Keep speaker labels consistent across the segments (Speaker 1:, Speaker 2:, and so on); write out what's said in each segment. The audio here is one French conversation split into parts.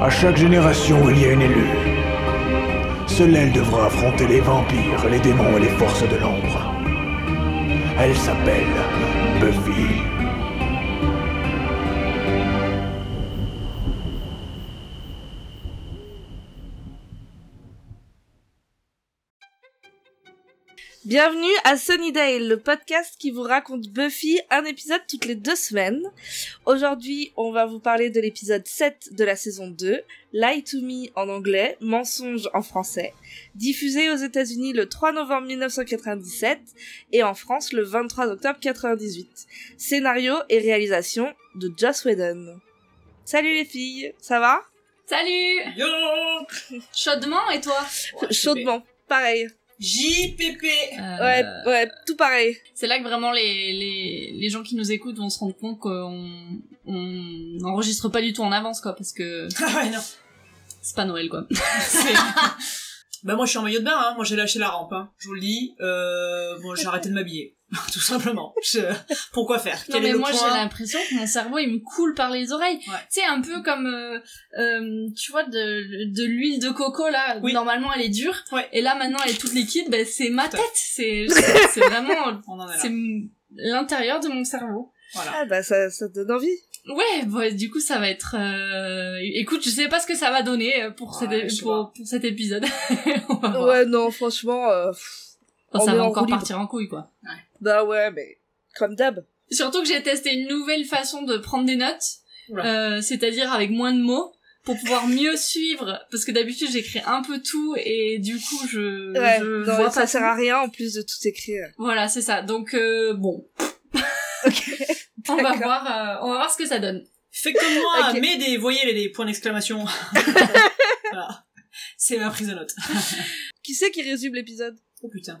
Speaker 1: À chaque génération, il y a une élue. Seule elle devra affronter les vampires, les démons et les forces de l'ombre. Elle s'appelle Buffy.
Speaker 2: Bienvenue à Sunnydale, le podcast qui vous raconte Buffy, un épisode toutes les deux semaines. Aujourd'hui, on va vous parler de l'épisode 7 de la saison 2, Lie to Me en anglais, Mensonge en français, diffusé aux États-Unis le 3 novembre 1997 et en France le 23 octobre 98. Scénario et réalisation de Joss Whedon. Salut les filles, ça va
Speaker 3: Salut
Speaker 4: Yo
Speaker 3: Chaudement et toi
Speaker 2: Chaudement, pareil.
Speaker 4: JPP
Speaker 2: Ouais,
Speaker 3: Euh,
Speaker 2: ouais, tout pareil.
Speaker 3: C'est là que vraiment les, les, les gens qui nous écoutent vont se rendre compte qu'on on n'enregistre pas du tout en avance, quoi, parce que
Speaker 4: Ah ouais, non.
Speaker 3: c'est pas Noël, quoi. C'est-
Speaker 4: Bah moi je suis en maillot de bain, hein. moi j'ai lâché la rampe, hein. je vous le dis. Euh... Bon j'ai arrêté de m'habiller, tout simplement. Je... Pourquoi faire
Speaker 3: non
Speaker 4: Quel est
Speaker 3: mais
Speaker 4: le
Speaker 3: moi j'ai
Speaker 4: point
Speaker 3: l'impression que mon cerveau il me coule par les oreilles.
Speaker 4: Ouais.
Speaker 3: Tu sais un peu comme euh, euh, tu vois de, de l'huile de coco là.
Speaker 4: Oui.
Speaker 3: Normalement elle est dure
Speaker 4: Ouais.
Speaker 3: et là maintenant elle est toute liquide. Ben c'est ma
Speaker 4: Tout à
Speaker 3: tête. C'est c'est c'est vraiment
Speaker 4: On en est là.
Speaker 3: c'est m- l'intérieur de mon cerveau.
Speaker 4: Voilà.
Speaker 2: Ah bah ça, ça te donne envie.
Speaker 3: Ouais, bon, du coup, ça va être. euh, Écoute, je sais pas ce que ça va donner euh, pour,
Speaker 4: Ouais, je
Speaker 3: cet,
Speaker 4: sais
Speaker 3: pour,
Speaker 4: pas.
Speaker 3: pour cet épisode. On va voir.
Speaker 2: Ouais, non, franchement, euh, pff,
Speaker 3: Enfin,
Speaker 2: on
Speaker 3: ça
Speaker 2: est
Speaker 3: va
Speaker 2: en
Speaker 3: encore
Speaker 2: roue libre.
Speaker 3: partir en couille, quoi.
Speaker 2: Bah ouais, mais comme d'hab.
Speaker 3: Surtout que j'ai testé une nouvelle façon de prendre des notes,
Speaker 4: Oula.
Speaker 3: euh, c'est-à-dire avec moins de mots pour pouvoir mieux suivre parce que d'habitude j'écris un peu tout et du coup je,
Speaker 2: Ouais,
Speaker 3: je
Speaker 2: non,
Speaker 3: vois
Speaker 2: ça
Speaker 3: pas
Speaker 2: sert
Speaker 3: tout.
Speaker 2: à rien en plus de tout écrire.
Speaker 3: voilà c'est ça donc euh, bon on va
Speaker 2: D'accord.
Speaker 3: voir euh, on va voir ce que ça donne
Speaker 4: Fais comme moi,
Speaker 2: Ok.
Speaker 4: mets des, voyelles et des points d'exclamation. voilà. C'est ma prise de notes.
Speaker 2: Qui c'est qui résume l'épisode
Speaker 4: Oh putain.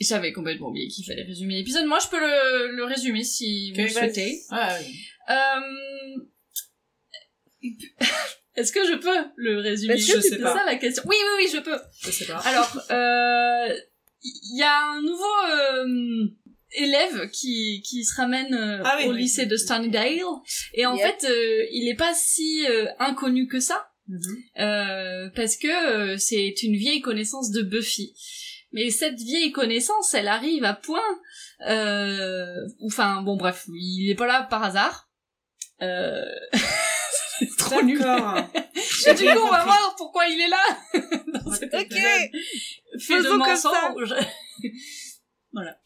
Speaker 3: j'avais complètement oublié qu'il fallait résumer l'épisode moi je peux le, le résumer si vous le souhaitez
Speaker 4: Ah, oui.
Speaker 3: Euh... Est-ce que je peux le résumer
Speaker 2: Est-ce que
Speaker 4: je
Speaker 2: tu
Speaker 4: sais
Speaker 3: C'est
Speaker 4: pas.
Speaker 3: ça la question. Oui, oui, oui, je peux.
Speaker 4: Je sais pas.
Speaker 3: Alors, euh, il y a un nouveau euh, élève qui, qui se ramène euh,
Speaker 4: Ah oui,
Speaker 3: au
Speaker 4: oui.
Speaker 3: lycée de Sunnydale. Et en
Speaker 2: Yep.
Speaker 3: fait, euh, il n'est pas si euh, inconnu que ça.
Speaker 4: Mhm.
Speaker 3: Euh, parce que euh, c'est une vieille connaissance de Buffy. Mais cette vieille connaissance, elle arrive à point. Euh, ou- enfin, bon, bref, il est pas là par hasard. Euh... c'est trop nul.
Speaker 4: Mhm. D'accord.
Speaker 3: Et du coup, on va voir pourquoi il est là. dans cet
Speaker 2: Ok.
Speaker 3: épisode. Fait de
Speaker 2: Faisons comme ça.
Speaker 3: mensonges.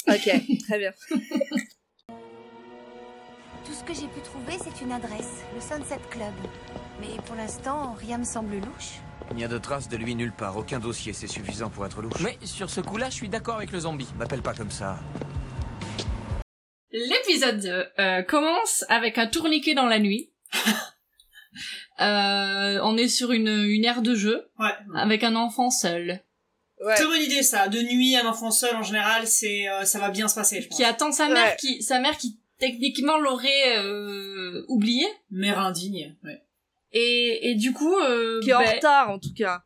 Speaker 2: Ok, très bien.
Speaker 5: Tout ce que j'ai pu trouver, c'est une adresse, le Sunset Club. Mais pour l'instant, rien me semble louche.
Speaker 6: Il n'y a de traces de lui nulle part. Aucun dossier, c'est suffisant pour être louche.
Speaker 7: Mais sur ce coup-là, je suis d'accord avec le zombie.
Speaker 6: M'appelle pas comme ça.
Speaker 3: L'épisode euh, commence avec un tourniquet dans la nuit. Euh, on est sur une, une aire de jeu
Speaker 4: Ouais.
Speaker 3: avec un enfant seul.
Speaker 2: Ouais.
Speaker 4: C'est une bonne idée ça. De nuit, un enfant seul en général, c'est euh, ça va bien se passer, je pense.
Speaker 3: qui attend sa mère
Speaker 2: Ouais.
Speaker 3: qui sa mère qui techniquement l'aurait euh, oublié
Speaker 4: Mère indigne. Ouais.
Speaker 3: et, et du coup euh,
Speaker 2: Qui est en
Speaker 3: ben,
Speaker 2: retard en tout cas.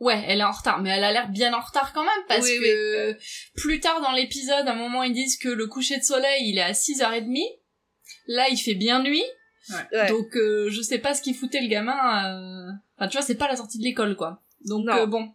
Speaker 3: ouais elle est en retard mais elle a l'air bien en retard quand même parce
Speaker 2: Oui,
Speaker 3: que plus tard dans l'épisode à un moment ils disent que le coucher de soleil il est à 6h30 là il fait bien nuit
Speaker 2: Ouais.
Speaker 3: donc euh, je sais pas ce qu'il foutait le gamin euh, enfin tu vois c'est pas la sortie de l'école quoi donc
Speaker 2: Non.
Speaker 3: euh, bon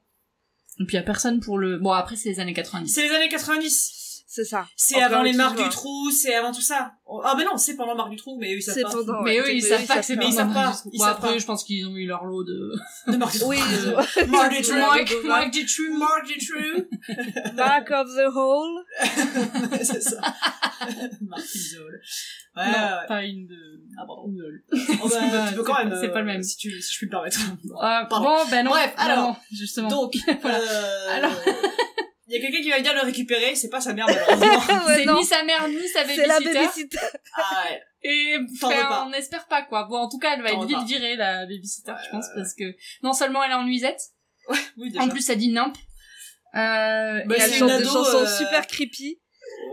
Speaker 3: et puis y a personne pour le bon après c'est les années 90
Speaker 4: C'est les années 90.
Speaker 2: C'est ça.
Speaker 4: C'est
Speaker 2: Encore
Speaker 4: avant les
Speaker 2: une
Speaker 4: marques
Speaker 2: fois.
Speaker 4: du trou, c'est avant tout ça. Oh, Ah ben non, c'est pendant marques du trou, mais oui, ça
Speaker 2: C'est
Speaker 4: part.
Speaker 2: pendant.
Speaker 3: mais
Speaker 2: ouais,
Speaker 3: eux ils
Speaker 2: mais
Speaker 3: savent pas que c'est
Speaker 4: mais
Speaker 3: bon
Speaker 4: ils savent pas, ils
Speaker 3: bon
Speaker 4: savent pas.
Speaker 3: après je pense qu'ils ont eu leur lot de
Speaker 4: De marques du trou.
Speaker 2: Oui, ils
Speaker 4: Euh,
Speaker 2: ont-
Speaker 4: Marques du trou.
Speaker 2: Ouais.
Speaker 3: Mark, Mark du True.
Speaker 4: Marques du trou.
Speaker 2: Back of the hole.
Speaker 4: c'est ça. Marques isole. Ouais,
Speaker 3: non,
Speaker 4: Ah, ouais.
Speaker 3: pas une de...
Speaker 4: Ah pardon.
Speaker 3: Oulol.
Speaker 4: Oh, bah,
Speaker 3: C'est pas-
Speaker 4: tu peux
Speaker 3: c'est
Speaker 4: quand
Speaker 3: pas-
Speaker 4: même. euh,
Speaker 3: c'est pas le même.
Speaker 4: Si, tu, si je puis me permettre.
Speaker 3: Euh,
Speaker 4: Ah, Pardon.
Speaker 3: bon, ben non.
Speaker 4: Bref,
Speaker 3: non,
Speaker 4: alors,
Speaker 3: non, justement.
Speaker 4: Donc,
Speaker 3: Voilà.
Speaker 4: euh,
Speaker 3: Alors.
Speaker 4: Il y a quelqu'un qui va venir le récupérer, c'est pas sa mère malheureusement.
Speaker 2: Ouais,
Speaker 3: c'est
Speaker 2: non,
Speaker 3: ni sa mère ni sa
Speaker 2: c'est la
Speaker 3: babysitter.
Speaker 2: babysitter.
Speaker 4: ah ouais.
Speaker 3: Et
Speaker 4: T'en veux pas.
Speaker 3: enfin, on n'espère pas quoi. Bon, en tout cas, elle va
Speaker 4: T'en
Speaker 3: être
Speaker 4: veux
Speaker 3: vite
Speaker 4: pas. Euh,
Speaker 3: virée la babysitter, je pense, parce que non seulement elle est en nuisette,
Speaker 4: Oui déjà.
Speaker 3: en plus elle dit nimp. Euh,
Speaker 4: Bah,
Speaker 2: Elle
Speaker 3: et
Speaker 4: c'est
Speaker 3: elle
Speaker 4: une
Speaker 2: chante
Speaker 3: chante-
Speaker 2: des
Speaker 4: ado,
Speaker 2: chansons
Speaker 4: euh,
Speaker 2: super creepy.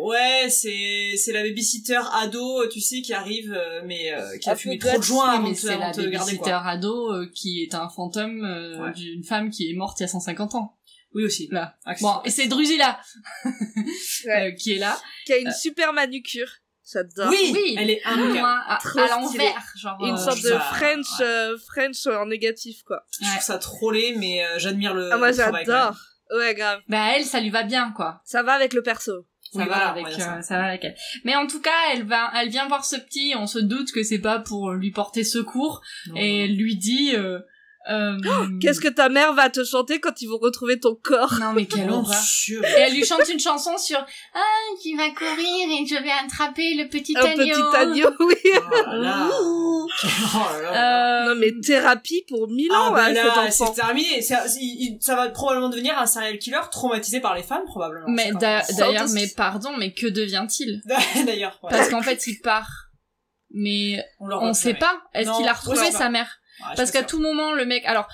Speaker 4: Ouais, c'est c'est la babysitter ado, tu sais, qui arrive, euh, mais euh, qui
Speaker 2: Un
Speaker 4: a
Speaker 2: peu
Speaker 4: fumé
Speaker 2: gosse,
Speaker 4: trop de joints
Speaker 3: Oui,
Speaker 4: avant
Speaker 3: mais
Speaker 4: de te-
Speaker 3: c'est
Speaker 4: avant
Speaker 3: la
Speaker 4: de te garder
Speaker 3: babysitter
Speaker 4: quoi.
Speaker 3: ado euh, qui est un fantôme euh,
Speaker 4: Ouais.
Speaker 3: d'une femme qui est morte il y a 150 ans.
Speaker 4: Oui aussi.
Speaker 3: Là.
Speaker 4: Accessoire.
Speaker 3: Bon, et c'est Drusilla
Speaker 2: Ouais.
Speaker 3: euh, qui est là.
Speaker 2: Qui a une super manucure. J'adore.
Speaker 4: Oui, Ah.
Speaker 3: Oui,
Speaker 4: elle est
Speaker 3: Au
Speaker 4: impeccable.
Speaker 3: moins, à,
Speaker 2: Trop stylé.
Speaker 3: à l'envers, genre.
Speaker 2: Une
Speaker 3: euh,
Speaker 2: sorte de
Speaker 4: ça,
Speaker 2: French, euh, French en négatif, quoi.
Speaker 4: Je trouve
Speaker 3: Ouais.
Speaker 4: ça trollé, mais euh, j'admire le.
Speaker 2: ah, moi,
Speaker 4: le travail, quand
Speaker 2: j'adore. Ouais, grave.
Speaker 3: Bah elle, ça lui va bien, quoi.
Speaker 2: Ça va avec le perso.
Speaker 3: Ça
Speaker 4: Oui,
Speaker 3: va
Speaker 4: voilà,
Speaker 3: avec,
Speaker 4: on va dire ça.
Speaker 3: euh, ça va avec elle. Mais en tout cas, elle va, elle vient voir ce petit. On se doute que c'est pas pour lui porter secours
Speaker 4: même.
Speaker 3: et elle lui dit. Euh, euh,
Speaker 2: Oh, Qu'est-ce que ta mère va te chanter quand ils vont retrouver ton corps
Speaker 3: Non mais quelle
Speaker 4: Mon
Speaker 3: horreur.
Speaker 4: Dieu.
Speaker 3: Et elle lui chante une chanson sur
Speaker 8: qui va courir et je vais attraper le petit
Speaker 2: Un
Speaker 8: agneau.
Speaker 2: petit agneau, oui.
Speaker 4: Oh là là.
Speaker 2: Ouh.
Speaker 4: Oh là
Speaker 3: euh,
Speaker 4: là.
Speaker 2: Non, mais thérapie pour mille ans,
Speaker 4: Ah bah
Speaker 2: hein, cet
Speaker 4: là,
Speaker 2: enfant.
Speaker 4: c'est terminé. Ça, il- il- ça va probablement devenir un serial killer traumatisé par les femmes, probablement.
Speaker 3: Mais
Speaker 4: C'est pas
Speaker 3: d'a-
Speaker 4: grave.
Speaker 3: d'ailleurs,
Speaker 2: doute.
Speaker 3: mais pardon, mais que devient-il
Speaker 4: d'ailleurs, ouais.
Speaker 3: Parce qu'en fait, il part. Mais
Speaker 4: on, le
Speaker 3: on sait
Speaker 4: reconnaît.
Speaker 3: pas. Est-ce
Speaker 4: Oh, Non,
Speaker 3: qu'il a
Speaker 4: on
Speaker 3: retrouvé
Speaker 4: sait pas.
Speaker 3: sa mère
Speaker 4: Ouais, Ah, je
Speaker 3: Parce
Speaker 4: suis
Speaker 3: qu'à
Speaker 4: pas Ah,
Speaker 3: tout moment, le mec. Alors,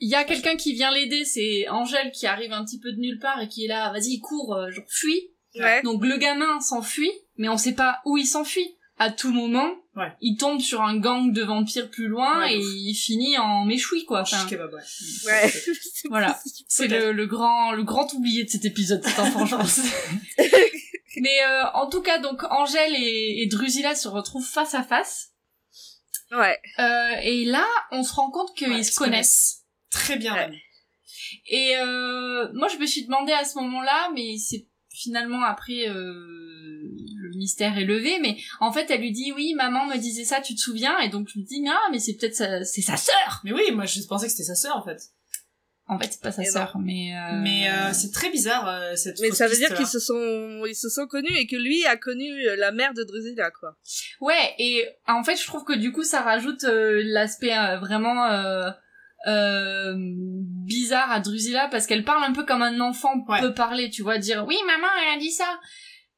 Speaker 3: il y a quelqu'un qui vient l'aider. C'est Angèle qui arrive un petit peu de nulle part et qui est là. Vas-y, cours, euh, genre, fuis.
Speaker 2: Ouais.
Speaker 3: Donc le gamin s'enfuit, mais on sait pas où il s'enfuit. À tout moment,
Speaker 4: Ouais.
Speaker 3: il tombe sur un gang de vampires plus loin
Speaker 4: Ouais,
Speaker 3: et
Speaker 4: de ouf.
Speaker 3: il finit en méchoui, quoi.
Speaker 4: sûre.
Speaker 3: Enfin,
Speaker 4: Je suis kebab, ouais.
Speaker 2: Ouais.
Speaker 3: Voilà. c'est le, le grand le grand oublié de cet épisode, cet enfant, je pense. Mais euh, en tout cas, donc Angèle et, et Drusilla se retrouvent face à face.
Speaker 2: Ouais.
Speaker 3: Euh, et là, on se rend compte qu'ils
Speaker 4: Ouais, ils
Speaker 3: se
Speaker 4: se
Speaker 3: connaissent.
Speaker 4: Très bien.
Speaker 2: Ouais.
Speaker 4: même.
Speaker 3: Et euh, moi, je me suis demandé à ce moment-là, mais c'est finalement après euh, le mystère est levé. Mais en fait, elle lui dit oui, maman me disait ça, tu te souviens Et donc je me dis ah, mais c'est peut-être sa, c'est sa sœur.
Speaker 4: Mais oui, moi je pensais que c'était sa sœur en fait.
Speaker 3: En fait, c'est pas sa
Speaker 2: Et non.
Speaker 3: sœur, mais euh,
Speaker 4: Eh ben. Mais euh, c'est très bizarre euh, cette.
Speaker 2: Mais
Speaker 4: fausse
Speaker 2: ça veut dire
Speaker 4: piste-là.
Speaker 2: qu'ils se sont, ils se sont connus et que lui a connu euh, la mère de Drusilla, quoi.
Speaker 3: Ouais, et en fait, je trouve que du coup, ça rajoute euh, l'aspect euh, vraiment euh, euh, bizarre à Drusilla parce qu'elle parle un peu comme un enfant
Speaker 4: Ouais.
Speaker 3: peut parler, tu vois, dire oui, maman, elle a dit ça.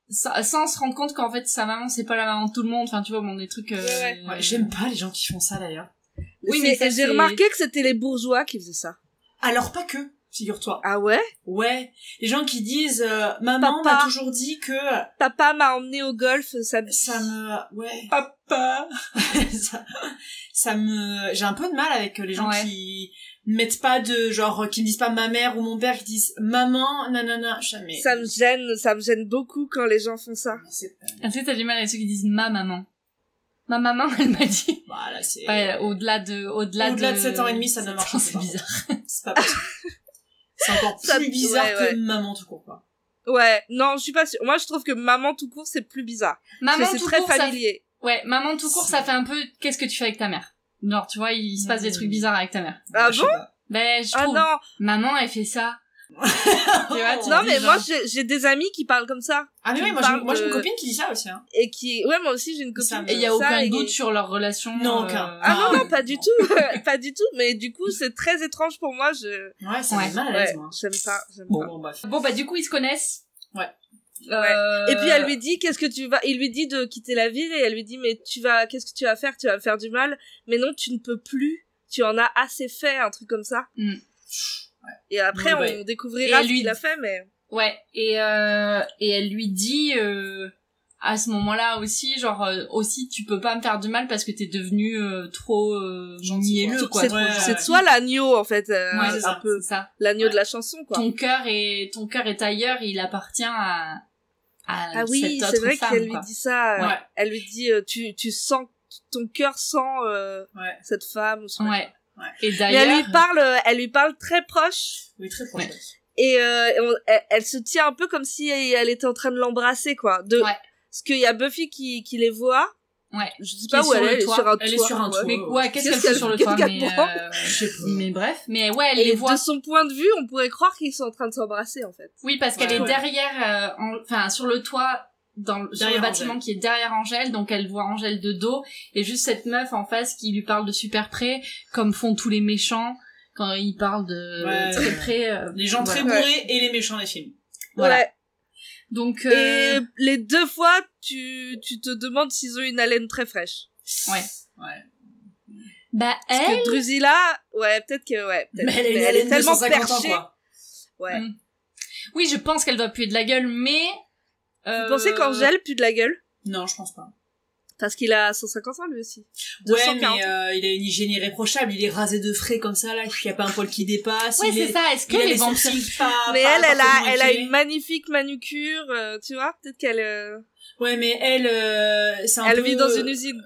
Speaker 3: Sa- Sans se rendre compte qu'en fait sa maman c'est pas la maman de tout le monde, enfin tu vois, bon des trucs. euh,
Speaker 2: Ouais,
Speaker 4: Ouais, J'aime pas les gens qui font ça d'ailleurs.
Speaker 3: Oui,
Speaker 2: Oui,
Speaker 3: mais
Speaker 2: mais
Speaker 3: ça, c'est-
Speaker 2: j'ai remarqué que c'était les bourgeois qui faisaient ça.
Speaker 4: Alors pas que, figure-toi.
Speaker 2: Ah ouais?
Speaker 4: Ouais, les gens qui disent euh, maman
Speaker 2: Papa.
Speaker 4: m'a toujours dit que
Speaker 2: Papa m'a emmené au golf samedi.
Speaker 4: ça me ouais papa ça, ça me j'ai un peu de mal avec euh, les gens
Speaker 3: Ouais.
Speaker 4: qui mettent pas de genre euh, qui me disent pas ma mère ou mon père qui disent maman nanana jamais.
Speaker 2: Ça me gêne, ça me gêne beaucoup quand les gens font ça.
Speaker 4: C'est
Speaker 3: Est-ce que t'as du mal avec ceux qui disent ma maman Ma maman, elle m'a dit.
Speaker 4: voilà, bah, c'est
Speaker 3: Ouais, au-delà de, au-delà de.
Speaker 4: Au-delà de sept ans et demi, ça ne
Speaker 3: sept
Speaker 4: marche
Speaker 3: ans,
Speaker 4: pas.
Speaker 3: C'est bizarre.
Speaker 4: c'est pas possible. C'est encore
Speaker 2: Ça-
Speaker 4: plus bizarre
Speaker 2: ouais,
Speaker 4: que
Speaker 2: ouais.
Speaker 4: maman tout court quoi.
Speaker 2: Ouais, non, je suis pas sûre. Moi, je trouve que maman tout court, c'est plus bizarre. Parce que
Speaker 3: Maman,
Speaker 2: c'est
Speaker 3: tout
Speaker 2: très
Speaker 3: court, ça
Speaker 2: familier.
Speaker 3: Ouais, maman tout court, ça fait un peu qu'est-ce que tu fais avec ta mère. Genre, tu vois, il se passe des trucs bizarres avec ta mère.
Speaker 2: Ah
Speaker 4: Je sais
Speaker 2: bon?
Speaker 4: pas.
Speaker 3: Ben, je
Speaker 2: Ah
Speaker 3: trouve.
Speaker 2: non!
Speaker 3: Maman, elle fait ça. tu vois, tu
Speaker 2: Non,
Speaker 3: dis
Speaker 2: mais
Speaker 3: genre,
Speaker 2: moi, j'ai j'ai des amis qui parlent comme ça.
Speaker 4: Ah mais
Speaker 2: Tu
Speaker 4: oui, moi
Speaker 2: parles
Speaker 4: j'ai moi, j'ai une
Speaker 2: de-
Speaker 4: copine qui dit ça aussi hein.
Speaker 2: Et qui, ouais, moi aussi, j'ai une
Speaker 4: Ça
Speaker 2: copine.
Speaker 4: me-
Speaker 2: qui
Speaker 3: Et il y a
Speaker 2: fait ça
Speaker 3: aucun
Speaker 2: et-
Speaker 3: doute sur leur relation.
Speaker 4: Non,
Speaker 3: euh,
Speaker 4: aucun.
Speaker 2: Ah non,
Speaker 4: Ah,
Speaker 2: non, pas du
Speaker 4: non.
Speaker 2: tout, pas du tout, mais du coup, c'est très étrange pour moi, je,
Speaker 4: Ouais, ça
Speaker 3: Ouais.
Speaker 4: me met mal à
Speaker 2: ouais,
Speaker 4: l'aise moi.
Speaker 2: j'aime pas, j'aime
Speaker 4: Bon,
Speaker 2: pas.
Speaker 4: bon bref.
Speaker 3: Bon, bah, du coup, ils se connaissent.
Speaker 4: Ouais.
Speaker 3: Euh,
Speaker 2: Et puis elle lui dit qu'est-ce que tu vas il lui dit de quitter la ville et elle lui dit mais tu vas qu'est-ce que tu vas faire tu vas me faire du mal mais non tu ne peux plus tu en as assez fait un truc comme ça
Speaker 3: Mm.
Speaker 2: et après
Speaker 4: Oui,
Speaker 2: on
Speaker 4: bah,
Speaker 2: découvrira
Speaker 3: et
Speaker 2: ce
Speaker 3: lui-
Speaker 2: qu'il a fait mais
Speaker 3: Ouais, et, euh, et elle lui dit euh, à ce moment-là aussi, genre, euh, aussi, tu peux pas me faire du mal parce que t'es devenu euh, trop euh,
Speaker 4: Gentil, quoi.
Speaker 3: mielleux, quoi.
Speaker 2: c'est
Speaker 3: trop-
Speaker 4: ouais,
Speaker 2: c'est
Speaker 4: ouais.
Speaker 2: soit l'agneau en fait euh,
Speaker 3: Ouais,
Speaker 4: c'est
Speaker 2: un
Speaker 4: ça.
Speaker 2: peu
Speaker 3: C'est ça.
Speaker 2: l'agneau de la chanson quoi
Speaker 3: ton cœur est ton cœur est ailleurs et il appartient à, à
Speaker 2: ah oui
Speaker 3: cette autre
Speaker 2: c'est vrai
Speaker 3: femme,
Speaker 2: qu'elle lui
Speaker 3: quoi.
Speaker 2: dit ça euh,
Speaker 4: Ouais.
Speaker 2: elle lui dit euh, tu tu sens ton cœur sent euh,
Speaker 4: Ouais.
Speaker 2: cette femme ou je sais pas
Speaker 3: ouais.
Speaker 4: Ouais.
Speaker 3: et
Speaker 2: Mais elle
Speaker 3: d'ailleurs
Speaker 2: lui parle, euh, elle lui parle très proche
Speaker 4: Oui, très proche.
Speaker 3: Ouais.
Speaker 2: et euh, et on- elle, elle se tient un peu comme si elle était en train de l'embrasser quoi. De
Speaker 3: Ouais.
Speaker 2: parce qu'il y a Buffy qui, qui les voit.
Speaker 3: Ouais.
Speaker 2: Je sais
Speaker 3: Qui
Speaker 2: pas
Speaker 3: est
Speaker 2: où
Speaker 3: sur
Speaker 2: elle
Speaker 3: le
Speaker 2: est, elle est
Speaker 3: toit.
Speaker 2: sur un
Speaker 4: Elle est
Speaker 2: toit.
Speaker 4: sur un toit.
Speaker 3: mais
Speaker 4: ouais,
Speaker 3: ouais qu'est-ce
Speaker 2: Qu'est-ce
Speaker 3: qu'elle fait
Speaker 2: qu'elle-
Speaker 3: sur le
Speaker 2: qu'est-ce
Speaker 3: toit
Speaker 2: qu'elle
Speaker 3: mais,
Speaker 2: prend
Speaker 3: euh,
Speaker 4: Je sais pas.
Speaker 3: mais bref mais ouais elle
Speaker 2: Et
Speaker 3: les
Speaker 2: de
Speaker 3: voit
Speaker 2: son point de vue, on pourrait croire qu'ils sont en train de s'embrasser en fait.
Speaker 3: oui parce qu'elle
Speaker 4: Ouais.
Speaker 3: est derrière euh, en- enfin sur le toit dans le- sur le
Speaker 4: Derrière
Speaker 3: bâtiment
Speaker 4: Angèle.
Speaker 3: qui est derrière Angèle donc elle voit Angèle de dos et juste cette meuf en face qui lui parle de super près comme font tous les méchants quand ils parlent de
Speaker 4: Ouais,
Speaker 3: très
Speaker 4: ouais.
Speaker 3: près euh,
Speaker 4: Les gens très
Speaker 3: voilà.
Speaker 4: bourrés et les méchants des films.
Speaker 3: Voilà.
Speaker 2: Ouais.
Speaker 3: donc
Speaker 2: Et
Speaker 3: euh,
Speaker 2: les deux fois, tu, tu te demandes s'ils ont une haleine très fraîche.
Speaker 3: bah
Speaker 2: Parce
Speaker 3: elle
Speaker 2: que Drusilla, ouais, peut-être que ouais. peut-être.
Speaker 4: Mais elle,
Speaker 2: Mais
Speaker 4: est tellement perchée.
Speaker 2: Ouais.
Speaker 3: Mm. Oui, je pense qu'elle doit puer de la gueule, mais... Euh...
Speaker 2: Vous pensez qu'Angèle pue de la gueule
Speaker 4: Non, je pense pas.
Speaker 2: Parce qu'il a 150 ans lui aussi.
Speaker 4: Ouais,
Speaker 2: 240.
Speaker 4: mais euh, il a une hygiène irréprochable, il est rasé de frais comme ça, là, il n'y a pas un poil qui dépasse.
Speaker 8: Ouais,
Speaker 4: il
Speaker 8: c'est
Speaker 4: est...
Speaker 8: ça. Est-ce que
Speaker 4: il a
Speaker 8: les
Speaker 4: les
Speaker 8: vampires
Speaker 4: sourcils pas,
Speaker 2: Mais
Speaker 4: pas
Speaker 2: elle, elle a,
Speaker 4: parfaitement
Speaker 2: elle a
Speaker 4: épilés.
Speaker 2: une magnifique manucure, euh, tu vois. Peut-être qu'elle, euh,
Speaker 4: Ouais, mais elle, euh, c'est un
Speaker 2: elle
Speaker 4: peu-
Speaker 2: vit dans une usine.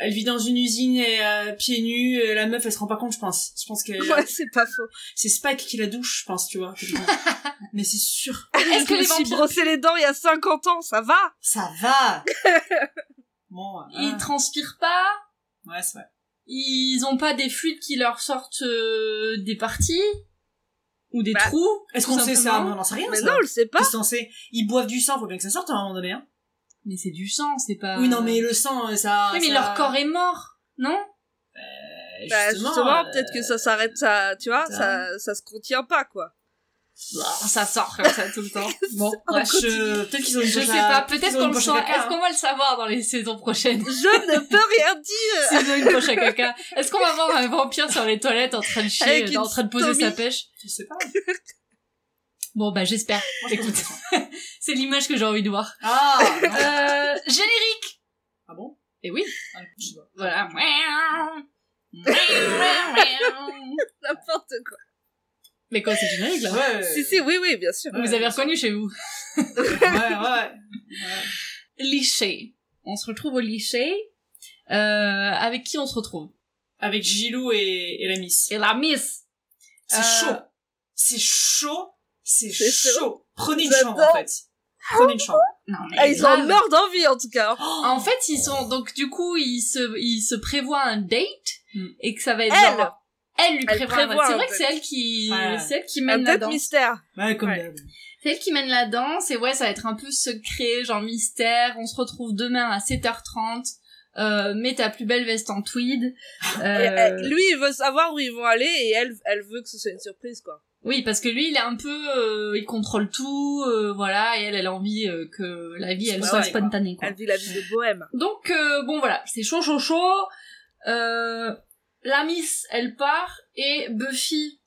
Speaker 4: Elle vit dans une usine, et, euh, pieds nus, euh, la meuf, elle se rend pas compte, je pense. Je pense que euh,
Speaker 2: Ouais, c'est pas faux.
Speaker 4: c'est Spike qui la douche, je pense, tu vois. mais c'est sûr.
Speaker 8: Est-ce que
Speaker 2: Je me
Speaker 8: les
Speaker 2: suis
Speaker 8: vampires
Speaker 2: brossé les dents il y a 50 ans, ça va.
Speaker 4: Ça va Bon,
Speaker 3: Ils
Speaker 4: hein.
Speaker 3: transpirent pas,
Speaker 4: ouais, c'est vrai.
Speaker 3: ils ont pas des fluides qui leur sortent euh, des parties ou des
Speaker 2: Bah,
Speaker 3: trous.
Speaker 4: Est-ce
Speaker 3: tout
Speaker 4: qu'on sait ça
Speaker 3: simplement.
Speaker 4: Non, On n'en sait rien,
Speaker 2: Mais
Speaker 4: ça.
Speaker 2: non, on le sait pas.
Speaker 4: Ils sont censés... Ils boivent du sang, faut bien que ça sorte à un moment donné, hein.
Speaker 3: Mais c'est du sang, c'est pas.
Speaker 4: Oui, non, mais le sang, euh, ça...
Speaker 3: Oui, mais
Speaker 4: ça-
Speaker 3: leur corps est mort, non
Speaker 4: Euh,
Speaker 2: Bah, justement,
Speaker 4: euh,
Speaker 2: peut-être que ça s'arrête, ça, tu vois, ça, ça se contient pas, quoi.
Speaker 3: Bah, Ça sort comme ça tout le temps. Bon,
Speaker 4: Ouais, je- Peut-être qu'ils ont une
Speaker 3: bah, je
Speaker 4: poche
Speaker 3: sais
Speaker 4: à-
Speaker 3: pas. Peut-être
Speaker 4: qu'ils ont
Speaker 3: qu'on
Speaker 4: une
Speaker 3: le
Speaker 4: poche
Speaker 3: sent.
Speaker 4: à caca,
Speaker 3: Est-ce
Speaker 4: hein.
Speaker 3: qu'on va le savoir dans les saisons prochaines
Speaker 2: Je ne peux rien dire
Speaker 3: S'ils ont une poche à caca. Est-ce qu'on va voir un vampire sur les toilettes en train de chier,
Speaker 2: Avec
Speaker 3: euh,
Speaker 2: une
Speaker 3: en train de poser
Speaker 2: stomie.
Speaker 3: sa pêche
Speaker 4: Je sais pas.
Speaker 3: Bon, bah j'espère. Écoute, c'est l'image que j'ai envie de voir.
Speaker 4: Ah non.
Speaker 3: Euh, générique.
Speaker 4: Ah bon
Speaker 3: Et oui,
Speaker 4: Ah, je sais pas.
Speaker 3: voilà.
Speaker 2: n'importe quoi.
Speaker 3: Mais quoi, c'est générique là
Speaker 4: Ouais.
Speaker 2: Si, si, oui, oui, bien sûr.
Speaker 3: Vous avez reconnu chez vous
Speaker 4: Ouais, ouais.
Speaker 3: Liché. On se retrouve au liché. Euh, avec qui on se retrouve
Speaker 4: Avec Gilou et, et la Miss.
Speaker 3: Et la Miss.
Speaker 4: C'est
Speaker 3: Euh,
Speaker 4: chaud. C'est chaud. C'est
Speaker 2: C'est chaud.
Speaker 4: chaud. Prenez une
Speaker 2: J'adore.
Speaker 4: chambre, en fait. Prenez une chambre. Oh,
Speaker 3: Non, mais
Speaker 2: Ah, ils en
Speaker 3: grave.
Speaker 2: meurent d'envie, en tout cas.
Speaker 3: En fait, ils sont donc du coup, ils se ils se prévoient un date
Speaker 4: Mm.
Speaker 3: et que ça va être
Speaker 2: Elle.
Speaker 3: genre- elle lui
Speaker 2: Elle
Speaker 3: prévoit, un date.
Speaker 2: prévoit
Speaker 3: C'est
Speaker 2: un
Speaker 3: vrai que
Speaker 2: date.
Speaker 3: c'est elle qui
Speaker 4: Ouais.
Speaker 3: c'est elle qui
Speaker 2: Un
Speaker 3: mène la
Speaker 2: date
Speaker 3: danse.
Speaker 2: mystère.
Speaker 4: bah Ouais, comme
Speaker 2: Ouais.
Speaker 4: d'hab.
Speaker 3: C'est elle qui mène la danse et ouais, ça va être un peu secret, genre mystère. On se retrouve demain à 7h30. Euh, mets ta plus belle veste en tweed.
Speaker 2: Et,
Speaker 3: Euh,
Speaker 2: euh, lui, il veut savoir où ils vont aller et elle, elle veut que ce soit une surprise, quoi.
Speaker 3: Oui, parce que lui, il est un peu, euh, il contrôle tout, euh, voilà, et elle, elle a envie euh, que la vie, elle
Speaker 4: Ouais,
Speaker 3: soit
Speaker 4: ouais, quoi.
Speaker 3: spontanée. Quoi.
Speaker 2: Elle vit la vie de bohème.
Speaker 3: Donc euh, bon voilà, c'est chaud chaud chaud. Euh, la Miss, elle part et Buffy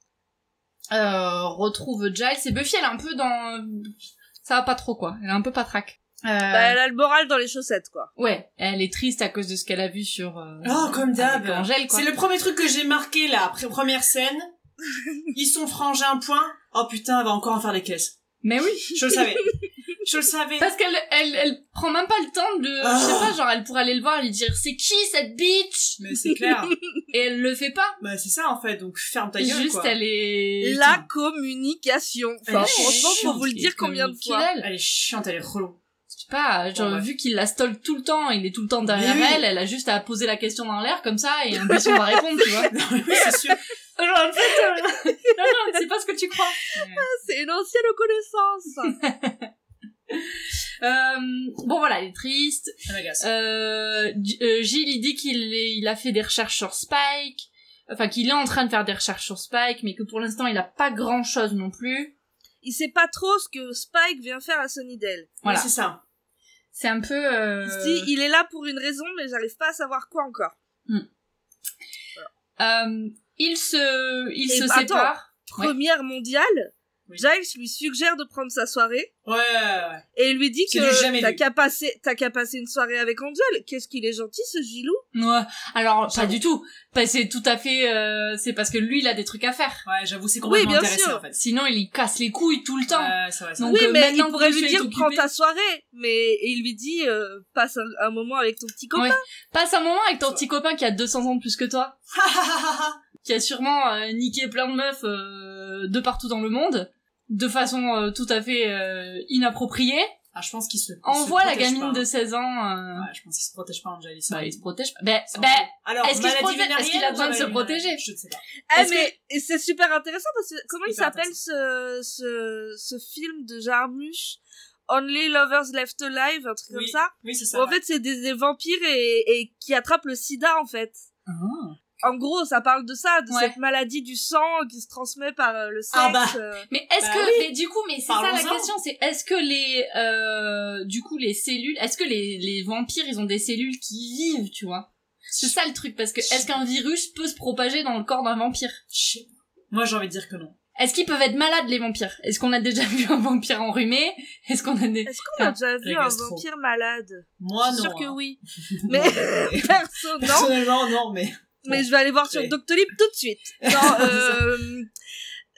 Speaker 3: euh, retrouve Giles. Et Buffy, elle est un peu dans, ça va pas trop quoi. Elle est un peu patraque. Euh,
Speaker 2: Bah, elle a le moral dans les chaussettes, quoi.
Speaker 3: Ouais, elle est triste à cause de ce qu'elle a vu sur. euh,
Speaker 4: Oh, comme d'hab.
Speaker 3: avec Angèle quoi.
Speaker 4: C'est le premier truc que j'ai marqué, là, après première scène. Ils sont frangins, un point. Oh putain, elle va encore en faire des caisses.
Speaker 3: Mais oui.
Speaker 4: Je le savais. Je le savais.
Speaker 3: Parce qu'elle elle, elle prend même pas le temps de... Je
Speaker 2: Oh.
Speaker 3: sais
Speaker 4: Ah.
Speaker 3: pas, genre, elle pourrait aller le voir et lui dire « C'est qui, cette bitch
Speaker 4: Mais c'est clair. ?»
Speaker 3: Et elle le fait pas.
Speaker 4: Bah, c'est ça, en fait. Donc, ferme ta gueule,
Speaker 3: Juste,
Speaker 4: quoi.
Speaker 3: elle est...
Speaker 2: La communication. Enfin,
Speaker 4: Ouais,
Speaker 2: franchement,
Speaker 4: chiant,
Speaker 2: pour vous le dire combien de fois.
Speaker 3: Culel.
Speaker 4: Elle est chiante, elle est relou.
Speaker 3: Je sais pas, genre,
Speaker 4: Bon, ouais.
Speaker 3: vu qu'il la stalk tout le temps, il est tout le temps derrière
Speaker 4: Mais oui.
Speaker 3: elle, elle a juste à poser la question dans l'air comme ça et un on va répondre, tu vois.
Speaker 4: Non, mais oui, c'est sûr.
Speaker 3: Genre, en fait, euh, non, non, c'est pas ce que tu crois.
Speaker 2: C'est une ancienne connaissance.
Speaker 3: Euh, bon voilà, elle est triste.
Speaker 4: Elle m'agace.
Speaker 3: Euh, J- euh, Gilles, il dit qu'il est- il a fait des recherches sur Spike, enfin qu'il est en train de faire des recherches sur Spike, mais que pour l'instant il a pas grand chose non plus.
Speaker 2: il sait pas trop ce que Spike vient faire à Sunnydale.
Speaker 3: Voilà.
Speaker 4: Oui, c'est ça.
Speaker 3: C'est un peu...
Speaker 2: Il
Speaker 3: euh,
Speaker 2: se dit, il est là pour une raison, mais j'arrive pas à savoir quoi encore.
Speaker 3: euh, il se, il
Speaker 2: Et
Speaker 3: se
Speaker 2: attends.
Speaker 3: sépare. Ouais.
Speaker 2: Première mondiale,
Speaker 4: Oui.
Speaker 2: Giles lui suggère de prendre sa soirée
Speaker 4: Ouais, ouais, ouais.
Speaker 2: et il lui dit
Speaker 4: C'est du
Speaker 2: que
Speaker 4: jamais
Speaker 2: t'as
Speaker 4: vu.
Speaker 2: qu'à passer, t'as qu'à passer une soirée avec Angel. Qu'est-ce qu'il est gentil, ce gilou.
Speaker 3: Ouais. Alors pas
Speaker 4: J'avoue.
Speaker 3: du tout. Pas- C'est tout à fait. euh, c'est parce que lui il a des trucs à faire.
Speaker 4: Ouais, j'avoue, c'est complètement
Speaker 2: bien
Speaker 4: intéressé,
Speaker 2: sûr.
Speaker 4: en fait.
Speaker 3: Sinon il y casse les couilles tout le temps.
Speaker 4: Ouais, c'est vrai, c'est
Speaker 3: Non.
Speaker 4: vrai.
Speaker 2: oui,
Speaker 3: Donc, euh,
Speaker 2: mais il
Speaker 3: maintenant que
Speaker 2: pourrait
Speaker 3: monsieur
Speaker 2: lui
Speaker 3: est
Speaker 2: dire
Speaker 3: occupé-
Speaker 2: prends ta soirée, mais et il lui dit euh, passe un, un moment avec ton petit copain.
Speaker 3: Ouais. Passe un moment avec ton petit copain qui a 200 ans de plus que toi, qui a sûrement euh, niqué plein de meufs euh, de partout dans le monde, de façon euh, tout à fait euh, inappropriée.
Speaker 4: Ah, je pense qu'il se. il se
Speaker 3: Envoie la
Speaker 4: protège
Speaker 3: gamine
Speaker 4: pas. hein.
Speaker 3: de 16 ans. euh,
Speaker 4: Ouais, bah. je pense qu'il se protège pas, Angel.
Speaker 3: Bah, il se protège pas. Ben,
Speaker 4: Sans-
Speaker 3: ben,
Speaker 4: Alors,
Speaker 3: est-ce qu'il se
Speaker 4: maladie
Speaker 3: protège-
Speaker 4: vénérienne
Speaker 3: est-ce qu'il a
Speaker 4: ou
Speaker 3: besoin de se
Speaker 4: maladie vénérienne
Speaker 3: protéger
Speaker 4: Je ne sais pas.
Speaker 2: Eh,
Speaker 3: est-ce
Speaker 2: mais et c'est super intéressant parce que comment il
Speaker 4: hyper
Speaker 2: s'appelle ce, ce ce film de Jarmusch Only Lovers Left Alive, un truc comme
Speaker 4: Oui,
Speaker 2: ça.
Speaker 4: Oui, c'est
Speaker 2: Où
Speaker 4: ça.
Speaker 2: en fait, c'est des, des vampires et, et qui attrapent le sida en fait.
Speaker 3: Hein
Speaker 2: En gros, ça parle de ça, de
Speaker 3: Ouais.
Speaker 2: cette maladie du sang qui se transmet par euh, le sexe.
Speaker 4: Ah bah.
Speaker 2: euh.
Speaker 3: mais est-ce
Speaker 4: Bah
Speaker 3: que,
Speaker 4: oui.
Speaker 3: mais du coup, mais c'est ça la
Speaker 4: Parlons-en.
Speaker 3: question, c'est est-ce que les, euh, du coup, les cellules, est-ce que les, les vampires, ils ont des cellules qui vivent, tu vois? C'est ça le truc, parce que est-ce qu'un virus peut se propager dans le corps d'un vampire?
Speaker 4: Chut. Moi, j'ai envie de dire que non.
Speaker 3: Est-ce qu'ils peuvent être malades, les vampires Est-ce qu'on a déjà vu un vampire enrhumé Est-ce qu'on a des...
Speaker 2: Est-ce qu'on a déjà vu
Speaker 4: la
Speaker 2: un
Speaker 4: gastro.
Speaker 2: vampire malade
Speaker 4: Moi,
Speaker 3: Oh,
Speaker 2: Je suis
Speaker 4: non.
Speaker 2: sûre que
Speaker 4: hein.
Speaker 2: oui. Mais perso, non.
Speaker 4: Personnellement, non, mais.
Speaker 2: Mais je vais aller voir sur
Speaker 4: Ouais.
Speaker 2: Doctolib tout de suite. Non, euh,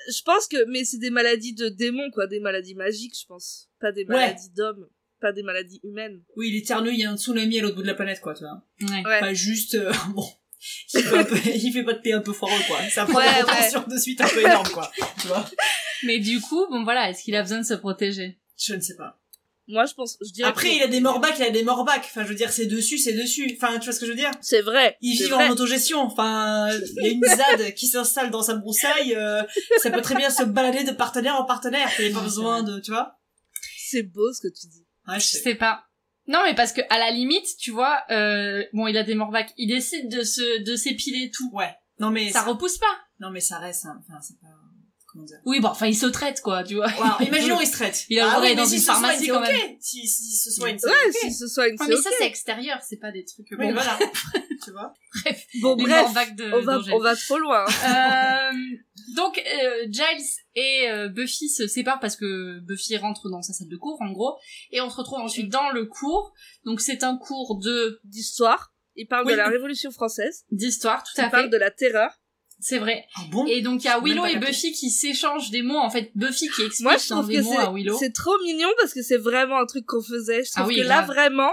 Speaker 2: je pense que... Mais c'est des maladies de démons, quoi. Des maladies magiques, je pense. Pas des
Speaker 4: Ouais.
Speaker 2: maladies d'hommes. Pas des maladies humaines.
Speaker 4: Oui, il éternue, il y a un tsunami à l'autre bout de la planète, quoi, tu vois.
Speaker 3: Ouais.
Speaker 2: Ouais.
Speaker 4: Pas juste, euh, bon. Il fait, un peu- il fait pas de thé un peu foireux, quoi. Ça prend
Speaker 2: Ouais,
Speaker 4: une
Speaker 2: ouais.
Speaker 4: proportion de suite un peu énorme, quoi. Tu vois
Speaker 3: Mais du coup, bon voilà, est-ce qu'il a besoin de se protéger
Speaker 4: Je ne sais pas.
Speaker 2: Moi, je pense... Je dirais
Speaker 4: Après,
Speaker 2: que-
Speaker 4: il a des morbacs, il a des morbacs. Enfin, je veux dire, c'est dessus, c'est dessus. Enfin, tu vois ce que je veux dire
Speaker 2: C'est vrai.
Speaker 4: Ils
Speaker 2: c'est
Speaker 4: vivent
Speaker 2: vrai.
Speaker 4: en autogestion. Enfin, il y a une ZAD qui s'installe dans sa broussaille. euh, ça peut très bien se balader de partenaire en partenaire. Il n'y a pas
Speaker 3: Ouais,
Speaker 4: besoin de, tu vois
Speaker 2: C'est beau ce que tu dis.
Speaker 4: Ouais, je
Speaker 3: Je
Speaker 4: sais.
Speaker 3: sais pas. Non, mais parce que à la limite, tu vois, euh, bon, il a des morbacs, il décide de se de s'épiler tout.
Speaker 4: Ouais. Non mais
Speaker 3: Ça
Speaker 4: ça,
Speaker 3: repousse pas.
Speaker 4: non mais ça reste. hein. Enfin, c'est pas. Comment dire
Speaker 3: Oui, bon, enfin, il se traite quoi, tu vois.
Speaker 4: Ou alors, Imaginons, il se traite. Ah
Speaker 3: Il a le droit d'aller
Speaker 4: mais
Speaker 3: dans
Speaker 4: s'il
Speaker 3: une
Speaker 4: se soigne,
Speaker 3: pharmacie,
Speaker 4: c'est
Speaker 3: quand
Speaker 4: ok. Si, si se soigne, c'est
Speaker 2: Ouais,
Speaker 4: ok.
Speaker 2: si ce soit une
Speaker 3: Ouais, Ah, mais ça c'est extérieur, c'est pas des trucs. euh,
Speaker 4: Oui,
Speaker 3: Bon,
Speaker 4: voilà. tu vois.
Speaker 2: Bon,
Speaker 3: les
Speaker 2: bref,
Speaker 3: morbacs de
Speaker 2: on va,
Speaker 3: d'Angèle.
Speaker 2: on va trop loin. hein.
Speaker 3: Euh, donc euh, Giles et euh, Buffy se séparent parce que Buffy rentre dans sa salle de cours en gros et on se retrouve ensuite dans le cours. Donc c'est un cours de
Speaker 2: D'histoire. Il parle
Speaker 4: Oui.
Speaker 2: de la Révolution française.
Speaker 3: d'histoire, tout à
Speaker 2: Il
Speaker 3: fait.
Speaker 2: parle de la terreur.
Speaker 3: C'est vrai.
Speaker 4: Ah bon
Speaker 3: Et donc il y a
Speaker 4: J'ai même
Speaker 3: Willow
Speaker 4: pas
Speaker 3: et
Speaker 4: capté.
Speaker 3: Buffy qui s'échangent des mots en fait Buffy qui explique
Speaker 2: Moi, je
Speaker 3: dans
Speaker 2: trouve
Speaker 3: des
Speaker 2: que
Speaker 3: mots à
Speaker 2: c'est,
Speaker 3: Willow.
Speaker 2: c'est trop mignon parce que c'est vraiment un truc qu'on faisait. Je trouve
Speaker 3: Ah oui,
Speaker 2: que là,
Speaker 3: grave.
Speaker 2: vraiment,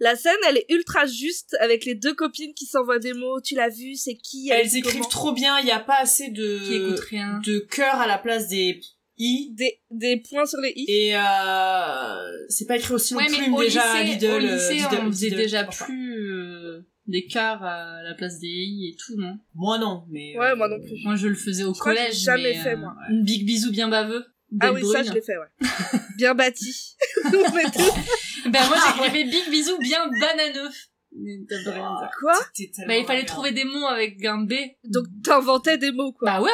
Speaker 2: la scène, elle est ultra juste avec les deux copines qui s'envoient des mots. Tu l'as vu, c'est qui elle
Speaker 4: Elles
Speaker 2: dit
Speaker 4: écrivent
Speaker 2: comment.
Speaker 4: trop bien. Il n'y a pas assez
Speaker 3: Qui écoute
Speaker 4: de
Speaker 3: euh, rien.
Speaker 4: de cœur à la place des i.
Speaker 2: Des, des points sur les i.
Speaker 4: Et euh, c'est pas écrit aussi en
Speaker 3: Ouais mais
Speaker 4: plume
Speaker 3: au
Speaker 4: déjà à
Speaker 3: lycée,
Speaker 4: Lidl.
Speaker 3: au
Speaker 4: euh,
Speaker 3: lycée
Speaker 4: Lidl,
Speaker 3: on faisait
Speaker 4: Lidl.
Speaker 3: déjà
Speaker 4: Enfin,
Speaker 3: plus euh, des quarts à la place des i et tout non.
Speaker 4: Moi non, mais.
Speaker 2: Ouais,
Speaker 4: euh,
Speaker 2: moi non plus.
Speaker 3: Moi je le faisais au
Speaker 2: Je crois que j'ai
Speaker 3: collège.
Speaker 2: jamais
Speaker 3: mais,
Speaker 2: fait,
Speaker 3: euh,
Speaker 2: moi.
Speaker 3: Une big bisou bien baveux.
Speaker 2: Ah
Speaker 3: d'être
Speaker 2: oui, ça,
Speaker 3: brune.
Speaker 2: je l'ai fait, ouais. Bien bâti. On était-
Speaker 3: Ben moi j'écrivais big bisou bien bananeux. Bah
Speaker 2: Quoi
Speaker 4: t'es tellement
Speaker 3: il fallait
Speaker 4: ringard.
Speaker 3: trouver des mots avec un B.
Speaker 2: Donc, t'inventais des mots, quoi.
Speaker 3: Bah ouais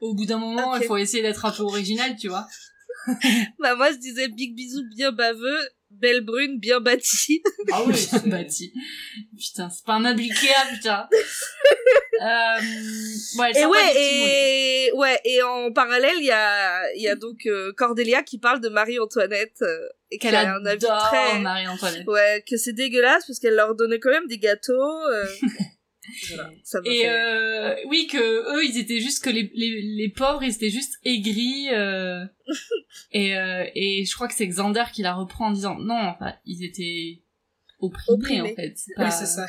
Speaker 3: Au bout d'un moment
Speaker 2: Ok.
Speaker 3: il faut essayer d'être un peu original tu vois.
Speaker 2: Bah moi je disais big bisou bien baveux, belle brune bien bâtie.
Speaker 4: Ah oui. c'est-
Speaker 3: Bâti. Bah, Putain c'est pas un meuble Ikea putain. euh, ouais, elle
Speaker 2: Et
Speaker 3: sort pas
Speaker 2: ouais
Speaker 3: des petits mots.
Speaker 2: et ouais et en parallèle il y a il y a donc euh, Cordelia qui parle de Marie-Antoinette euh, et qui
Speaker 3: Qu'elle
Speaker 2: a un avis
Speaker 3: adore
Speaker 2: très
Speaker 3: Marie-Antoinette.
Speaker 2: ouais que c'est dégueulasse parce qu'elle leur donnait quand même des gâteaux. euh. voilà, ça me
Speaker 3: Et
Speaker 2: fait-
Speaker 3: euh, oui que eux ils étaient juste que les, les, les pauvres ils étaient juste aigris euh, et euh, et je crois que c'est Xander qui la reprend en disant non enfin ils étaient opprimés,
Speaker 2: Opprimés.
Speaker 3: en fait c'est
Speaker 4: Oui,
Speaker 3: pas-
Speaker 4: c'est ça.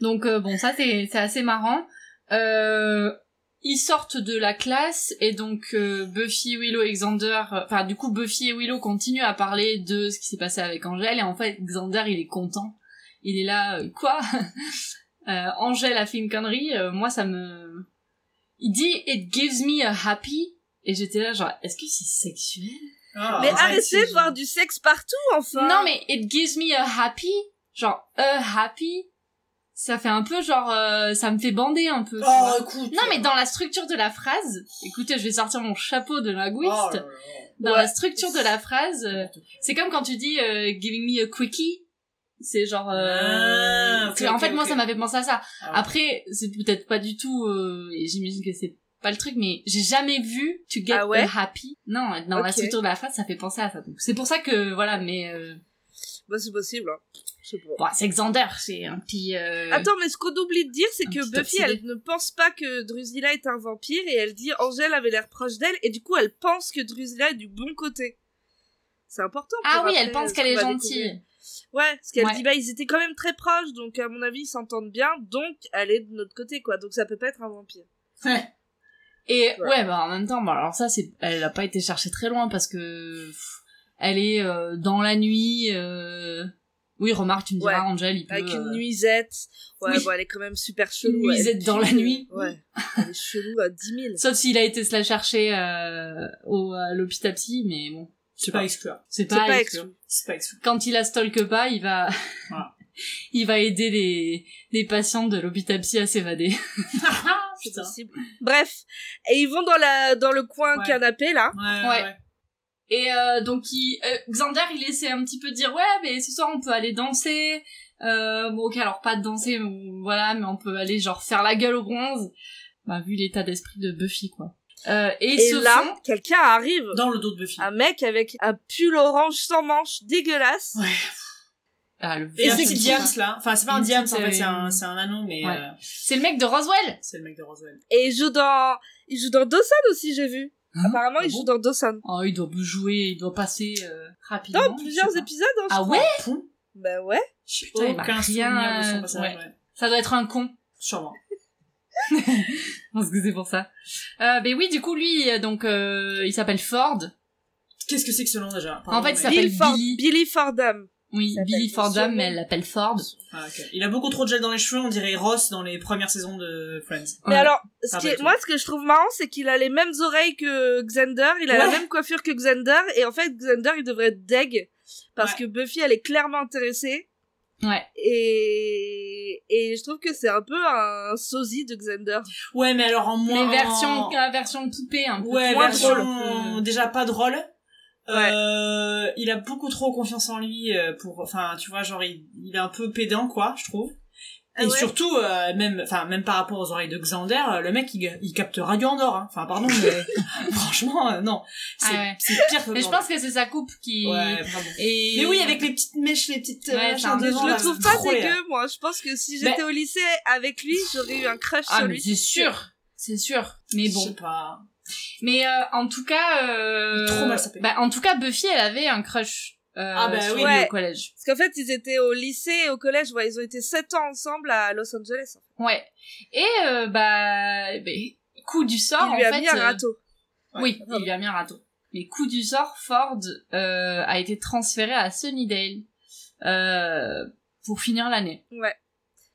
Speaker 3: Donc euh, bon, ça c'est c'est assez marrant. Euh, ils sortent de la classe et donc euh, Buffy, Willow et Xander, euh, enfin du coup Buffy et Willow continuent à parler de ce qui s'est passé avec Angèle et en fait Xander il est content. Il est là euh, quoi euh, Angèle a fait une connerie, euh, moi ça me il dit it gives me a happy et j'étais là genre est-ce que c'est sexuel
Speaker 4: Ah,
Speaker 3: euh,
Speaker 2: mais
Speaker 3: oh,
Speaker 4: ouais,
Speaker 2: arrêtez
Speaker 4: c'est-
Speaker 2: de voir du sexe partout enfin.
Speaker 3: non, mais it gives me a happy, genre a happy, ça fait un peu genre, euh, ça me fait bander un peu. tu
Speaker 4: Oh,
Speaker 3: vois.
Speaker 4: écoute.
Speaker 3: non, mais dans la structure de la phrase, écoutez, je vais sortir mon chapeau de linguiste.
Speaker 4: Oh là là.
Speaker 3: dans
Speaker 2: Ouais.
Speaker 3: la structure de la phrase, euh, c'est comme quand tu dis euh, giving me a quickie. C'est genre, euh,
Speaker 4: Ah, ok,
Speaker 3: c'est- en
Speaker 4: ok,
Speaker 3: fait, moi,
Speaker 4: ok.
Speaker 3: ça m'avait pensé à ça.
Speaker 4: Ah ouais.
Speaker 3: Après, c'est peut-être pas du tout, euh, et j'imagine que c'est pas le truc, mais j'ai jamais vu to get
Speaker 2: Ah ouais
Speaker 3: a happy. Non, dans la
Speaker 2: Ok.
Speaker 3: structure de la phrase, ça fait penser à ça. Donc, C'est pour ça que, voilà, mais euh,
Speaker 2: Bah, c'est possible. Hein. Je sais pas.
Speaker 3: Bon, c'est Xander, c'est un petit... euh,
Speaker 2: Attends, mais ce qu'on oublie de dire, c'est
Speaker 3: Un
Speaker 2: que
Speaker 3: petit
Speaker 2: Buffy,
Speaker 3: obsédé.
Speaker 2: elle ne pense pas que Drusilla est un vampire et elle dit Angèle avait l'air proche d'elle et du coup, elle pense que Drusilla est du bon côté. C'est important. pour
Speaker 3: Ah oui,
Speaker 2: après,
Speaker 3: elle pense
Speaker 2: ce
Speaker 3: qu'elle
Speaker 2: qu'on
Speaker 3: est
Speaker 2: va
Speaker 3: gentille.
Speaker 2: découvrir. Ouais, parce qu'elle
Speaker 3: Ouais.
Speaker 2: dit bah ils étaient quand même très proches, donc à mon avis ils s'entendent bien, donc elle est de notre côté quoi. Donc ça peut pas être un vampire.
Speaker 4: Ouais.
Speaker 3: Et
Speaker 2: Ouais.
Speaker 3: ouais, bah en même temps, bah, alors ça, c'est, elle a pas été cherchée très loin parce que pff, elle est euh, dans la nuit. euh, Oui, remarque, tu me diras,
Speaker 2: Ouais.
Speaker 3: Angèle, il peut.
Speaker 2: Avec une
Speaker 3: euh,
Speaker 2: nuisette. Ouais,
Speaker 3: oui.
Speaker 2: bon, elle est quand même super chelou.
Speaker 3: Une
Speaker 2: elle
Speaker 3: nuisette
Speaker 2: pue,
Speaker 3: dans la
Speaker 2: euh,
Speaker 3: nuit. Oh,
Speaker 2: Ouais. Elle est chelou à 10 000.
Speaker 3: Sauf s'il a été se la chercher euh, au à l'hôpital psy, mais bon,
Speaker 4: C'est pas exclu.
Speaker 3: c'est
Speaker 2: C'est
Speaker 3: pas.
Speaker 2: pas
Speaker 3: exclu.
Speaker 2: exclu.
Speaker 4: C'est pas exclu.
Speaker 3: Quand il la stalke pas, il va,
Speaker 4: Voilà.
Speaker 3: il va aider les les patients de l'hôpital psy à s'évader.
Speaker 2: C'est
Speaker 4: Putain.
Speaker 2: possible. Bref, et ils vont dans la dans le coin
Speaker 4: Ouais.
Speaker 2: canapé là.
Speaker 4: Ouais.
Speaker 3: Ouais.
Speaker 4: ouais.
Speaker 3: Et euh, donc il, euh, Xander il essaie un petit peu de dire ouais mais ce soir on peut aller danser. Euh, bon ok alors pas de danser mm, mais on- voilà mais on peut aller genre faire la gueule au bronze. Bah vu l'état d'esprit de Buffy quoi. Euh, et,
Speaker 2: Et
Speaker 3: se
Speaker 2: là,
Speaker 3: font
Speaker 2: quelqu'un arrive.
Speaker 4: Dans le dos de Buffy.
Speaker 2: Un mec avec un pull orange sans manches dégueulasse.
Speaker 4: Ouais.
Speaker 3: Ah, le-
Speaker 4: Et un
Speaker 3: c'est
Speaker 4: petit
Speaker 3: qui
Speaker 4: Diams là. Enfin, c'est pas un
Speaker 3: Une
Speaker 4: Diams en
Speaker 3: petite,
Speaker 4: fait, c'est
Speaker 3: euh,
Speaker 4: un, c'est un anneau, mais
Speaker 3: Ouais.
Speaker 4: euh,
Speaker 3: C'est le mec de Roswell.
Speaker 4: c'est le mec de Roswell.
Speaker 2: Et il joue dans, il joue dans Dawson aussi, j'ai vu.
Speaker 3: Hein
Speaker 2: Apparemment,
Speaker 3: Ah
Speaker 2: il
Speaker 3: bon
Speaker 2: joue dans Dawson.
Speaker 3: Oh, il doit jouer, il doit passer euh, rapidement.
Speaker 2: Dans
Speaker 3: je sais
Speaker 2: plusieurs
Speaker 3: pas.
Speaker 2: épisodes, hein, je
Speaker 3: Ah
Speaker 2: crois.
Speaker 3: ouais
Speaker 4: Pou
Speaker 2: Bah ouais.
Speaker 4: Je sais
Speaker 3: Oh, bah,
Speaker 4: aucun souvenir
Speaker 3: rien,
Speaker 4: de son
Speaker 3: euh,
Speaker 4: passage, ouais.
Speaker 3: ouais. Ça doit être un con.
Speaker 4: Sûrement.
Speaker 3: Parce que c'est pour ça. Euh, mais oui, du coup, lui, euh, donc, euh, il s'appelle Ford.
Speaker 4: Qu'est-ce que c'est que ce nom déjà
Speaker 3: En fait,
Speaker 4: mais-
Speaker 3: ça s'appelle
Speaker 2: Bill Ford-
Speaker 3: Billy.
Speaker 2: Billy Fordham.
Speaker 3: Oui,
Speaker 2: Il s'appelle
Speaker 3: Billy Fordham,
Speaker 2: sûrement.
Speaker 3: mais elle l'appelle Ford.
Speaker 4: Ah, ok. Il a beaucoup trop de gel dans les cheveux, on dirait Ross dans les premières saisons de Friends.
Speaker 2: Mais
Speaker 3: Ouais.
Speaker 2: alors, ce
Speaker 4: Ah
Speaker 2: qui
Speaker 4: bah,
Speaker 2: est-
Speaker 4: tu-
Speaker 2: moi, ce que je trouve marrant, c'est qu'il a les mêmes oreilles que Xander, il a la
Speaker 4: Ouais.
Speaker 2: même coiffure que Xander, et en fait, Xander, il devrait être deg, parce
Speaker 4: Ouais.
Speaker 2: que Buffy, elle est clairement intéressée,
Speaker 3: Ouais.
Speaker 2: et, et je trouve que c'est un peu un sosie de Xander.
Speaker 4: Ouais, mais alors en moins.
Speaker 3: Mais version,
Speaker 4: en-
Speaker 3: euh, version poupée, un peu
Speaker 4: Oh. Ouais,
Speaker 3: moins
Speaker 4: version
Speaker 3: drôle. Euh,
Speaker 4: déjà pas drôle. Euh, il a beaucoup trop confiance en lui euh, pour, enfin, tu vois, genre il, il est un peu pédant quoi, je trouve.
Speaker 2: Ah
Speaker 4: Et
Speaker 2: ouais.
Speaker 4: surtout, euh, même, enfin, même par rapport aux oreilles de Xander, euh, le mec il, il capte Radio Andorre. hein. Enfin, pardon, mais franchement, euh, non, c'est
Speaker 3: Ah ouais.
Speaker 4: c'est pire que.
Speaker 3: Mais je
Speaker 4: Andorre.
Speaker 3: pense que c'est sa coupe qui...
Speaker 4: Ouais, vraiment.
Speaker 3: Et...
Speaker 4: Mais oui, avec les petites mèches, les petites. euh,
Speaker 3: Ouais,
Speaker 4: machins
Speaker 3: t'as un-
Speaker 4: devant,
Speaker 2: Je
Speaker 4: là,
Speaker 2: le trouve
Speaker 4: c'est
Speaker 2: pas
Speaker 4: trop laid.
Speaker 2: dégueu, moi. Je pense que si j'étais
Speaker 3: Mais-
Speaker 2: au lycée avec lui, j'aurais eu un crush
Speaker 3: Ah,
Speaker 2: sur
Speaker 3: mais
Speaker 2: lui.
Speaker 3: c'est sûr. C'est sûr. Mais
Speaker 4: Je sais
Speaker 3: bon.
Speaker 4: pas.
Speaker 3: Mais euh, en tout cas... Euh...
Speaker 4: Trop mal sapé.
Speaker 3: Bah, en tout cas, Buffy, elle avait un crush euh,
Speaker 4: Ah bah
Speaker 3: sur
Speaker 4: oui.
Speaker 3: lui
Speaker 2: Ouais.
Speaker 3: au collège.
Speaker 2: Parce qu'en fait, ils étaient au lycée et au collège, ouais, ils ont été 7 ans ensemble à Los Angeles.
Speaker 3: Ouais. Et euh, bah... bah, Coup du sort,
Speaker 2: il lui
Speaker 3: en
Speaker 2: a
Speaker 3: fait...
Speaker 2: mis un
Speaker 3: euh,
Speaker 2: râteau.
Speaker 3: Oui, il lui a mis un râteau. Mais coup du sort, Ford euh, a été transféré à Sunnydale euh, pour finir l'année.
Speaker 2: Ouais.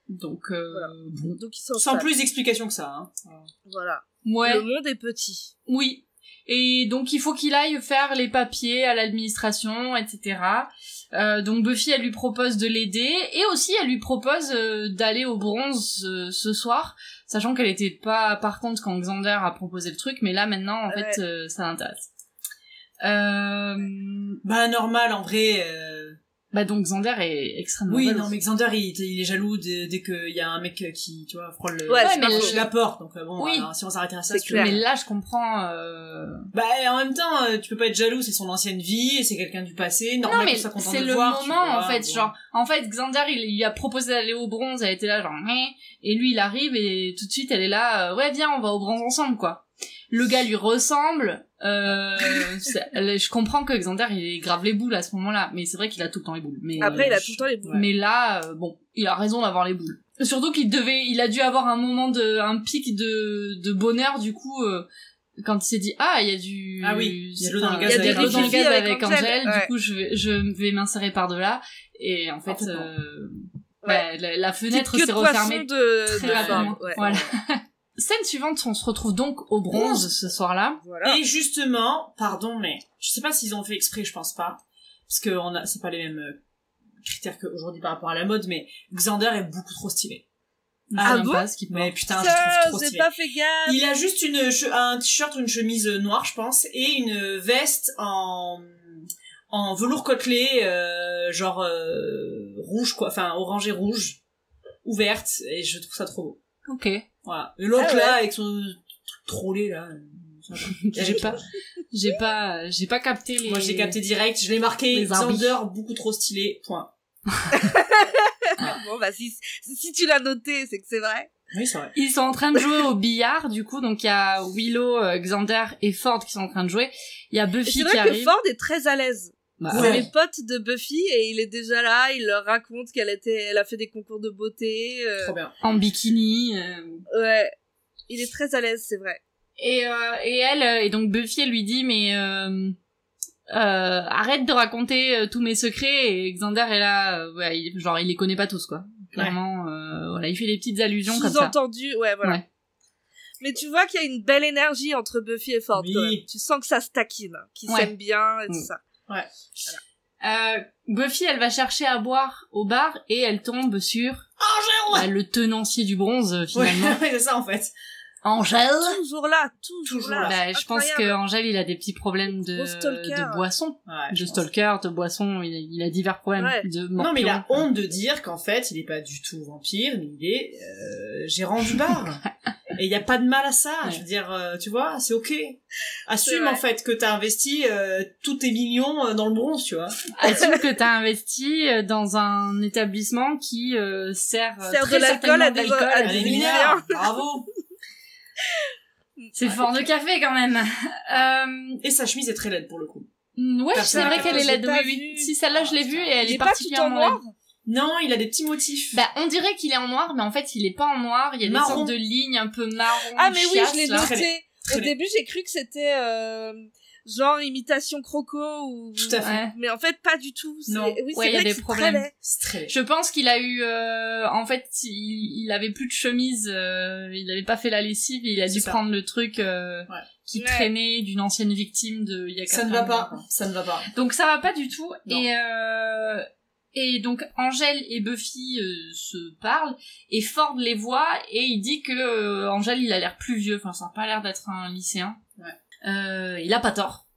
Speaker 3: Donc, euh,
Speaker 2: Voilà.
Speaker 3: bon.
Speaker 2: Donc ils sont
Speaker 4: Sans
Speaker 2: sales.
Speaker 4: plus d'explication que ça. Hein.
Speaker 2: Voilà.
Speaker 3: Ouais,
Speaker 2: Le monde est petit.
Speaker 3: oui. Et donc, il faut qu'il aille faire les papiers à l'administration, etc. Euh, donc, Buffy, elle lui propose de l'aider. Et aussi, elle lui propose euh, d'aller au bronze euh, ce soir. Sachant qu'elle était pas partante quand Xander a proposé le truc. Mais là, maintenant, en fait, euh, ça l'intéresse. Euh,
Speaker 4: Bah normal en vrai. euh,
Speaker 3: Bah donc Xander est extrêmement
Speaker 4: Oui,
Speaker 3: jaloux.
Speaker 4: non mais Xander il, il est jaloux dès, dès qu'il y a un mec euh, qui tu vois frôle le...
Speaker 2: Ouais,
Speaker 3: c'est pas
Speaker 4: franchit
Speaker 3: faux.
Speaker 4: la porte. Donc euh, bon,
Speaker 3: Oui.
Speaker 4: alors, si on s'arrêtait à ça,
Speaker 2: C'est
Speaker 4: tu vois.
Speaker 3: Mais
Speaker 2: clair.
Speaker 3: là je comprends. euh,
Speaker 4: Bah en même temps, euh, tu peux pas être jaloux, c'est son ancienne vie, et c'est quelqu'un du passé.
Speaker 3: Non
Speaker 4: Normal
Speaker 3: mais
Speaker 4: qu'on soit content
Speaker 3: c'est
Speaker 4: de
Speaker 3: le
Speaker 4: voir, tu
Speaker 3: moment
Speaker 4: vois,
Speaker 3: en fait
Speaker 4: bon.
Speaker 3: genre en fait Xander il, il lui a proposé d'aller au bronze elle était là genre Meh et lui il arrive et tout de suite elle est là euh, ouais viens on va au bronze ensemble quoi. Le gars lui ressemble. Euh, c'est- elle- je comprends que Xander il est grave les boules à ce moment-là mais c'est vrai qu'il a tout le temps les boules. Mais,
Speaker 2: Après, il a
Speaker 3: je-
Speaker 2: tout le temps les boules.
Speaker 3: Mais là, euh, bon, il a raison d'avoir les boules. Surtout qu'il devait, il a dû avoir un moment de, un pic de, de bonheur du coup euh, quand il s'est dit ah il y a du,
Speaker 4: Ah oui, il y a de l'eau dans le
Speaker 3: enfin,
Speaker 4: gaz
Speaker 3: il y a
Speaker 4: avec
Speaker 3: de l'eau dans le
Speaker 2: Angel.
Speaker 3: gaz avec
Speaker 2: Angel,
Speaker 3: Angel,
Speaker 2: ouais.
Speaker 3: du coup je vais, je vais m'insérer par delà et en fait
Speaker 4: Ah, bon.
Speaker 3: euh, bah, la, la
Speaker 2: Petite
Speaker 3: fenêtre
Speaker 2: queue de
Speaker 3: s'est
Speaker 2: poisson
Speaker 3: refermée.
Speaker 2: de,
Speaker 3: très
Speaker 2: de
Speaker 3: rapidement.
Speaker 2: Ford, ouais.
Speaker 3: Voilà. Scène suivante, on se retrouve donc au bronze ce soir-là.
Speaker 2: Voilà.
Speaker 4: Et justement, pardon mais je sais pas s'ils ont fait exprès, je pense pas, parce que on a c'est pas les mêmes euh, critères qu'aujourd'hui par rapport à la mode, mais Xander est beaucoup trop stylé.
Speaker 3: Je
Speaker 4: Ah
Speaker 3: sais
Speaker 2: bon
Speaker 3: pas ce qu'il
Speaker 4: Mais
Speaker 3: porte.
Speaker 4: putain, je
Speaker 2: Ça,
Speaker 4: le trouve trop
Speaker 2: j'ai
Speaker 4: stylé.
Speaker 2: pas fait gaffe.
Speaker 4: Il a juste une che- un t-shirt ou une chemise noire, je pense, et une veste en en velours côtelé, euh, genre euh, rouge quoi, enfin orange et rouge, ouverte, et je trouve ça trop beau.
Speaker 3: Ok,
Speaker 4: Voilà. Et l'autre
Speaker 2: Ah ouais.
Speaker 4: là avec son truc trollé là. euh, ça,
Speaker 3: j'ai pas, j'ai pas, j'ai pas capté les.
Speaker 4: Moi j'ai capté direct, je l'ai marqué.
Speaker 3: Les Barbie.
Speaker 4: Xander beaucoup trop stylé. Point.
Speaker 2: Bon, bah, si, si tu l'as noté, c'est que c'est vrai.
Speaker 4: Oui c'est vrai.
Speaker 3: Ils sont en train de jouer au billard, du coup, donc il y a Willow, euh, Xander et Ford qui sont en train de jouer. Il y a
Speaker 2: Et C'est
Speaker 3: Buffy qui
Speaker 2: vrai que
Speaker 3: arrive.
Speaker 2: Ford est très à l'aise.
Speaker 3: Bah,
Speaker 2: C'est
Speaker 4: Ouais.
Speaker 2: les potes de Buffy et il est déjà là, il leur raconte qu'elle était, elle a fait des concours de beauté. euh,
Speaker 4: Trop bien.
Speaker 3: En bikini. euh,
Speaker 2: ouais. Il est très à l'aise, c'est vrai.
Speaker 3: Et, euh, et elle, euh, et donc Buffy, elle lui dit, mais euh, euh, arrête de raconter euh, tous mes secrets. Et Xander est là, euh, ouais, il- genre il les connaît pas tous, quoi. Clairement, euh, voilà, il fait des petites allusions comme ça.
Speaker 2: Sous-entendu, ouais, voilà.
Speaker 3: Ouais.
Speaker 2: Mais tu vois qu'il y a une belle énergie entre Buffy et Ford,
Speaker 4: Oui.
Speaker 2: quand même. Tu sens que ça se taquine, hein, qu'ils
Speaker 3: Ouais.
Speaker 2: s'aiment bien et tout
Speaker 3: Mm.
Speaker 2: ça.
Speaker 3: Euh, Buffy, elle va chercher à boire au bar et elle tombe sur bah, le tenancier du bronze euh,
Speaker 4: Ouais,
Speaker 3: finalement,
Speaker 4: c'est ça en fait.
Speaker 3: Angèle.
Speaker 2: Toujours là, toujours,
Speaker 4: Toujours
Speaker 2: là.
Speaker 4: là.
Speaker 3: Bah, je pense que
Speaker 2: Ah, Incroyable.
Speaker 3: Angèle, il a des petits problèmes de,
Speaker 2: Gros stalker. Ah,
Speaker 3: de boisson.
Speaker 4: Ouais, je
Speaker 3: De
Speaker 4: pense.
Speaker 3: stalker, de boisson, il a, il a divers problèmes.
Speaker 2: Ouais.
Speaker 3: De
Speaker 4: Non mais il a
Speaker 3: morpion.
Speaker 4: honte de dire qu'en fait il est pas du tout vampire, mais il est euh, gérant du bar. Et il n'y a pas de mal à ça,
Speaker 3: Ouais.
Speaker 4: je veux dire, euh, tu vois, c'est ok.
Speaker 2: C'est
Speaker 4: Assume
Speaker 2: vrai.
Speaker 4: en fait que t'as investi euh, tous tes millions euh, dans le bronze, tu vois.
Speaker 3: Assume que t'as investi euh, dans un établissement qui euh, sert, euh,
Speaker 2: Sert de
Speaker 3: très
Speaker 2: l'alcool à
Speaker 3: certainement
Speaker 2: des-
Speaker 3: d'alcool
Speaker 2: à
Speaker 3: à
Speaker 2: des
Speaker 4: Allez,
Speaker 3: des-
Speaker 4: mineurs, bravo
Speaker 2: Mm.
Speaker 3: C'est fort de café quand même. Euh,
Speaker 4: Et sa chemise est très laide pour le coup.
Speaker 3: ouais, c'est
Speaker 4: Personne
Speaker 3: vrai
Speaker 4: n'a
Speaker 3: qu'elle
Speaker 4: pas-
Speaker 3: est
Speaker 2: j'ai
Speaker 3: laide.
Speaker 2: pas
Speaker 3: Oui, oui.
Speaker 2: vu.
Speaker 3: Si celle-là, je l'ai vue et elle
Speaker 2: Il
Speaker 3: est
Speaker 2: est pas tout en
Speaker 3: particulièrement laide.
Speaker 2: noir
Speaker 4: Non, il a des petits motifs.
Speaker 3: Bah, on dirait qu'il est en noir, mais en fait, il est pas en noir. Il y a
Speaker 4: Marron.
Speaker 3: des sortes de lignes un peu marron.
Speaker 2: Ah mais oui,
Speaker 3: chiasse,
Speaker 2: je l'ai
Speaker 3: là.
Speaker 4: Très
Speaker 2: noté.
Speaker 4: très
Speaker 2: Au
Speaker 4: laid.
Speaker 2: début, j'ai cru que c'était euh, genre imitation croco ou.
Speaker 4: Tout à fait.
Speaker 3: Ouais.
Speaker 2: Mais en fait, pas du tout. C'est-
Speaker 4: Non.
Speaker 2: Oui,
Speaker 3: Ouais,
Speaker 2: c'est
Speaker 3: il y a
Speaker 2: vrai
Speaker 3: des
Speaker 2: que c'est très
Speaker 3: problèmes.
Speaker 2: laid.
Speaker 4: C'est très laid.
Speaker 3: Je pense qu'il a eu, euh, en fait, il, il avait plus de chemise, euh, il avait pas fait la lessive, et il a
Speaker 4: C'est
Speaker 3: dû
Speaker 4: ça.
Speaker 3: prendre le truc euh,
Speaker 4: Ouais.
Speaker 3: qui
Speaker 2: Ouais.
Speaker 3: traînait d'une ancienne victime de il y a
Speaker 4: Ça ne
Speaker 3: 80
Speaker 4: va pas,
Speaker 3: ans.
Speaker 4: ça ne va pas.
Speaker 3: Donc ça va pas du tout.
Speaker 4: Non.
Speaker 3: Et euh, et donc Angèle et Buffy euh, se parlent et Ford les voit et il dit que euh, Angèle il a l'air plus vieux. Enfin ça a pas l'air d'être un lycéen.
Speaker 4: Ouais.
Speaker 3: Euh, il a pas tort.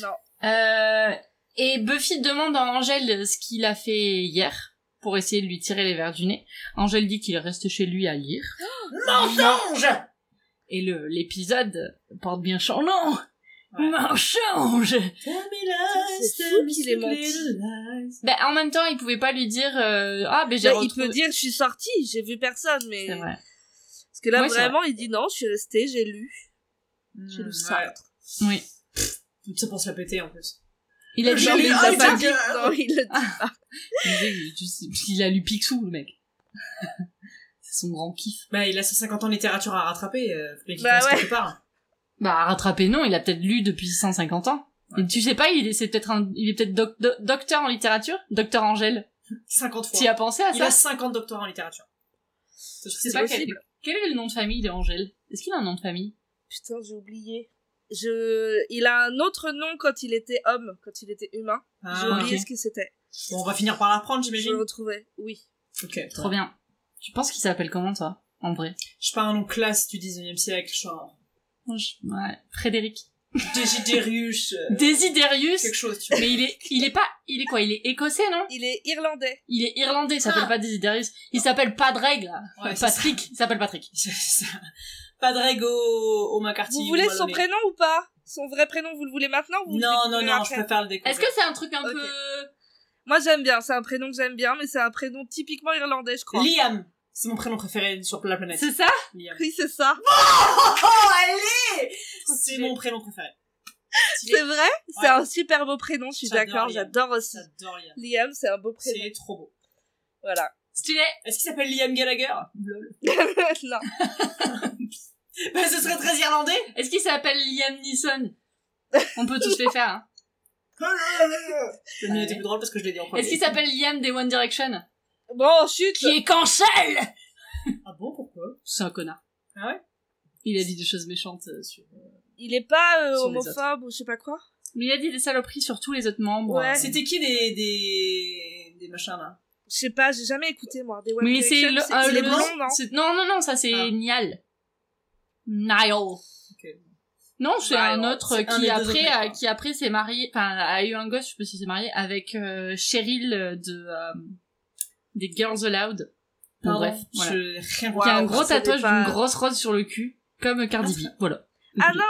Speaker 2: Non.
Speaker 3: Euh, et Buffy demande à Angèle ce qu'il a fait hier pour essayer de lui tirer les verres du nez. Angèle dit qu'il reste chez lui à lire.
Speaker 4: Mensonge
Speaker 3: Et le l'épisode porte bien son nom.
Speaker 4: Ouais.
Speaker 3: Mensonge.
Speaker 2: C'est fou qu'il ait menti.
Speaker 3: Ben, en même temps, il pouvait pas lui dire euh, ah ben j'ai
Speaker 2: Là, Bah, il
Speaker 3: retrouvé.
Speaker 2: peut dire je suis sorti, j'ai vu personne, mais
Speaker 3: C'est vrai.
Speaker 2: parce que là
Speaker 3: Ouais, c'est
Speaker 2: vraiment, il dit non, je suis resté, j'ai lu, j'ai lu ça.
Speaker 3: Oui.
Speaker 4: Ça pense la péter en plus.
Speaker 3: Il a dit
Speaker 4: J'ai lu
Speaker 3: il
Speaker 4: Ah,
Speaker 3: a
Speaker 4: il
Speaker 3: pas
Speaker 4: t'a
Speaker 3: dit.
Speaker 4: dit-
Speaker 2: Non, il le dit.
Speaker 3: Il disait, je sais- parce qu'il a lu Picsou le mec. C'est son grand kiff.
Speaker 4: Bah, il a 150 ans de littérature à rattraper, euh, faut bien qu'il
Speaker 2: Bah
Speaker 4: commence
Speaker 2: ouais.
Speaker 4: quelque part. hein.
Speaker 3: Bah à rattraper non, il a peut-être lu depuis 150 ans. Et tu sais pas, il est c'est peut-être un il est peut-être doc- doc- docteur en littérature, docteur Angèle.
Speaker 4: 50 fois.
Speaker 3: Tu as pensé à
Speaker 4: Il
Speaker 3: ça
Speaker 4: a 50 doctorats en littérature. Je
Speaker 3: Je sais pas quel, quel est le nom de famille d'Angèle Est-ce qu'il a un nom de famille
Speaker 2: Putain, j'ai oublié. Je, il a un autre nom quand il était homme, quand il était humain.
Speaker 4: Ah,
Speaker 2: j'ai oublié
Speaker 3: ok.
Speaker 2: ce que c'était.
Speaker 4: Bon, on va finir par l'apprendre,
Speaker 2: Je
Speaker 4: j'imagine.
Speaker 2: le retrouvais. Oui.
Speaker 4: Ok.
Speaker 3: Trop bien. Tu penses qu'il s'appelle comment toi en vrai
Speaker 4: Je parle un nom classe du 19 e siècle, genre.
Speaker 3: Ouais, Frédéric.
Speaker 4: Desiderius. euh,
Speaker 3: Desiderius.
Speaker 4: quelque chose, tu vois.
Speaker 3: Mais il est il est pas il est quoi Il est écossais, non
Speaker 2: Il est irlandais.
Speaker 3: Il est irlandais, il s'appelle
Speaker 4: Ah.
Speaker 3: pas Desiderius. Il s'appelle Padraig, là.
Speaker 4: Ouais, c'est
Speaker 3: Patrick, il s'appelle Patrick.
Speaker 4: C'est ça. Padraig au, au McCarthy.
Speaker 2: Vous
Speaker 4: ou
Speaker 2: voulez
Speaker 4: au
Speaker 2: son
Speaker 4: Maloney.
Speaker 2: prénom ou pas Son vrai prénom, vous le voulez maintenant ou vous le
Speaker 4: Non, non,
Speaker 2: découvrez
Speaker 4: non, je
Speaker 2: après
Speaker 4: préfère le découvrir.
Speaker 3: Est-ce que c'est un truc un
Speaker 2: Ok.
Speaker 3: peu...
Speaker 2: Moi j'aime bien, c'est un prénom que j'aime bien, mais c'est un prénom typiquement irlandais, je crois.
Speaker 4: Liam C'est mon prénom préféré sur la planète.
Speaker 3: C'est ça
Speaker 4: Liam.
Speaker 2: Oui, c'est ça.
Speaker 4: Oh, allez C'est mon prénom préféré.
Speaker 2: C'est vrai C'est un super beau prénom, je suis
Speaker 4: J'adore
Speaker 2: d'accord,
Speaker 4: Liam.
Speaker 2: j'adore aussi.
Speaker 4: J'adore Liam.
Speaker 2: Liam, c'est un beau prénom.
Speaker 4: C'est trop beau.
Speaker 2: Voilà.
Speaker 3: Stylé.
Speaker 4: Est-ce qu'il s'appelle Liam Gallagher Lol.
Speaker 2: non.
Speaker 4: Bah, ce serait très irlandais
Speaker 3: Est-ce qu'il s'appelle Liam Neeson On peut tous les faire, hein.
Speaker 4: Le mien était plus drôle parce que je l'ai dit en premier.
Speaker 3: Est-ce qu'il s'appelle Liam des One Direction
Speaker 2: Bon, chut
Speaker 3: Qui est cancel
Speaker 4: Ah bon, pourquoi
Speaker 3: C'est un connard.
Speaker 4: Ah ouais
Speaker 3: Il a dit des choses méchantes euh, sur...
Speaker 2: Il est pas euh,
Speaker 3: Sur les
Speaker 2: homophobe ou je sais pas quoi
Speaker 3: Mais il a dit des saloperies sur tous les autres membres.
Speaker 2: Ouais.
Speaker 3: euh.
Speaker 4: C'était qui des, des, des machins là
Speaker 2: Je sais pas, j'ai jamais écouté moi. Des One
Speaker 3: Mais c'est
Speaker 2: Direction,
Speaker 3: le...
Speaker 2: c'est
Speaker 3: euh,
Speaker 2: les hein.
Speaker 3: le-
Speaker 2: blonds, non
Speaker 3: c'est- Non, non, non, ça c'est
Speaker 4: Ah.
Speaker 3: Niall. Niall. Non, c'est
Speaker 2: Bah,
Speaker 3: un
Speaker 2: alors,
Speaker 3: autre
Speaker 4: c'est un
Speaker 3: qui
Speaker 4: des deux autres
Speaker 3: après,
Speaker 4: mecs,
Speaker 3: a-
Speaker 2: hein.
Speaker 4: quoi.
Speaker 3: qui après s'est marié, enfin a eu un gosse, je sais pas si s'est marié avec euh, Cheryl euh, de euh, des Girls Aloud. Bon,
Speaker 4: Pardon,
Speaker 3: bref, voilà.
Speaker 4: je rien
Speaker 3: qui a
Speaker 4: voir.
Speaker 3: un gros
Speaker 2: savais
Speaker 3: tatouage
Speaker 2: pas.
Speaker 3: d'une grosse rose sur le cul, comme Cardi B. Voilà.
Speaker 2: Ah non,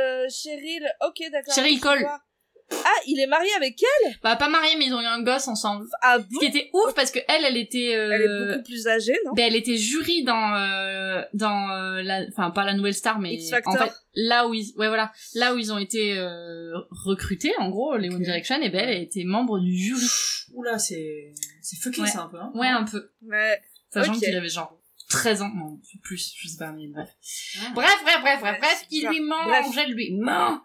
Speaker 2: euh, Cheryl, ok d'accord.
Speaker 3: Cheryl
Speaker 2: je
Speaker 3: Cole.
Speaker 2: vois. Ah, il est marié avec elle
Speaker 3: Bah pas mariés, mais ils ont eu un gosse ensemble.
Speaker 2: Ah
Speaker 3: Ce
Speaker 2: bon
Speaker 3: qui était ouf parce que elle, elle était. euh,
Speaker 2: Elle est beaucoup plus âgée, non
Speaker 3: Ben, elle était jury dans euh, dans euh, la enfin pas la nouvelle star mais
Speaker 2: X Factor.
Speaker 3: en fait là où ils ouais voilà là où ils ont été euh, recrutés en gros les One Direction et ben elle était membre du jury
Speaker 4: Oula, c'est. C'est fucké
Speaker 3: Ouais.
Speaker 4: ça un peu, hein
Speaker 3: ouais un peu
Speaker 2: Ouais.
Speaker 3: sachant
Speaker 2: Ok.
Speaker 3: qu'il avait genre 13 ans non plus je sais pas mais bref bref bref bref bref, bref il lui ment
Speaker 2: Bref.
Speaker 3: Angèle lui ment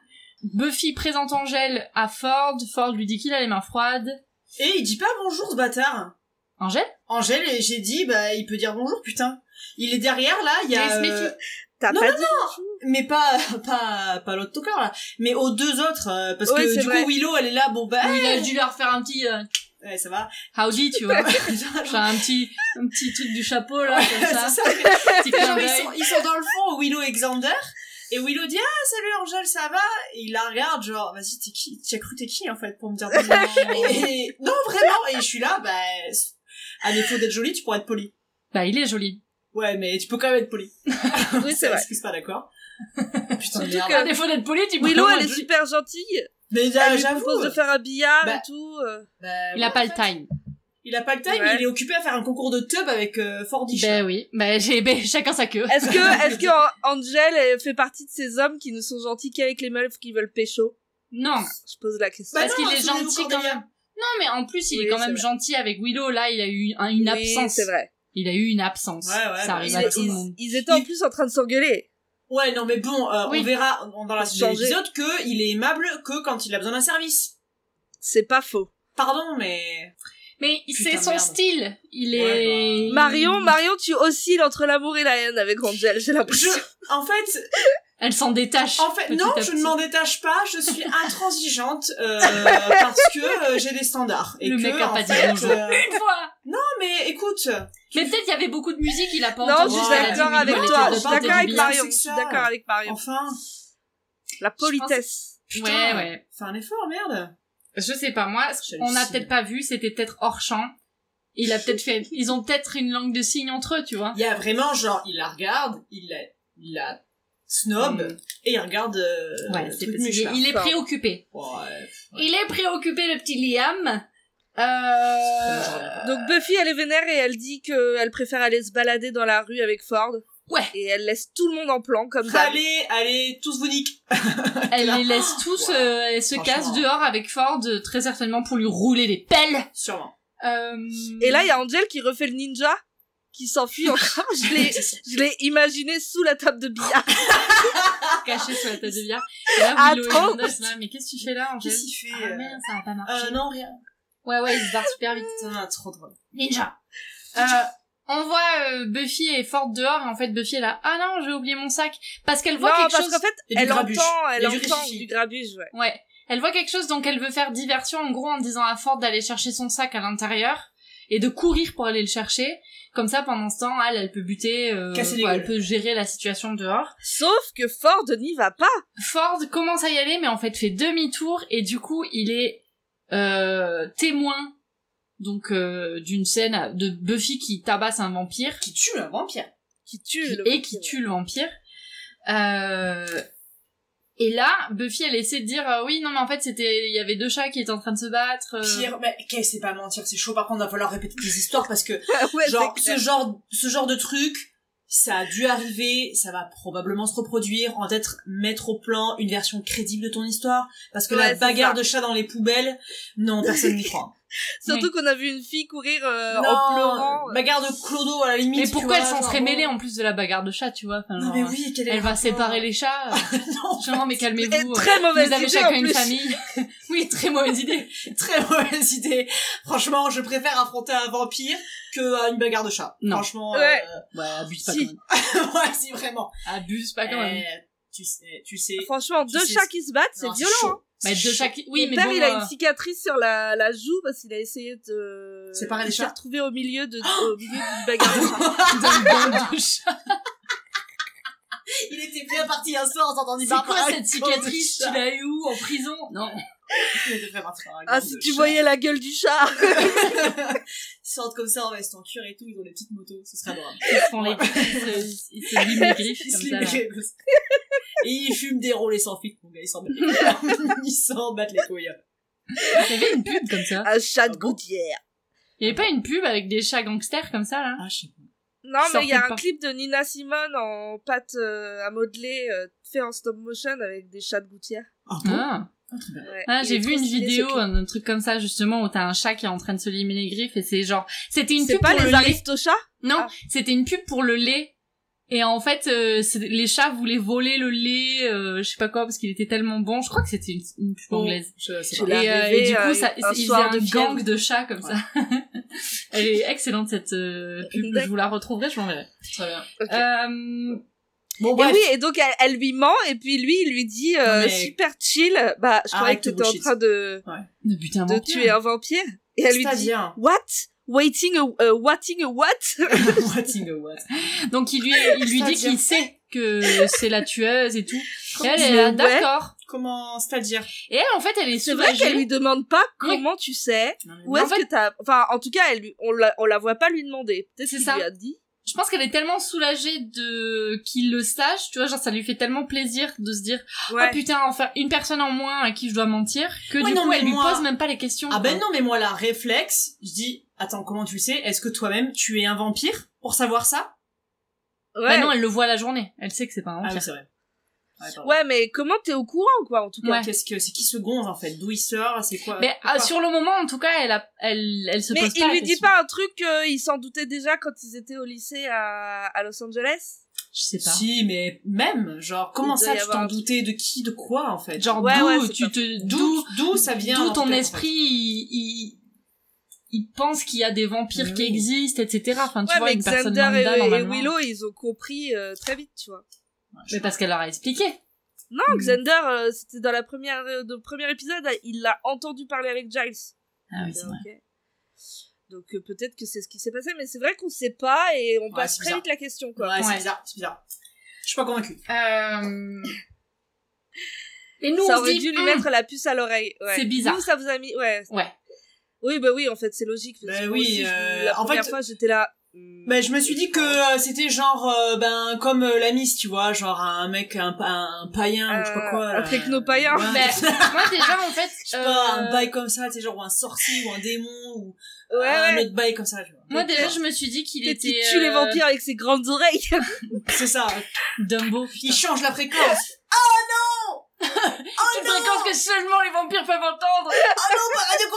Speaker 3: Buffy présente Angèle à Ford Ford lui dit qu'il a les mains froides
Speaker 4: Et il dit pas bonjour ce bâtard
Speaker 3: Angèle
Speaker 4: Angèle, et j'ai dit, bah, il peut dire bonjour, putain. Il est derrière là, il y
Speaker 3: Mais il
Speaker 4: a.
Speaker 3: se
Speaker 4: euh,
Speaker 3: méfie.
Speaker 2: T'as
Speaker 4: Non,
Speaker 2: pas
Speaker 4: non,
Speaker 2: dit
Speaker 4: mais pas, pas, pas l'autre tocard là, mais aux deux autres, euh, parce
Speaker 2: Ouais,
Speaker 4: que
Speaker 2: c'est
Speaker 4: du
Speaker 2: vrai.
Speaker 4: coup Willow elle est là, bon bah.
Speaker 3: il a dû leur faire un petit euh,
Speaker 4: Ouais, ça va.
Speaker 3: howdy tu vois Genre un petit un petit truc du chapeau là comme
Speaker 4: C'est
Speaker 3: ça
Speaker 4: ça.
Speaker 3: petit clin
Speaker 4: Genre, ils,
Speaker 3: d'œil.
Speaker 4: sont, ils sont dans le fond, Willow et Xander. Et Willow dit Ah, salut Angèle, ça va Et il la regarde, genre, vas-y, t'es qui Tu as cru t'es qui en fait pour me dire bonjour Et- Non, vraiment Et je suis là, bah. À défaut d'être jolie, tu pourrais être poli.
Speaker 3: Bah, il est joli.
Speaker 4: Ouais, mais tu peux quand même être poli.
Speaker 2: Oui, c'est vrai.
Speaker 4: Est-ce que c'est pas d'accord Putain,
Speaker 2: Surtout
Speaker 4: merde.
Speaker 2: que-
Speaker 3: À défaut d'être poli, tu peux
Speaker 2: Willow,
Speaker 3: pas
Speaker 2: elle est
Speaker 3: jouer.
Speaker 2: super gentille.
Speaker 4: Mais
Speaker 2: Elle
Speaker 4: là,
Speaker 2: lui
Speaker 4: j'avoue.
Speaker 2: propose de faire un billard
Speaker 4: Bah,
Speaker 2: et tout. euh.
Speaker 4: bah,
Speaker 3: Il a
Speaker 4: bon,
Speaker 3: pas
Speaker 4: en
Speaker 3: le
Speaker 4: fait,
Speaker 3: time.
Speaker 4: Il a pas le time,
Speaker 2: Ouais.
Speaker 4: il est occupé à faire un concours de tub avec euh, Fordish.
Speaker 3: Ben oui. Ben, j'ai, ben, chacun sa queue.
Speaker 2: Est-ce que, est-ce que An- Angel elle fait partie de ces hommes qui ne sont gentils qu'avec les meufs qui veulent pécho
Speaker 3: Non.
Speaker 2: Je pose la question.
Speaker 4: Bah
Speaker 3: Parce
Speaker 4: non,
Speaker 3: qu'il est
Speaker 4: souvenez-vous
Speaker 3: gentil quand
Speaker 4: Cordelia.
Speaker 3: même. Non, mais en plus, il
Speaker 2: Oui,
Speaker 3: est quand
Speaker 2: c'est
Speaker 3: même
Speaker 2: vrai.
Speaker 3: gentil avec Willow. Là, il a eu un- une
Speaker 2: Oui,
Speaker 3: absence.
Speaker 2: c'est vrai.
Speaker 3: Il a eu une absence.
Speaker 4: Ouais, ouais,
Speaker 3: ça
Speaker 4: bah,
Speaker 3: arrive
Speaker 4: il
Speaker 2: Ils,
Speaker 3: à
Speaker 4: est-
Speaker 3: tout le monde.
Speaker 2: ils étaient en
Speaker 4: Il-
Speaker 2: plus en train de s'engueuler.
Speaker 4: Ouais, non, mais bon, euh,
Speaker 3: Oui.
Speaker 4: on verra dans la
Speaker 2: Faut
Speaker 4: suite de
Speaker 2: changer.
Speaker 4: l'épisode que il est aimable que quand il a besoin d'un service.
Speaker 2: C'est pas faux.
Speaker 4: Pardon, mais
Speaker 3: Mais
Speaker 4: Putain,
Speaker 3: c'est son
Speaker 4: merde.
Speaker 3: style. Il
Speaker 4: Ouais, bah.
Speaker 3: est.
Speaker 2: Marion, Marion, tu oscilles entre l'amour et la haine avec Angel, j'ai l'impression.
Speaker 4: en fait,
Speaker 3: Elle s'en détache.
Speaker 4: en fait,
Speaker 3: petit
Speaker 4: non,
Speaker 3: à
Speaker 4: je
Speaker 3: petit.
Speaker 4: ne m'en détache pas. Je suis intransigeante euh, parce que euh, j'ai des standards et
Speaker 3: Le
Speaker 4: que
Speaker 3: mec a
Speaker 4: en
Speaker 3: pas dit
Speaker 4: fait,
Speaker 3: bonjour.
Speaker 4: euh,
Speaker 3: Une fois.
Speaker 4: non, mais écoute,
Speaker 3: Mais peut-être il y avait beaucoup de musique, il a pas
Speaker 2: Non, je
Speaker 3: entendu.
Speaker 2: suis
Speaker 4: Ouais,
Speaker 2: d'accord
Speaker 4: oui,
Speaker 2: avec
Speaker 4: oui,
Speaker 2: toi.
Speaker 4: oui,
Speaker 2: Je
Speaker 4: oui,
Speaker 2: suis
Speaker 4: oui,
Speaker 2: d'accord avec
Speaker 4: oui,
Speaker 2: Marion.
Speaker 4: oui,
Speaker 2: Je suis
Speaker 4: oui,
Speaker 2: d'accord avec Marion.
Speaker 4: enfin,
Speaker 2: La politesse.
Speaker 4: putain,
Speaker 3: Ouais, ouais.
Speaker 4: fais un effort, merde.
Speaker 3: Je sais pas, moi,
Speaker 4: J'hallucine.
Speaker 3: on a peut-être pas vu, c'était peut-être hors champ. Il a peut-être fait, ils ont peut-être une langue de signes entre eux, tu vois.
Speaker 4: Il y a vraiment genre, il la regarde, il la, il la snob
Speaker 3: Mm.
Speaker 4: et il regarde. euh,
Speaker 3: Ouais,
Speaker 4: le
Speaker 3: c'est
Speaker 4: truc
Speaker 3: il,
Speaker 4: mûche, là.
Speaker 3: il est
Speaker 2: Enfin.
Speaker 3: préoccupé.
Speaker 4: Ouais.
Speaker 3: Il est préoccupé, le petit Liam.
Speaker 4: Euh,
Speaker 3: Euh...
Speaker 2: Donc Buffy, elle est vénère et elle dit qu'elle préfère aller se balader dans la rue avec Ford.
Speaker 3: Ouais.
Speaker 2: Et elle laisse tout le monde en plan comme ça.
Speaker 4: Allez, allez, tous vous nique.
Speaker 3: Elle les laisse tous,
Speaker 4: Wow.
Speaker 3: euh, elle se
Speaker 4: Franchement.
Speaker 3: casse dehors avec Ford, euh, très certainement pour lui rouler des pelles.
Speaker 4: Sûrement.
Speaker 3: Euh...
Speaker 2: Et là, il y a Angel qui refait le ninja, qui s'enfuit encore. Je l'ai, je l'ai imaginé sous la table de billard.
Speaker 3: caché sous la tête de bière. Et là, Willow
Speaker 2: Attends.
Speaker 3: et Amanda sont là, mais qu'est-ce que tu fais là, Angèle
Speaker 4: Qu'est-ce qu'il fait
Speaker 3: Ah
Speaker 4: euh,
Speaker 3: merde, ça va pas marcher.
Speaker 4: euh, non, rien.
Speaker 3: Ouais, ouais, il se barre super vite.
Speaker 4: Putain, trop drôle.
Speaker 3: Ninja. Euh, on voit euh, Buffy et Ford dehors et en fait Buffy est là ah non j'ai oublié mon sac parce qu'elle voit
Speaker 2: non,
Speaker 3: quelque
Speaker 2: parce
Speaker 3: chose
Speaker 2: qu'en fait,
Speaker 4: Et du
Speaker 2: elle
Speaker 4: grabuge.
Speaker 2: entend, elle
Speaker 4: Et du
Speaker 2: entend
Speaker 4: richichi.
Speaker 2: du grabuge, ouais.
Speaker 3: ouais elle voit quelque chose donc elle veut faire diversion en gros en disant à Ford d'aller chercher son sac à l'intérieur et de courir pour aller le chercher comme ça pendant ce temps elle elle peut buter euh,
Speaker 4: Casser des
Speaker 3: quoi, elle
Speaker 4: gueules.
Speaker 3: peut gérer la situation dehors
Speaker 2: Sauf que Ford n'y va pas.
Speaker 3: Ford commence à y aller, mais en fait fait demi-tour et du coup il est euh, témoin donc euh, d'une scène de Buffy qui tabasse un vampire
Speaker 4: Qui tue un vampire.
Speaker 2: Qui tue
Speaker 3: qui-
Speaker 2: le
Speaker 3: et
Speaker 2: vampire.
Speaker 3: qui tue le vampire. Euh, et là Buffy elle essaie de dire euh, oui non mais en fait c'était il y avait deux chats qui étaient en train de se battre. euh,
Speaker 4: Pire, mais qu'est-ce que c'est pas mentir, c'est chaud. Par contre, va falloir répéter des histoires parce que
Speaker 2: ouais,
Speaker 4: genre
Speaker 2: c'est
Speaker 4: ce
Speaker 2: clair.
Speaker 4: genre, ce genre de truc, ça a dû arriver, ça va probablement se reproduire. En tête, mettre au plan une version crédible de ton histoire parce que
Speaker 2: Ouais,
Speaker 4: la
Speaker 2: c'est
Speaker 4: bagarre
Speaker 2: ça.
Speaker 4: de chat dans les poubelles, non, personne n'y croit.
Speaker 2: Surtout qu'on a vu une fille courir euh,
Speaker 4: non,
Speaker 2: en pleurant.
Speaker 4: bagarre de clodo à la limite.
Speaker 3: mais
Speaker 4: tu
Speaker 3: pourquoi
Speaker 4: vois,
Speaker 3: elle s'en
Speaker 4: genre,
Speaker 3: serait
Speaker 4: bon.
Speaker 3: mêlée en plus de la bagarre de chat tu vois enfin,
Speaker 4: Non
Speaker 3: genre,
Speaker 4: mais oui, quel est
Speaker 3: elle
Speaker 4: le
Speaker 3: va
Speaker 4: rapport
Speaker 3: séparer les chats. euh,
Speaker 4: Non,
Speaker 3: genre mais
Speaker 2: Et
Speaker 3: calmez-vous.
Speaker 2: très
Speaker 3: euh,
Speaker 2: mauvaise
Speaker 3: Vous avez
Speaker 2: idée en
Speaker 3: chacun une
Speaker 2: plus.
Speaker 3: famille. oui, très mauvaise idée.
Speaker 4: très mauvaise idée. Franchement, je préfère affronter un vampire que à une bagarre de chat.
Speaker 3: Non.
Speaker 4: Franchement,
Speaker 2: Ouais.
Speaker 4: euh,
Speaker 3: Ouais, Bah, abuse pas
Speaker 2: Si.
Speaker 3: quand même.
Speaker 4: ouais, si vraiment.
Speaker 3: Abuse pas Ah, quand même.
Speaker 4: Eh, tu sais, tu sais.
Speaker 2: Franchement,
Speaker 4: Tu
Speaker 2: deux
Speaker 4: sais-
Speaker 2: chats qui se battent, c'est
Speaker 4: Non,
Speaker 2: violent.
Speaker 4: chaud.
Speaker 2: hein.
Speaker 3: Bah,
Speaker 4: C'est
Speaker 3: de
Speaker 4: chaud.
Speaker 3: chaque... Oui,
Speaker 2: Mon
Speaker 3: mais
Speaker 2: père,
Speaker 3: bon,
Speaker 2: il a
Speaker 3: euh,
Speaker 2: une cicatrice sur la, la joue parce qu'il a essayé de.
Speaker 4: Séparer les
Speaker 2: il s'est
Speaker 4: chats.
Speaker 2: retrouvé au milieu de au milieu d'une bagarre de
Speaker 3: Ah,
Speaker 2: chats.
Speaker 3: dans le bain de chat.
Speaker 4: Il était bien parti un soir en entendant
Speaker 3: C'est quoi cette cicatrice Tu l'as eu où En prison Non.
Speaker 4: Il était bien parti par un
Speaker 2: Ah,
Speaker 4: gang
Speaker 2: si
Speaker 4: de
Speaker 2: tu
Speaker 4: chats.
Speaker 2: voyais la gueule du chat.
Speaker 4: Ils sortent comme ça en veste en cuir et tout, ils ont des petites motos, ce serait drôle.
Speaker 3: Ils se font les griffes, ils se liment les griffes
Speaker 4: Ils se
Speaker 3: comme ça. là.
Speaker 4: libèrent comme ça. Et ils fument des roulés sans filtre, mon gars, ils s'en battent les couilles. Ils s'en battent les couilles.
Speaker 3: Il y avait une pub comme ça.
Speaker 2: Un chat
Speaker 4: Ah
Speaker 2: de
Speaker 4: bon
Speaker 2: gouttière.
Speaker 3: Il y avait pas une pub avec des chats gangsters comme ça là
Speaker 4: Ah, je sais pas.
Speaker 2: Non,
Speaker 3: Sortez
Speaker 2: mais il y a
Speaker 3: pas.
Speaker 2: un clip de Nina Simone en pâte euh, à modeler euh, fait en stop motion avec des chats de gouttière.
Speaker 4: Ah bon
Speaker 3: Ah,
Speaker 2: Ouais.
Speaker 3: Ah,
Speaker 2: Il
Speaker 3: j'ai
Speaker 2: est
Speaker 3: vu
Speaker 2: trop
Speaker 3: une
Speaker 2: stylé, ce
Speaker 3: vidéo,
Speaker 2: clip.
Speaker 3: un truc comme ça justement où t'as un chat qui est en train de se limer les griffes et c'est genre c'était une
Speaker 2: C'est
Speaker 3: pub
Speaker 2: pas
Speaker 3: pour
Speaker 2: les
Speaker 3: le lait.
Speaker 2: aristochats
Speaker 3: Non,
Speaker 2: Ah.
Speaker 3: c'était une pub pour le lait. Et en fait, euh, c'est- les chats voulaient voler le lait, euh, je sais pas quoi, parce qu'il était tellement bon. Je crois que c'était une, une pub anglaise.
Speaker 4: Je sais
Speaker 2: Tu
Speaker 4: pas.
Speaker 2: l'as
Speaker 3: Et, euh,
Speaker 2: rêvé,
Speaker 3: et du
Speaker 2: euh,
Speaker 3: coup, ça,
Speaker 2: un
Speaker 3: ils faisaient
Speaker 2: soir
Speaker 3: un
Speaker 2: de fièvre.
Speaker 3: gang de chats comme ça. Elle est excellente cette euh, pub. Je vous la retrouverai, je l'enverrai.
Speaker 4: Très bien.
Speaker 3: Euh,
Speaker 4: Bon,
Speaker 2: Et
Speaker 4: bref.
Speaker 2: oui, et donc elle, elle lui ment, et puis lui, il lui dit euh,
Speaker 4: Non, mais-
Speaker 2: super chill, bah je croyais
Speaker 4: Arrête
Speaker 2: que
Speaker 4: le
Speaker 2: t'étais en
Speaker 4: bullshit.
Speaker 2: train de,
Speaker 3: de buter un
Speaker 2: de
Speaker 3: vampire.
Speaker 2: tuer un vampire. Et elle lui dit
Speaker 4: C'est-à-dire,
Speaker 2: What? Waiting a, euh, waiting a what?
Speaker 4: Whatting a what
Speaker 3: Donc il lui, il lui dit
Speaker 4: C'est-à-dire
Speaker 3: qu'il sait que c'est la tueuse et tout. Et elle,
Speaker 2: il dit,
Speaker 3: elle est là,
Speaker 2: ouais.
Speaker 3: d'accord.
Speaker 4: Comment c'est-à-dire
Speaker 3: Et elle, en fait, elle est
Speaker 2: C'est vrai
Speaker 3: soulagée.
Speaker 2: qu'elle lui demande pas comment tu sais, où
Speaker 3: mais
Speaker 2: est-ce
Speaker 3: en fait-
Speaker 2: que t'as, enfin, en tout cas, elle lui, on la, on la voit pas lui demander. Peut-être
Speaker 3: C'est
Speaker 2: qu'il
Speaker 3: ça.
Speaker 2: lui a dit.
Speaker 3: je pense qu'elle est tellement soulagée de qu'il le sache, tu vois, genre ça lui fait tellement plaisir de se dire
Speaker 2: Ouais.
Speaker 3: oh putain, enfin une personne en moins à qui je dois mentir que
Speaker 4: Ouais,
Speaker 3: du
Speaker 4: non,
Speaker 3: coup
Speaker 4: mais
Speaker 3: elle lui
Speaker 4: moi-
Speaker 3: pose même pas les questions.
Speaker 4: Ah
Speaker 3: quoi.
Speaker 4: ben non, mais moi là, réflexe, je dis, attends, comment tu le sais Est-ce que toi-même, tu es un vampire pour savoir ça
Speaker 2: Ouais.
Speaker 3: Bah non, elle le voit la journée. Elle sait que c'est pas un
Speaker 4: Ah oui,
Speaker 3: vampire.
Speaker 4: c'est vrai. Ouais, pardon. euh,
Speaker 2: ouais, mais comment t'es au courant, quoi, en tout cas
Speaker 3: Ouais.
Speaker 4: Qu'est-ce que c'est qui se gonze en fait D'où il sort C'est quoi
Speaker 3: mais ah,
Speaker 4: pourquoi
Speaker 3: sur le moment, en tout cas, elle a, elle, elle se
Speaker 2: Euh, Mais
Speaker 3: pose pas.
Speaker 2: il
Speaker 3: la
Speaker 2: lui dit
Speaker 3: question.
Speaker 2: pas un truc qu'il s'en doutait déjà quand ils étaient au lycée à, à Los Angeles
Speaker 3: Je sais pas.
Speaker 4: Si, mais même, genre, comment
Speaker 2: doit
Speaker 4: ça,
Speaker 2: y
Speaker 4: tu
Speaker 2: avoir
Speaker 4: t'en
Speaker 2: un truc.
Speaker 4: doutais de qui, de quoi, en fait
Speaker 3: Genre
Speaker 2: Ouais,
Speaker 3: d'où
Speaker 2: ouais, c'est
Speaker 3: tu
Speaker 2: pas-
Speaker 3: te
Speaker 4: D'où, d'où ça vient
Speaker 3: d'où
Speaker 4: en
Speaker 3: ton
Speaker 4: fait, en
Speaker 3: esprit il, il, il pense qu'il y a des vampires
Speaker 4: Mais
Speaker 3: qui
Speaker 4: oui.
Speaker 3: existent, etc. Enfin, tu
Speaker 2: Ouais,
Speaker 3: vois,
Speaker 2: mais
Speaker 3: une personne
Speaker 2: Xander
Speaker 3: lambda,
Speaker 2: et- et,
Speaker 3: normalement.
Speaker 2: Willow, ils ont compris euh, très vite, tu vois.
Speaker 3: Mais parce qu'elle leur a expliqué.
Speaker 2: Non,
Speaker 3: Mm.
Speaker 2: Xander, euh, c'était dans la première, euh, dans le premier épisode, il l'a entendu parler avec Giles.
Speaker 3: Ah oui,
Speaker 2: Euh,
Speaker 3: c'est vrai.
Speaker 2: ok. Donc euh, peut-être que c'est ce qui s'est passé, mais c'est vrai qu'on sait pas et on passe
Speaker 4: c'est
Speaker 2: très
Speaker 4: bizarre.
Speaker 2: vite la question,
Speaker 4: fait.
Speaker 2: quoi.
Speaker 4: Ouais, c'est
Speaker 3: Ouais.
Speaker 4: bizarre, c'est bizarre. Je suis pas convaincue.
Speaker 3: Euh... Et nous,
Speaker 2: ça
Speaker 3: on
Speaker 2: aurait
Speaker 3: se dit,
Speaker 2: dû lui
Speaker 3: hum,
Speaker 2: mettre la puce à l'oreille. Ouais.
Speaker 3: C'est bizarre.
Speaker 2: Nous, ça vous a mis, ouais.
Speaker 3: Ouais.
Speaker 2: Oui, bah oui, en fait, c'est logique. parce
Speaker 4: Bah
Speaker 2: que moi
Speaker 4: oui,
Speaker 2: aussi, je-
Speaker 4: euh,
Speaker 2: la
Speaker 4: en
Speaker 2: première
Speaker 4: fait-
Speaker 2: fois, j'étais là. hum,
Speaker 4: Ben, je me suis dit que euh, c'était genre, euh, ben, comme euh, la Miss, tu vois, genre un mec, un, pa- un païen, ou je sais pas quoi.
Speaker 2: Un
Speaker 4: euh,
Speaker 2: techno-païen.
Speaker 4: ouais.
Speaker 3: Mais moi, déjà, en fait,
Speaker 4: Je sais pas, un
Speaker 3: euh,
Speaker 4: bail comme ça, tu sais, genre, ou un sorcier, ou un démon, ou
Speaker 2: Ouais,
Speaker 4: un
Speaker 2: ouais.
Speaker 4: autre bail comme ça, tu vois.
Speaker 3: moi, déjà, je me suis dit qu'il
Speaker 2: Peut-être
Speaker 3: était...
Speaker 2: qu'il tue les
Speaker 3: euh,
Speaker 2: vampires avec ses grandes oreilles.
Speaker 4: C'est ça,
Speaker 3: Dumbo,
Speaker 4: il
Speaker 3: putain.
Speaker 4: change la fréquence.
Speaker 3: Une fréquence que seulement les vampires peuvent entendre
Speaker 4: Pas de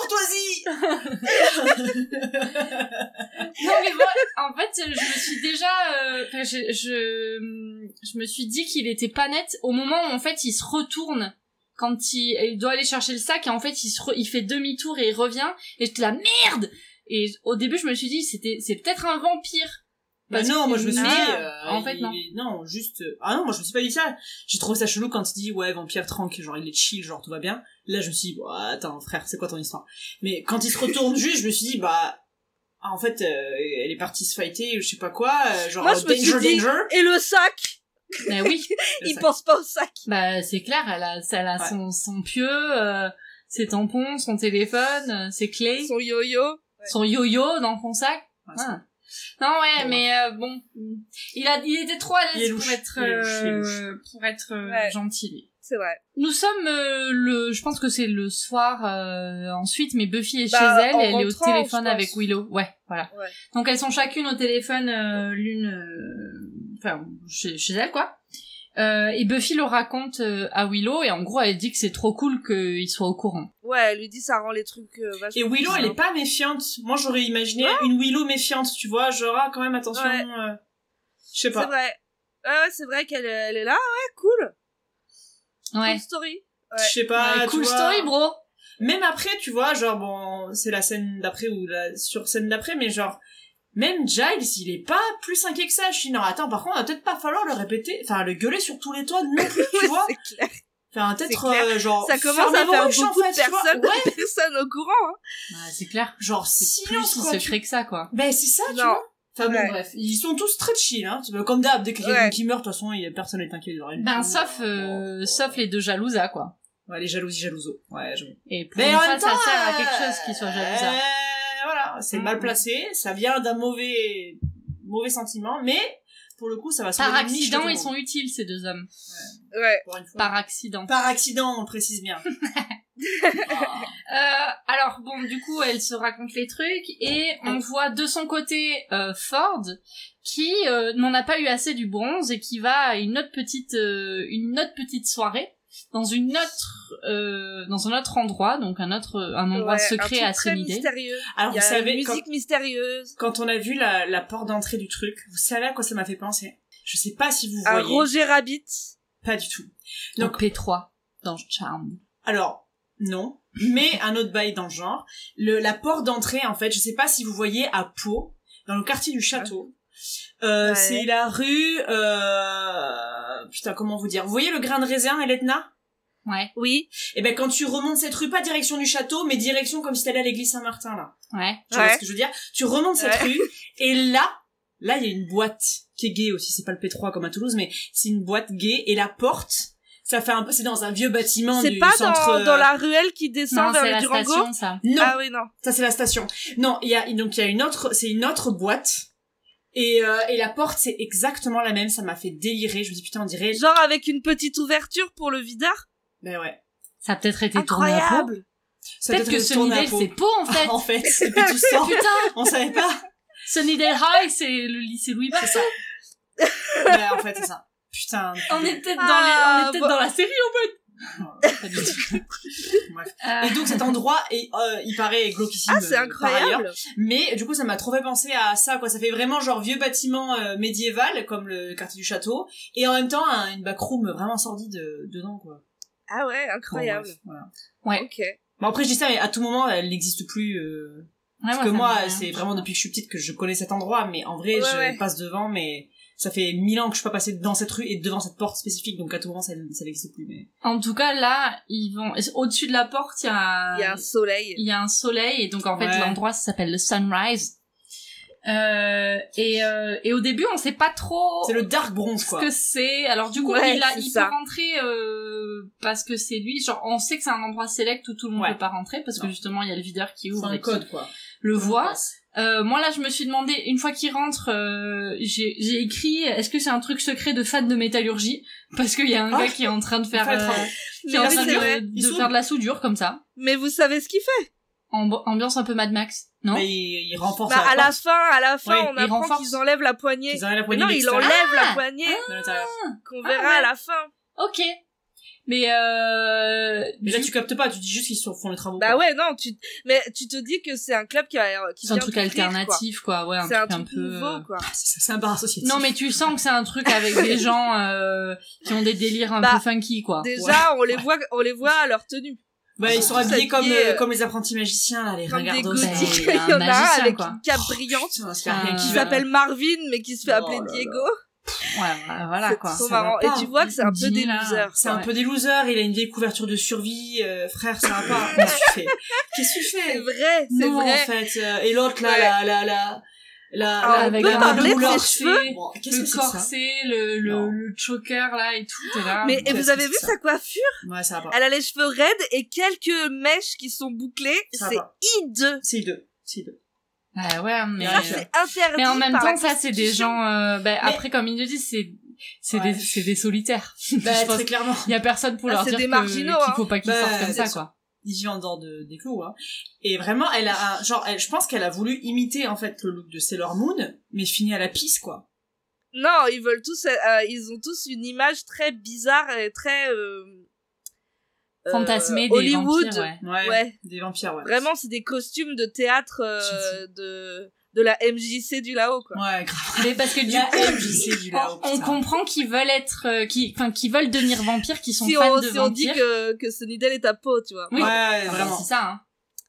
Speaker 4: courtoisie
Speaker 3: Non mais moi, en fait, je me suis déjà, euh, enfin, je, je, je me suis dit qu'il était pas net au moment où en fait il se retourne quand il, il doit aller chercher le sac et en fait il se, re- il fait demi-tour et il revient et j'étais là merde. Et au début je me suis dit c'était, c'est peut-être un vampire.
Speaker 4: Bah
Speaker 3: Parce
Speaker 4: non,
Speaker 3: que-
Speaker 4: moi je me suis dit,
Speaker 3: Ah,
Speaker 4: euh,
Speaker 3: en fait
Speaker 4: il-
Speaker 3: non.
Speaker 4: Non, juste, euh, ah non, moi je me suis pas dit ça. J'ai trouvé ça chelou quand il dit, ouais, vampire tranquille, genre il est chill, genre tout va bien. Là, je me suis dit, bah, attends, frère, c'est quoi ton histoire Mais quand il se retourne juste, je me suis dit, bah, ah, en fait, euh, elle est partie se fighter, ou je sais pas quoi, euh, genre
Speaker 2: Moi, je me
Speaker 4: danger,
Speaker 2: suis dit-
Speaker 4: danger.
Speaker 2: Et le sac
Speaker 3: Bah oui,
Speaker 4: Le
Speaker 2: Il
Speaker 4: sac.
Speaker 2: pense pas au sac.
Speaker 3: bah c'est clair, elle a, elle a
Speaker 4: Ouais.
Speaker 3: son, son pieu, euh, ses tampons, son téléphone, euh, ses clés,
Speaker 2: Son yo-yo.
Speaker 3: son yo-yo dans son sac.
Speaker 4: Ouais, c'est-
Speaker 3: Ah. Non ouais
Speaker 4: Bon,
Speaker 3: mais euh, bon il a il était trop à
Speaker 4: Il est
Speaker 3: l'aise
Speaker 4: louche,
Speaker 3: pour être
Speaker 4: il est louche, il est
Speaker 3: euh, pour être euh,
Speaker 2: Ouais.
Speaker 3: gentil lui.
Speaker 2: C'est vrai.
Speaker 3: Nous sommes euh, le je pense que c'est le soir euh, ensuite mais Buffy est
Speaker 2: Bah,
Speaker 3: chez elle
Speaker 2: en
Speaker 3: et elle est au
Speaker 2: rentrant,
Speaker 3: téléphone
Speaker 2: je pense.
Speaker 3: avec Willow ouais voilà
Speaker 2: Ouais.
Speaker 3: donc elles sont chacune au téléphone euh, l'une euh, enfin chez chez elle quoi euh, et Buffy le raconte euh, à Willow et en gros elle dit que c'est trop cool qu'il soit au courant
Speaker 2: Ouais, elle lui dit ça rend les trucs euh, vachement
Speaker 4: Et Willow,
Speaker 2: plus
Speaker 4: elle est
Speaker 2: simples.
Speaker 4: pas méfiante. Moi, j'aurais imaginé une Willow méfiante, tu vois, genre, ah, quand même, attention,
Speaker 2: Ouais.
Speaker 4: euh, je sais
Speaker 2: C'est
Speaker 4: pas.
Speaker 2: vrai. Ouais, ouais, c'est vrai qu'elle est- elle est là. Ouais, cool.
Speaker 3: ouais,
Speaker 2: Cool story.
Speaker 4: Je sais pas,
Speaker 2: Bah,
Speaker 3: Ouais,
Speaker 4: Bah, tu
Speaker 3: cool
Speaker 4: vois.
Speaker 3: story bro
Speaker 4: même après tu vois genre bon c'est la scène d'après ou la sur scène d'après mais genre même Giles il est pas plus inquiet que ça je suis non attends par contre on va peut-être pas falloir le répéter enfin le gueuler sur tous les toits non plus tu
Speaker 2: Ouais,
Speaker 4: vois
Speaker 2: c'est clair.
Speaker 4: enfin
Speaker 2: c'est
Speaker 4: peut-être
Speaker 2: clair.
Speaker 4: euh, genre
Speaker 2: Ça commence
Speaker 4: fermez
Speaker 2: à
Speaker 4: vos
Speaker 2: faire
Speaker 4: bouches, en
Speaker 2: beaucoup de
Speaker 4: fait, tu vois.
Speaker 2: personnes,
Speaker 4: ouais
Speaker 2: personnes au courant. hein.
Speaker 3: Ouais, Bah, c'est clair
Speaker 4: genre
Speaker 3: c'est plus
Speaker 4: silence quoi tu...
Speaker 3: secret que ça quoi
Speaker 4: ben c'est ça tu
Speaker 2: Genre,
Speaker 4: vois enfin bon
Speaker 2: ouais.
Speaker 4: bref ils sont tous très chill hein Tu vois, comme d'hab dès qu'il y a
Speaker 2: Ouais.
Speaker 4: quelqu'un qui meurt de toute façon il y a- personne n'est inquiet de rien du
Speaker 3: Ben
Speaker 4: tout.
Speaker 3: sauf euh,
Speaker 4: Bon,
Speaker 3: sauf les deux jalousa quoi.
Speaker 4: ouais les jalousies jalousos ouais j'avoue
Speaker 3: Et pour
Speaker 4: Mais
Speaker 3: une
Speaker 4: en
Speaker 3: fois,
Speaker 4: même temps,
Speaker 3: ça sert à quelque
Speaker 4: euh,
Speaker 3: chose qui soit jalousa.
Speaker 4: euh, voilà, c'est
Speaker 3: Mm.
Speaker 4: mal placé, ça vient d'un mauvais, mauvais sentiment, mais pour le coup, ça va se
Speaker 3: Par accident, ils sont utiles ces deux hommes.
Speaker 2: Ouais.
Speaker 4: Par, une fois.
Speaker 3: Par accident.
Speaker 4: Par accident, on précise bien. Ah.
Speaker 3: Euh, alors bon, du coup, elle se raconte les trucs et on voit de son côté euh, Ford qui euh, n'en a pas eu assez du bronze et qui va à une autre petite euh, une autre petite soirée dans une autre euh, dans un autre endroit, donc un autre euh, un endroit
Speaker 2: Ouais,
Speaker 3: secret
Speaker 2: un
Speaker 3: à
Speaker 2: truc très
Speaker 3: Sunnydale.
Speaker 2: mystérieux.
Speaker 4: Alors,
Speaker 2: Il y
Speaker 4: Ah, vous
Speaker 2: a une
Speaker 4: savez, quand,
Speaker 2: musique mystérieuse.
Speaker 4: quand on a vu la, la porte d'entrée du truc, vous savez à quoi ça m'a fait penser? Je sais pas si vous
Speaker 2: Un
Speaker 4: voyez.
Speaker 2: Roger Rabbit.
Speaker 4: Pas du tout.
Speaker 3: Donc P3 dans Charmed.
Speaker 4: Alors, non. Mais un autre bail dans le genre. Le, la porte d'entrée, en fait, je sais pas si vous voyez à Pau, dans le quartier du château. Euh,
Speaker 2: Ouais.
Speaker 4: C'est la rue, euh... putain, comment vous dire? Vous voyez le grain de raisin et l'Etna?
Speaker 3: Ouais,
Speaker 2: Oui.
Speaker 4: Eh ben, quand tu remontes cette rue, pas direction du château, mais direction comme si t'allais à l'église Saint-Martin, là.
Speaker 3: ouais.
Speaker 4: Tu
Speaker 2: Ouais.
Speaker 4: vois ce que je veux dire? Tu remontes
Speaker 2: Ouais.
Speaker 4: cette rue, et là, là, il y a une boîte qui est gay aussi. C'est pas le P3 comme à Toulouse, mais c'est une boîte gay, et la porte, ça fait un peu, c'est dans un vieux bâtiment
Speaker 2: C'est
Speaker 4: du
Speaker 2: pas
Speaker 4: centre.
Speaker 2: dans,
Speaker 4: euh,
Speaker 2: dans la ruelle qui descend
Speaker 3: Non,
Speaker 2: vers
Speaker 3: c'est
Speaker 2: le
Speaker 3: la
Speaker 2: Durango
Speaker 3: station ça.
Speaker 4: Non,
Speaker 2: Ah oui, non.
Speaker 4: ça c'est la station. Non, il y a donc il y a une autre, c'est une autre boîte Et, euh, et la porte, c'est exactement la même. Ça m'a fait délirer. Je me dis, putain, on dirait...
Speaker 2: Genre avec une petite ouverture pour le vidard
Speaker 4: Ben ouais.
Speaker 3: Ça a peut-être été tourné à peau.
Speaker 2: Incroyable
Speaker 4: Ça doit
Speaker 3: Peut-être
Speaker 4: être
Speaker 3: que
Speaker 4: le tourne à
Speaker 3: Sunnydale,
Speaker 4: peau.
Speaker 3: c'est peau, en fait.
Speaker 4: En fait, c'était tout ça.
Speaker 3: Putain,
Speaker 4: On savait pas.
Speaker 3: Sunnydale High, c'est le lycée Louis Barton.
Speaker 4: Ouais, Ben, en fait, c'est ça. Putain.
Speaker 3: On est peut-être
Speaker 2: Ah,
Speaker 3: dans, les... on est peut-être
Speaker 2: bon.
Speaker 3: dans la série,
Speaker 4: Pas du tout. Bref.
Speaker 3: en
Speaker 4: Et donc cet endroit est, euh, il paraît glauquissime.
Speaker 2: Ah, c'est
Speaker 4: euh, par ailleurs.
Speaker 2: incroyable
Speaker 4: Mais du coup, ça m'a trop fait penser à ça, quoi. Ça fait vraiment genre vieux bâtiment euh, médiéval, comme le quartier du château, et en même temps un- une backroom vraiment sordide euh, dedans, quoi.
Speaker 2: Ah ouais,
Speaker 4: Bon,
Speaker 2: incroyable.
Speaker 4: bref, voilà.
Speaker 2: Ok.
Speaker 4: Bon, après, je dis ça, mais à tout moment, elle n'existe plus. euh,
Speaker 3: Ouais, moi,
Speaker 4: parce que
Speaker 3: ça me
Speaker 4: moi,
Speaker 3: dit
Speaker 4: c'est
Speaker 3: rien.
Speaker 4: vraiment depuis que je suis petite que je connais cet endroit, mais en vrai,
Speaker 2: Ouais,
Speaker 4: je
Speaker 2: ouais.
Speaker 4: passe devant, mais ça fait mille ans que je suis pas passée dans cette rue et devant cette porte spécifique, donc à tout moment, ça, ça n'existe plus. Mais...
Speaker 3: En tout cas, là, ils vont... Au-dessus de la porte, il y a...
Speaker 2: Il y a un soleil.
Speaker 3: il y a un soleil et donc en fait
Speaker 4: Ouais.
Speaker 3: l'endroit ça s'appelle le sunrise euh, et, euh, et au début on sait pas trop
Speaker 4: C'est le dark bronze,
Speaker 3: ce
Speaker 4: quoi.
Speaker 3: Oh. que c'est alors du coup
Speaker 2: Ouais,
Speaker 3: il, a,
Speaker 2: c'est
Speaker 3: il peut
Speaker 2: ça.
Speaker 3: rentrer euh, parce que c'est lui genre on sait que c'est un endroit select où tout le monde
Speaker 4: Ouais.
Speaker 3: peut pas rentrer parce que
Speaker 4: Non.
Speaker 3: justement il y a le videur qui
Speaker 4: C'est
Speaker 3: ouvre
Speaker 4: un
Speaker 3: et qui
Speaker 4: code, quoi.
Speaker 3: le voit
Speaker 4: Passe.
Speaker 3: euh, moi là je me suis demandé une fois qu'il rentre euh, j'ai j'ai écrit est-ce que c'est un truc secret de fan de métallurgie parce qu'il y a un
Speaker 4: Ah.
Speaker 3: gars qui est en train de faire
Speaker 4: Faut être-
Speaker 3: euh, qui est en
Speaker 2: Mais, oui,
Speaker 3: train
Speaker 2: c'est vrai.
Speaker 3: de, de
Speaker 4: Ils sont-
Speaker 3: faire de la soudure comme ça
Speaker 2: Mais vous savez ce qu'il fait
Speaker 3: Amb- ambiance un peu Mad Max non
Speaker 4: Mais il, il renforce
Speaker 2: bah,
Speaker 4: la
Speaker 2: À la
Speaker 4: porte,
Speaker 2: fin, à la fin,
Speaker 4: Oui,
Speaker 2: on
Speaker 3: il
Speaker 2: apprend
Speaker 3: renforce.
Speaker 2: qu'ils enlèvent la poignée.
Speaker 4: ils enlèvent la poignée
Speaker 2: non,
Speaker 4: de
Speaker 2: il
Speaker 4: l'extérieur.
Speaker 2: enlève la poignée
Speaker 4: de l'intérieur.
Speaker 2: qu'on
Speaker 3: Ah,
Speaker 2: verra
Speaker 3: ouais.
Speaker 2: à la fin.
Speaker 3: Ok. Mais euh...
Speaker 4: Mais là, tu captes pas, tu dis juste qu'ils sont- font les travaux.
Speaker 2: Bah
Speaker 4: quoi.
Speaker 2: ouais, non, tu... mais tu te dis que c'est un club qui, a, qui
Speaker 3: c'est un
Speaker 2: vient
Speaker 3: truc
Speaker 2: d'ouvrir, quoi.
Speaker 3: alternatif quoi, ouais, un
Speaker 2: C'est
Speaker 3: truc
Speaker 2: un
Speaker 3: un,
Speaker 2: truc
Speaker 3: peu. euh,
Speaker 2: nouveau, quoi.
Speaker 4: Ah, C'est c'est un bar associatif.
Speaker 3: Non mais tu sens que c'est un truc avec des gens euh, qui ont des délires un
Speaker 2: Bah,
Speaker 3: peu funky quoi.
Speaker 2: Déjà, on les voit, on les voit à leur tenue.
Speaker 4: Bah, ils sont
Speaker 2: Ils sont
Speaker 4: habillés comme,
Speaker 2: habillés,
Speaker 4: euh,
Speaker 2: euh,
Speaker 4: comme les apprentis magiciens, là, les
Speaker 2: Comme des
Speaker 4: ringardos.
Speaker 3: gothiques.
Speaker 2: gothiques.
Speaker 3: Ouais,
Speaker 2: Il y en a un
Speaker 3: magicien,
Speaker 2: avec
Speaker 3: quoi.
Speaker 2: une cape brillante
Speaker 4: Putain, c'est
Speaker 3: Euh,
Speaker 4: un
Speaker 2: qui
Speaker 3: qui
Speaker 2: s'appelle Marvin, mais qui se fait
Speaker 4: Oh
Speaker 2: appeler
Speaker 4: là là.
Speaker 2: Diego.
Speaker 3: Ouais, ouais, voilà
Speaker 2: c'est
Speaker 3: quoi.
Speaker 2: trop
Speaker 4: ça va
Speaker 2: marrant. Et
Speaker 4: pas.
Speaker 2: tu vois que c'est un peu des
Speaker 3: Dis là.
Speaker 2: losers.
Speaker 4: C'est un
Speaker 3: Ouais.
Speaker 4: peu des losers, il a une vieille couverture de survie, euh, frère, c'est un pas. Qu'est-ce que tu fais Qu'est-ce que tu
Speaker 2: C'est
Speaker 4: fais
Speaker 2: vrai, c'est
Speaker 4: Non, en
Speaker 2: vrai.
Speaker 4: fait. euh, et l'autre, là,
Speaker 2: Ouais.
Speaker 4: là, là, là. Là,
Speaker 3: Ah,
Speaker 2: Alors,
Speaker 4: là,
Speaker 2: on
Speaker 4: avec
Speaker 2: peut
Speaker 4: la
Speaker 2: parler de
Speaker 4: douleur,
Speaker 2: ses
Speaker 4: c'est-
Speaker 3: cheveux,
Speaker 4: Bon, Qu'est-ce que
Speaker 3: Le
Speaker 4: c'est que ça
Speaker 3: corset, le,
Speaker 4: Non.
Speaker 3: le, le choker là et tout, t'es là.
Speaker 2: Mais et
Speaker 4: qu'est-ce
Speaker 2: vous avez
Speaker 4: que
Speaker 2: vu
Speaker 4: c'est
Speaker 2: sa coiffure
Speaker 4: Ouais, ça va pas.
Speaker 2: Elle a les cheveux raides et quelques mèches qui sont bouclées.
Speaker 4: Ça
Speaker 2: C'est
Speaker 4: va.
Speaker 2: hideux.
Speaker 4: C'est deux. C'est deux.
Speaker 3: Ouais, Ah ouais, mais. euh,
Speaker 4: Ça,
Speaker 2: C'est interdit.
Speaker 3: Mais en même
Speaker 2: par la
Speaker 3: temps, ça, c'est des
Speaker 2: Constitution.
Speaker 3: gens. euh, ben,
Speaker 4: Mais-
Speaker 3: Après, comme ils le disent, c'est c'est
Speaker 4: Ouais.
Speaker 3: des c'est des solitaires.
Speaker 4: Bah,
Speaker 3: Je pense
Speaker 4: très clairement.
Speaker 3: Il y a personne pour
Speaker 2: Ah,
Speaker 3: leur
Speaker 2: c'est
Speaker 3: dire
Speaker 2: des
Speaker 3: que-
Speaker 2: marginaux,
Speaker 3: qu'il
Speaker 2: hein.
Speaker 3: faut pas qu'ils
Speaker 4: Bah,
Speaker 3: sortent comme
Speaker 4: bien
Speaker 3: ça
Speaker 4: sûr.
Speaker 3: quoi.
Speaker 4: il vit en dehors de, des clous hein. et vraiment elle a un, genre elle- je pense qu'elle a voulu imiter en fait le look de Sailor Moon mais finit à la pisse quoi
Speaker 2: Non, ils veulent tous. euh, ils ont tous une image très bizarre et très. Euh, euh,
Speaker 3: Fantasmer des
Speaker 2: Hollywood.
Speaker 3: vampires, ouais.
Speaker 4: ouais,
Speaker 2: Ouais.
Speaker 4: des vampires ouais
Speaker 2: Vraiment, c'est des costumes de théâtre euh,
Speaker 4: Je
Speaker 2: de de la MJC du là-haut quoi.
Speaker 4: ouais grave
Speaker 3: Mais parce que du
Speaker 2: Bah,
Speaker 4: La
Speaker 3: coup,
Speaker 4: MJC du
Speaker 3: on,
Speaker 4: là-haut,
Speaker 3: on
Speaker 2: hein.
Speaker 4: putain.
Speaker 3: comprend qu'ils veulent être, euh, qui, enfin, qu'ils veulent devenir vampires, qu'ils sont
Speaker 2: si
Speaker 3: fans
Speaker 2: on,
Speaker 3: de
Speaker 2: si on dit
Speaker 3: vampires.
Speaker 2: que que Sunnydale est à peau, tu vois.
Speaker 3: Oui.
Speaker 4: ouais
Speaker 3: Ah bah,
Speaker 4: vraiment
Speaker 3: c'est ça. Hein.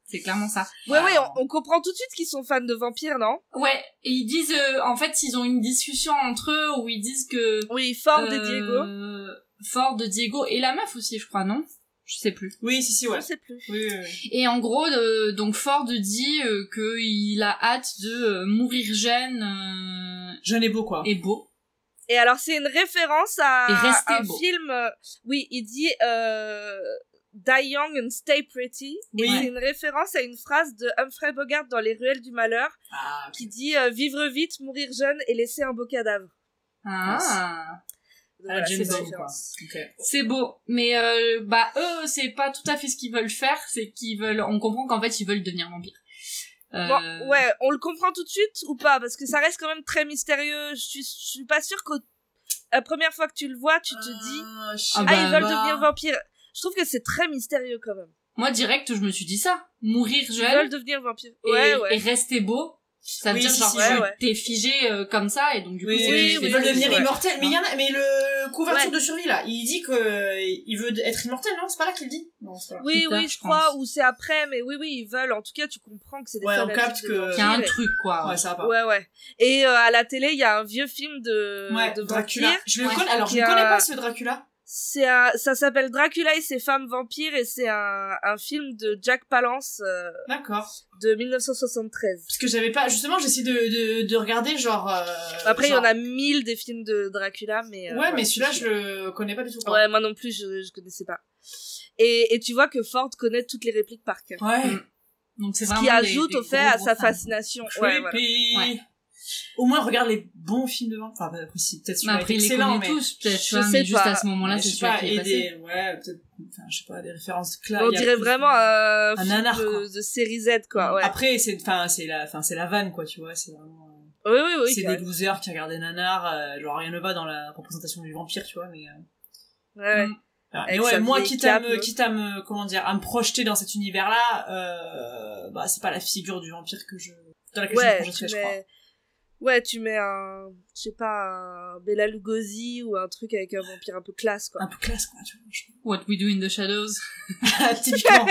Speaker 3: C'est clairement ça.
Speaker 2: Ouais, ouais, on, on comprend tout de suite qu'ils sont fans de vampires, non
Speaker 3: Ouais. Et ils disent, euh, en fait, ils ont une discussion entre eux où ils disent que
Speaker 2: Oui, Ford et
Speaker 3: euh,
Speaker 2: Diego.
Speaker 3: Ford, Diego et la meuf aussi, je crois, non Je sais plus.
Speaker 4: oui si si ouais
Speaker 2: Je sais plus.
Speaker 4: oui, oui, oui.
Speaker 3: Et en gros, euh, donc Ford dit euh, que il a hâte de euh, mourir jeune euh,
Speaker 4: jeune et beau quoi
Speaker 3: et beau.
Speaker 2: Et alors, c'est une référence à
Speaker 3: Et restez
Speaker 2: un
Speaker 3: beau.
Speaker 2: film. euh, oui, il dit euh, Die Young and Stay Pretty.
Speaker 4: Oui.
Speaker 2: Et c'est une référence à une phrase de Humphrey Bogart dans Les Ruelles du Malheur
Speaker 4: ah,
Speaker 2: qui dit euh, Vivre vite, mourir jeune et laisser un beau cadavre.
Speaker 3: Ah.
Speaker 2: Donc,
Speaker 4: à la
Speaker 2: voilà, c'est
Speaker 4: James
Speaker 2: une
Speaker 4: Bond quoi
Speaker 2: référence.
Speaker 4: Ok.
Speaker 3: C'est beau, mais euh, bah eux, c'est pas tout à fait ce qu'ils veulent faire, c'est qu'ils veulent. On comprend qu'en fait, ils veulent devenir vampires. Euh,
Speaker 2: Bon, ouais, on le comprend tout de suite ou pas Parce que ça reste quand même très mystérieux. Je suis, je suis pas sûre que la première fois que tu le vois, tu te dis
Speaker 4: Ah, je sais
Speaker 3: Ah
Speaker 2: Ah,
Speaker 3: bah,
Speaker 2: ils veulent
Speaker 4: pas.
Speaker 2: devenir vampires. Je trouve que c'est très mystérieux quand même.
Speaker 3: Moi, direct, je me suis dit ça. Mourir
Speaker 2: Ils veulent
Speaker 3: jeune
Speaker 2: devenir vampires.
Speaker 3: et,
Speaker 2: Ouais,
Speaker 3: et
Speaker 2: ouais.
Speaker 3: rester beau, ça veut
Speaker 4: Oui,
Speaker 3: dire
Speaker 4: si,
Speaker 3: genre
Speaker 4: si,
Speaker 2: ouais,
Speaker 3: tu-
Speaker 2: ouais.
Speaker 3: t'es figé euh, comme ça et donc du coup,
Speaker 4: oui,
Speaker 3: c'est-
Speaker 4: oui,
Speaker 3: c'est-
Speaker 4: ils
Speaker 2: oui,
Speaker 4: veulent
Speaker 2: oui,
Speaker 4: devenir
Speaker 2: ouais.
Speaker 4: immortels. Mais il y en a, mais le couverture
Speaker 2: Ouais.
Speaker 4: de survie là, il dit que il veut être immortel, non C'est pas là qu'il dit Non, c'est pas là.
Speaker 2: Oui,
Speaker 3: plus
Speaker 2: oui,
Speaker 3: tard,
Speaker 2: je
Speaker 3: je
Speaker 2: crois,
Speaker 3: pense.
Speaker 2: ou c'est après, mais oui, oui, ils veulent. En tout cas, tu comprends que c'est des
Speaker 4: Ouais, on
Speaker 2: fanatiques
Speaker 4: capte
Speaker 2: de
Speaker 4: que-
Speaker 2: vampires
Speaker 3: qu'il y a un
Speaker 2: et-
Speaker 3: truc quoi.
Speaker 4: Ouais, ça va pas.
Speaker 2: Euh, Ouais, ouais. Et euh, à la télé, il y a un vieux film de,
Speaker 4: Ouais,
Speaker 2: euh, de
Speaker 4: Dracula.
Speaker 2: vampires.
Speaker 4: Je le
Speaker 3: Ouais.
Speaker 4: connais. Alors, je
Speaker 2: Qui
Speaker 4: ne
Speaker 2: a-
Speaker 4: connais pas ce Dracula.
Speaker 2: C'est un- ça s'appelle Dracula et ses femmes vampires et c'est un, un film de Jack Palance euh,
Speaker 4: D'accord.
Speaker 2: de 1973.
Speaker 4: Parce que j'avais pas. Justement, j'essaie de, de, de regarder genre. euh,
Speaker 2: Après, il y
Speaker 4: genre-
Speaker 2: en a mille des films de Dracula, mais... euh,
Speaker 4: Ouais,
Speaker 2: voilà.
Speaker 4: mais celui-là, je le connais pas du tout. quoi.
Speaker 2: Ouais, moi non plus, je, je connaissais pas. Et, et tu vois que Ford connaît toutes les répliques par cœur.
Speaker 4: Ouais.
Speaker 3: Mm. Donc c'est
Speaker 2: Ce
Speaker 3: vraiment
Speaker 2: qui
Speaker 3: des-
Speaker 2: ajoute
Speaker 3: des
Speaker 2: au fait
Speaker 3: gros,
Speaker 2: à
Speaker 3: gros
Speaker 2: sa
Speaker 3: fans.
Speaker 2: fascination. Ouais, voilà.
Speaker 4: Creepy.
Speaker 3: Ouais.
Speaker 4: Au moins, regarde les bons films de Van. Enfin, bah, après, c'est peut-être
Speaker 3: Mais
Speaker 4: celui-là
Speaker 3: après,
Speaker 4: qui est
Speaker 3: il les
Speaker 4: excellent,
Speaker 3: connaît
Speaker 4: mais.
Speaker 3: tous, peut-être,
Speaker 2: je
Speaker 3: tu vois,
Speaker 2: sais
Speaker 3: mais juste
Speaker 2: pas.
Speaker 3: à ce moment-là,
Speaker 4: Mais
Speaker 3: c'est
Speaker 4: je sais
Speaker 3: celui
Speaker 4: pas,
Speaker 3: qui est
Speaker 4: et
Speaker 3: passé.
Speaker 4: des, ouais, peut-être, enfin, je sais pas, des références claires.
Speaker 2: On
Speaker 4: il y a
Speaker 2: dirait
Speaker 4: plus-
Speaker 2: vraiment euh,
Speaker 4: Un
Speaker 2: film
Speaker 4: nanar, quoi.
Speaker 2: de, de série Z, quoi. Ouais.
Speaker 4: Après, c'est, enfin, c'est la, enfin, c'est la vanne, quoi, tu vois, c'est vraiment. euh,
Speaker 2: oui, oui, oui.
Speaker 4: c'est des
Speaker 2: carrément.
Speaker 4: losers qui regardent des nanars, euh, genre rien ne va dans la représentation du vampire, tu vois, mais. euh,
Speaker 2: Ouais, ouais.
Speaker 4: voilà.
Speaker 2: Avec
Speaker 4: mais ouais,
Speaker 2: sa
Speaker 4: moi,
Speaker 2: vieille
Speaker 4: quitte à,
Speaker 2: cape,
Speaker 4: me,
Speaker 2: euh.
Speaker 4: quitte à me, comment dire, à me projeter dans cet univers-là, euh, bah, c'est pas la figure du vampire que je. Dans laquelle je me
Speaker 2: Ouais, tu
Speaker 4: projeterais, je crois.
Speaker 2: mets... ouais, tu mets un, je sais pas, un Bella Lugosi ou un truc avec un vampire un peu classe, quoi.
Speaker 4: Un peu classe, quoi, tu vois. je-
Speaker 3: What We Do in the Shadows.
Speaker 4: typiquement,